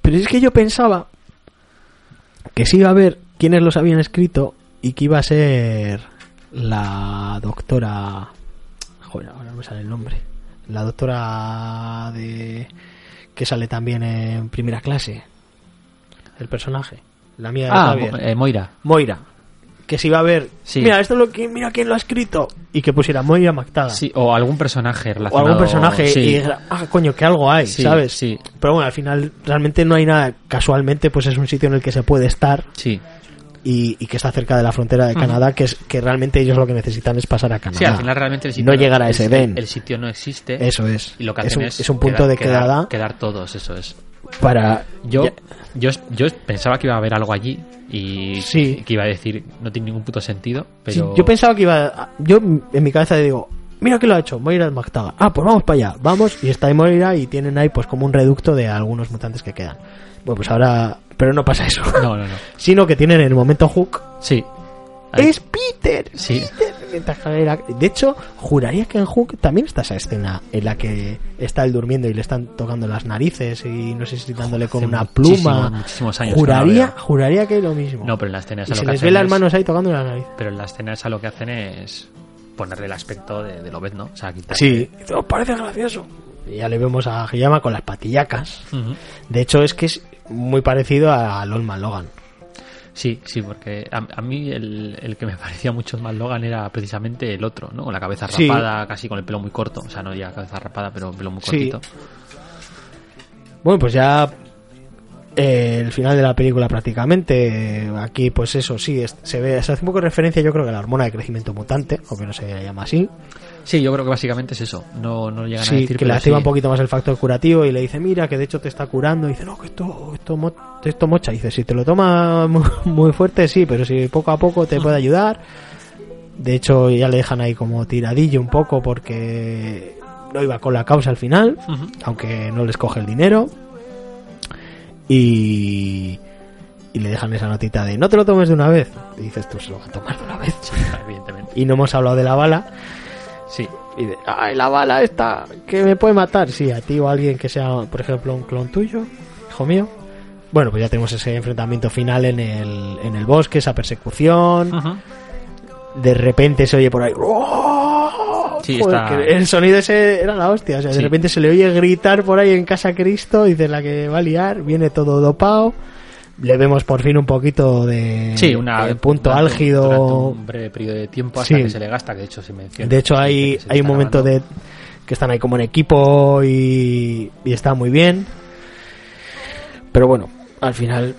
A: pero es que yo pensaba que se iba a ver quiénes los habían escrito y que iba a ser la doctora joder ahora no me sale el nombre la doctora de que sale también en primera clase el personaje la mía de
B: Ah,
A: Xavier.
B: Mo- eh, Moira.
A: Moira. Que se iba a ver.
B: Sí.
A: Mira, esto es lo que, mira quién lo ha escrito. Y que pusiera Moira Mactada.
B: Sí, o algún personaje
A: Ah. o
B: relacionado.
A: algún personaje.
B: sí.
A: Y dijera, ah, coño, que algo hay,
B: Sí,
A: ¿sabes?
B: sí.
A: Pero bueno, al final realmente no hay nada. Casualmente, pues es un sitio en el que se puede estar
B: Sí.
A: y, y que está cerca de la frontera de Canadá. Que, es, que realmente ellos lo que necesitan es pasar a Canadá.
B: Sí, al final realmente el sitio
A: Ah. No llegar a ese
B: el,
A: Edén.
B: el sitio no existe.
A: Eso es.
B: Y lo que
A: es,
B: hacen
A: un, es un punto de quedada
B: Quedar, todos, eso es.
A: para.
B: Yo,
A: Ya-
B: yo, yo pensaba que iba a haber algo allí y
A: Sí.
B: que iba a decir, no tiene ningún puto sentido,
A: Sí,
B: pero...
A: yo pensaba que iba. a- Yo en mi cabeza digo, mira que lo ha hecho, Moira Mactaga. Ah, pues vamos para allá, vamos. Y está ahí Moira y tienen ahí pues como un reducto de algunos mutantes que quedan. Bueno, pues ahora. Pero no pasa eso.
B: No, no, no.
A: Sino que tienen en el momento Hook.
B: Sí. Ahí-
A: ¡Es Peter!
B: Sí.
A: Peter", mientras que era- De hecho, juraría que en Hook también está esa escena en la que está él durmiendo y le están tocando las narices y no sé si dándole con
B: hace
A: una
B: muchísimo-
A: pluma.
B: muchísimos años que no la
A: juraría,
B: veo.
A: juraría que es lo mismo.
B: No, pero en la escena esa
A: y se
B: lo que
A: les
B: hacen
A: ve las
B: es-
A: manos ahí tocando la nariz.
B: Pero en la escena esa lo que hacen es ponerle el aspecto de, de Lobet, ¿no? O sea, quitarle-
A: Os "Oh, parece gracioso. Ya le vemos a Hiyama con las patillacas. De hecho, es que es muy parecido a Lon Logan.
B: Sí, sí, porque a, a mí el, el que me parecía mucho más Logan era precisamente el otro, ¿no? Con la cabeza
A: Sí.
B: rapada, casi con el pelo muy corto. O sea, no ya cabeza rapada, pero pelo muy
A: Sí.
B: cortito.
A: Bueno, pues ya eh, el final de la película prácticamente. Aquí, pues eso, sí, es- se ve, se hace un poco referencia, yo creo que a la hormona de crecimiento mutante, aunque no se llama así.
B: Sí, yo creo que básicamente es eso. No, no llegan a
A: Sí,
B: decir
A: que le
B: pero
A: activa
B: sí.
A: un poquito más el factor curativo y le dice, mira, que de hecho te está curando. Y dice, no, que esto, esto, mo- esto mocha. Y dice, si te lo tomas mu- muy fuerte, sí, pero si poco a poco te puede ayudar. De hecho, ya le dejan ahí como tiradillo un poco porque no iba con la causa al final,
B: Ujú.
A: aunque no les coge el dinero. Y, y le dejan esa notita de, no te lo tomes de una vez. Y dices, tú se lo vas a tomar de una vez.
B: Evidentemente.
A: Y no hemos hablado de la bala.
B: Sí.
A: Y de, ay, la bala esta, que me puede matar. Sí, a ti o a alguien que sea, por ejemplo, un clon tuyo, hijo mío. Bueno, pues ya tenemos ese enfrentamiento final en el, en el bosque, esa persecución.
B: Ujú.
A: De repente se oye por ahí. ¡oh!
B: Sí,
A: Joder,
B: está-
A: que el sonido ese era la hostia. O sea,
B: Sí.
A: de repente se le oye gritar por ahí en casa Cristo. Dice la que va a liar. Viene todo dopado. Le vemos por fin un poquito de,
B: Sí, una,
A: de punto
B: durante un-
A: álgido.
B: durante un breve periodo de tiempo hasta
A: Sí.
B: que se le gasta, que de hecho se menciona.
A: De hecho,
B: Se
A: hay,
B: dice que se
A: hay un
B: está
A: momento
B: acabando.
A: de que están ahí como en equipo y, y está muy bien. Pero bueno, al final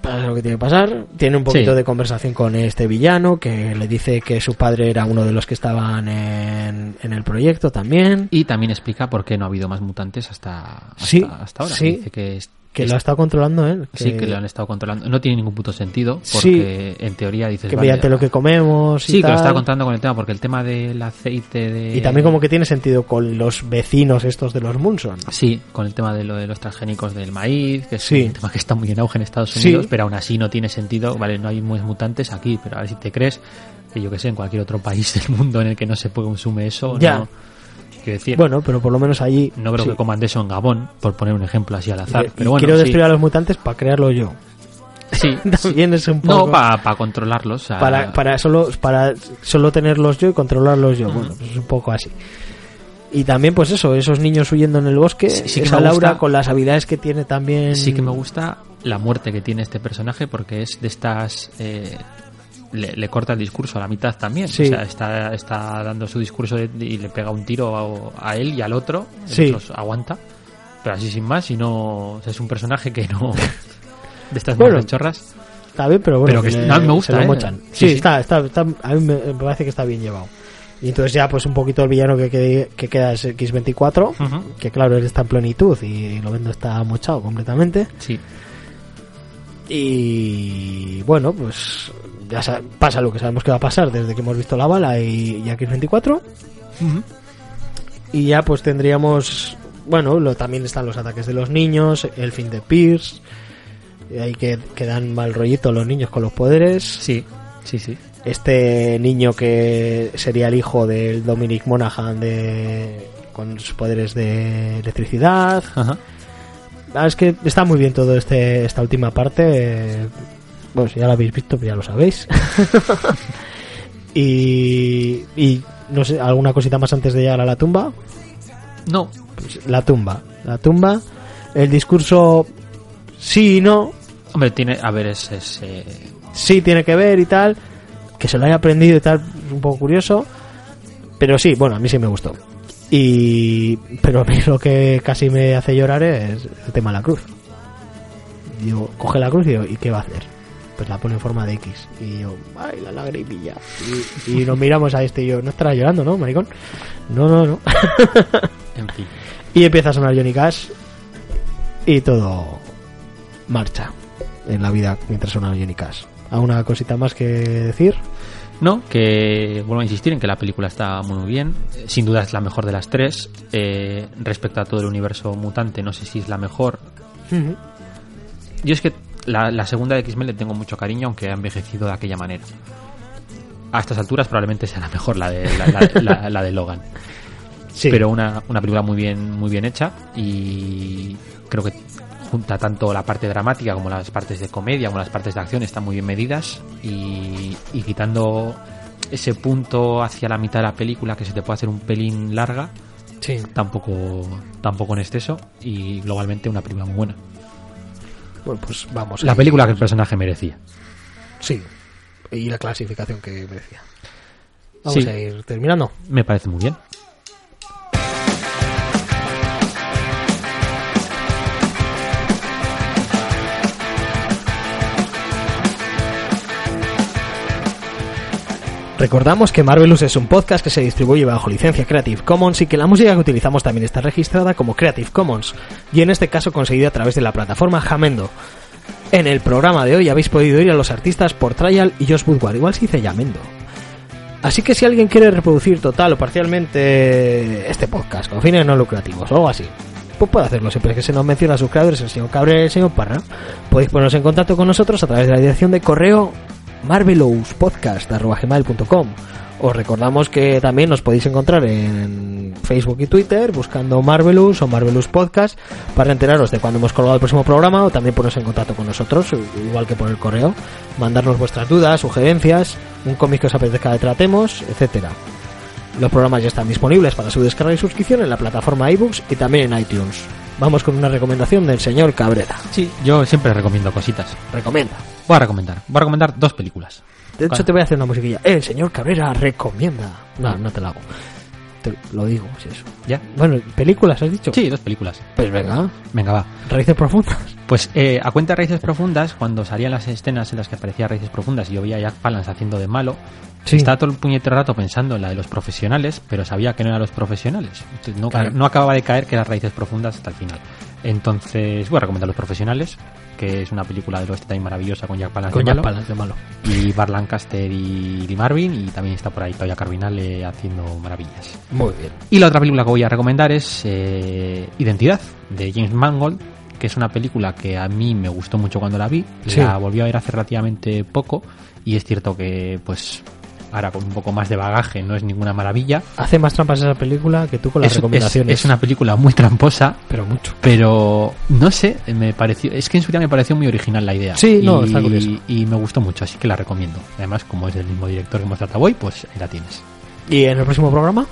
A: pasa lo que tiene que pasar. Tiene un poquito
B: Sí.
A: de conversación con este villano que le dice que su padre era uno de los que estaban en, en el proyecto también.
B: Y también explica por qué no ha habido más mutantes hasta, hasta,
A: Sí,
B: hasta ahora.
A: sí.
B: Dice que, es-
A: Que
B: es-
A: lo ha estado controlando él.
B: sí, que lo han estado controlando. No tiene ningún puto sentido, porque en teoría dices...
A: que
B: vale, ah".
A: mediante lo que comemos y
B: Sí, que lo
A: tal.
B: está contando con el tema, porque el tema del aceite de...
A: Y también como que tiene sentido con los vecinos estos de los Munson.
B: Sí, con el tema de lo de los transgénicos del maíz, que es
A: Sí.
B: un tema que está muy en auge en Estados
A: Sí.
B: Unidos, pero aún así no tiene sentido, vale, no hay mu- mutantes aquí, pero a ver si te crees que yo que sé, en cualquier otro país del mundo en el que no se consume eso,
A: Ya.
B: no. Quiero decir,
A: Bueno, pero por lo menos allí...
B: no creo
A: sí.
B: que coman de eso en Gabón, por poner un ejemplo así al azar,
A: Y- y
B: pero bueno,
A: quiero
B: sí,
A: destruir a los mutantes para crearlo yo.
B: sí,
A: También es un poco...
B: no para controlarlos, o sea,
A: para, para solo para solo tenerlos yo y controlarlos yo bueno pues es un poco así y también pues eso esos niños huyendo en el bosque
B: Sí, sí que
A: esa
B: me
A: Laura
B: gusta.
A: con las habilidades que tiene también
B: Sí que me gusta la muerte que tiene este personaje porque es de estas... eh, le, le corta el discurso a la mitad también.
A: Sí.
B: O sea, está, está dando su discurso de- y le pega un tiro a, a él y al otro. El
A: Sí.
B: otro aguanta. Pero así sin más, y no... o sea, es un personaje que no... De estas
A: Bueno,
B: muertes chorras.
A: está bien pero bueno
B: Pero que
A: le-
B: es- no, a mí me gusta,
A: se lo
B: ¿eh?
A: mochan.
B: Sí,
A: sí,
B: sí.
A: está, está, está- a mí me, me parece que está bien llevado y entonces ya pues un poquito el villano que, que, que queda es X24
B: Ujú.
A: que claro él está en plenitud y lo vendo está mochado completamente
B: Sí.
A: Y bueno, pues ya sa- pasa lo que sabemos que va a pasar desde que hemos visto la bala y, y aquí 24. Y ya pues tendríamos, bueno, lo, también están los ataques de los niños, el fin de Pierce, y ahí que, que dan mal rollito los niños con los poderes.
B: Sí. Sí, sí.
A: Este niño que sería el hijo del Dominic Monaghan de, con sus poderes de electricidad.
B: Ajá.
A: Ah, es que está muy bien todo este esta última parte. eh, Bueno, si ya la habéis visto, pues ya lo sabéis. y, y no sé, alguna cosita más antes de llegar a la tumba.
B: No.
A: Pues, la tumba, la tumba. El discurso sí y no,
B: Hombre, tiene... A ver, es... es, eh,
A: sí tiene que ver y tal. Que se lo haya aprendido y tal, es un poco curioso. Pero sí, bueno, a mí sí me gustó. Y pero a mí lo que casi me hace llorar es el tema de la cruz. Digo, coge la cruz y digo, ¿y qué va a hacer? Pues la pone en forma de X. Y yo, ay, la lagrimilla. Y, y nos miramos a este y yo, no estará llorando, ¿no, maricón? No, no, no.
B: en fin.
A: Y empieza a sonar Johnny Cash y todo marcha en la vida mientras suena Johnny Cash. ¿Alguna cosita más que decir?
B: No, que vuelvo a insistir en que la película está muy muy bien. Eh, Sin duda es la mejor de las tres. Eh, respecto a todo el universo mutante, no sé si es la mejor. Yo es que la, la segunda de X-Men le tengo mucho cariño, aunque ha envejecido de aquella manera. A estas alturas probablemente sea la mejor, la de, la, la- la- la de Logan.
A: Sí,
B: Pero una, una película muy bien, muy bien hecha y creo que junta tanto la parte dramática como las partes de comedia, como las partes de acción, están muy bien medidas y, y quitando ese punto hacia la mitad de la película que se te puede hacer un pelín larga,
A: Sí.
B: tampoco, tampoco en exceso y globalmente una película muy buena.
A: Bueno, pues vamos.
B: La
A: ahí.
B: película que el personaje merecía.
A: Sí. Y la clasificación que merecía. Vamos
B: Sí.
A: a ir terminando.
B: Me parece muy bien.
A: Recordamos que Marvelous es un podcast que se distribuye bajo licencia Creative Commons y que la música que utilizamos también está registrada como Creative Commons, y en este caso conseguida a través de la plataforma Jamendo. En el programa de hoy habéis podido ir a los artistas por Trial y Josh Woodward, igual se dice Yamendo. Así que si alguien quiere reproducir total o parcialmente este podcast con fines no lucrativos o algo así, pues puede hacerlo siempre que se nos menciona a sus creadores, el señor Cabrera y el señor Parra. Podéis poneros en contacto con nosotros a través de la dirección de correo marvelouspodcast.com. Os recordamos que también nos podéis encontrar en Facebook y Twitter buscando Marvelous o Marvelous Podcast para enteraros de cuando hemos colgado el próximo programa o también poneros en contacto con nosotros, igual que por el correo, mandarnos vuestras dudas, sugerencias, un cómic que os apetezca que tratemos, etcétera. Los programas ya están disponibles para su descarga y suscripción en la plataforma iBooks y también en iTunes. Vamos con una recomendación del señor Cabrera.
B: Sí, yo siempre recomiendo cositas.
A: Recomienda.
B: Voy a recomendar. Voy a recomendar dos películas.
A: De hecho,
B: Claro.
A: te voy a hacer una musiquilla. El señor Cabrera recomienda. No, no te la hago. Te lo digo, si eso.
B: ¿Ya?
A: Bueno, películas, has dicho.
B: Sí, dos películas.
A: Pues venga,
B: Venga, va.
A: raíces profundas.
B: Pues eh, a cuenta de Raíces Profundas, cuando salían las escenas en las que aparecía Raíces Profundas y yo veía a Jack Palance haciendo de malo,
A: Sí.
B: estaba todo el puñetero rato pensando en la de los profesionales, pero sabía que no eran los profesionales. Entonces, no, ca-
A: Claro.
B: no acababa de caer que eran Raíces Profundas hasta el final. Entonces, voy a recomendar Los Profesionales, que es una película del oeste también maravillosa con Jack Palance de
A: Coño,
B: malo,
A: palas de malo.
B: y Bar Lancaster y Lee Marvin, y también está por ahí Claudia Carbinale haciendo maravillas.
A: Muy bien.
B: Y la otra película que voy a recomendar es eh, Identidad, de James Mangold, que es una película que a mí me gustó mucho cuando la vi.
A: Sí.
B: La volví a ver hace relativamente poco y es cierto que, pues, ahora con un poco más de bagaje no es ninguna maravilla.
A: Hace más trampas esa película que tú con las
B: Es- es-
A: recomendaciones.
B: es una película muy tramposa,
A: Pero mucho.
B: pero no sé, me pareció, es que en su día me pareció muy original la idea.
A: Sí, no,
B: Y-
A: está curioso.
B: Y me gustó mucho, así que la recomiendo. Además, como es del mismo director que hemos tratado hoy, pues ahí la tienes.
A: ¿Y en el próximo programa?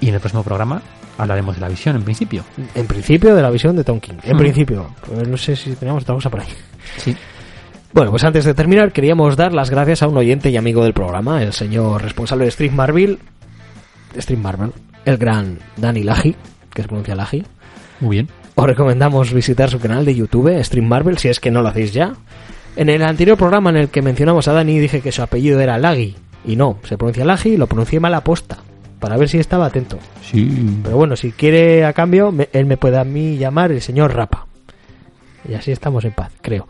B: Y en el próximo programa hablaremos de la visión, en principio.
A: En principio, de la visión de Tom King. En
B: Mm.
A: principio. Eh, No sé si teníamos otra cosa por ahí.
B: Sí.
A: Bueno, pues antes de terminar, queríamos dar las gracias a un oyente y amigo del programa, el señor responsable de Stream Marvel, Stream Marvel, el gran Dani Laji, que se pronuncia Laji.
B: Muy bien.
A: Os recomendamos visitar su canal de YouTube, Stream Marvel, si es que no lo hacéis ya. En el anterior programa en el que mencionamos a Dani dije que su apellido era Lagi, y no, se pronuncia Lagi y lo pronuncié mal aposta, para ver si estaba atento.
B: Sí.
A: Pero bueno, si quiere a cambio, me- él me puede a mí llamar el señor Rapa. Y así estamos en paz, creo.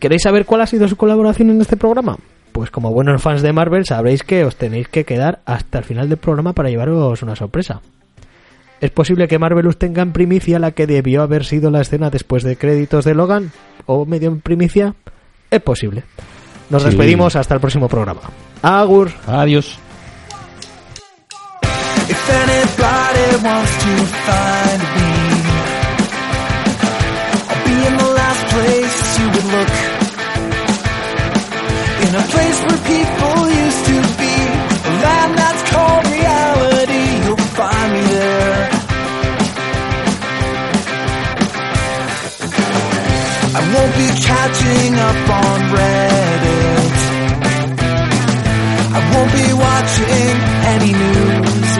A: ¿Queréis saber cuál ha sido su colaboración en este programa? Pues como buenos fans de Marvel sabréis que os tenéis que quedar hasta el final del programa para llevaros una sorpresa. Es posible que Marvelous tenga en primicia la que debió haber sido la escena después de créditos de Logan, o medio en primicia. Es posible. Nos
B: Sí.
A: despedimos hasta el próximo programa. Agur.
B: Adiós.
D: If anybody wants to find me, I'll be in the last place you would look. In a place where people used to be, a land that's called reality, you'll find me there. I won't be catching up on Reddit. I won't be watching any news.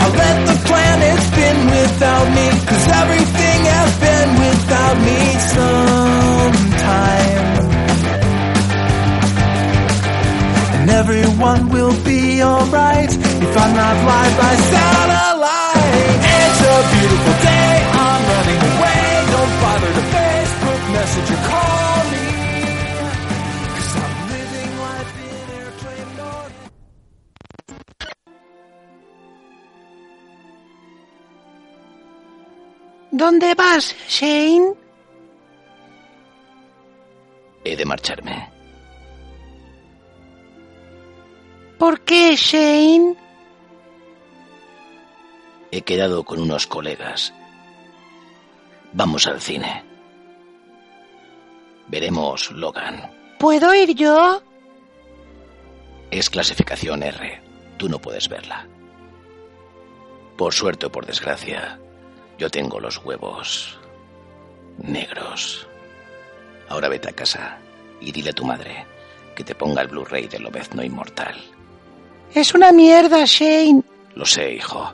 D: I let the planet spin without me, cause everything has been without me sometime. And everyone will be alright if I'm not live by satellite. It's a beautiful day, I'm running away. Don't bother to Facebook message or call me. Cause I'm living life in airplane mode.
E: ¿Dónde vas, Shane?
F: He de marcharme.
E: ¿Por qué, Shane?
F: He quedado con unos colegas. Vamos al cine. Veremos Logan.
E: ¿Puedo ir yo?
F: Es clasificación R. Tú no puedes verla. Por suerte o por desgracia, yo tengo los huevos negros. Ahora vete a casa y dile a tu madre que te ponga el Blu-ray de Lobezno Inmortal.
E: Es una mierda, Shane.
F: Lo sé, hijo.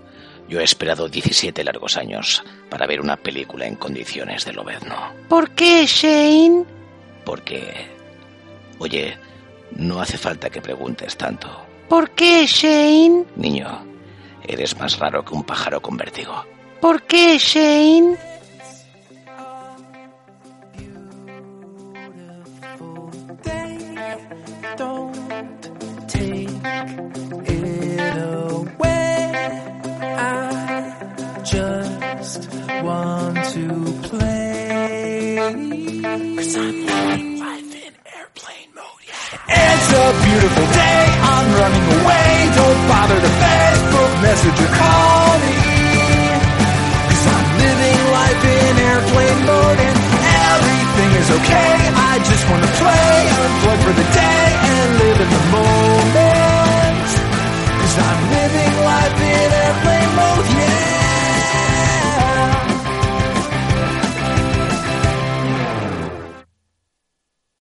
F: Yo he esperado 17 largos años para ver una película en condiciones de Lobezno.
E: ¿Por qué, Shane?
F: Porque... Oye, no hace falta que preguntes tanto.
E: ¿Por qué, Shane?
F: Niño, eres más raro que un pájaro con vértigo.
E: ¿Por qué, Shane?
D: Don't take it away. I just want to play. Cause I'm living life in airplane mode. Yeah. It's a beautiful day. I'm running away. Don't bother to Facebook message or call me. Cause I'm living life in airplane mode and everything is okay. I just wanna play, unplug for the day.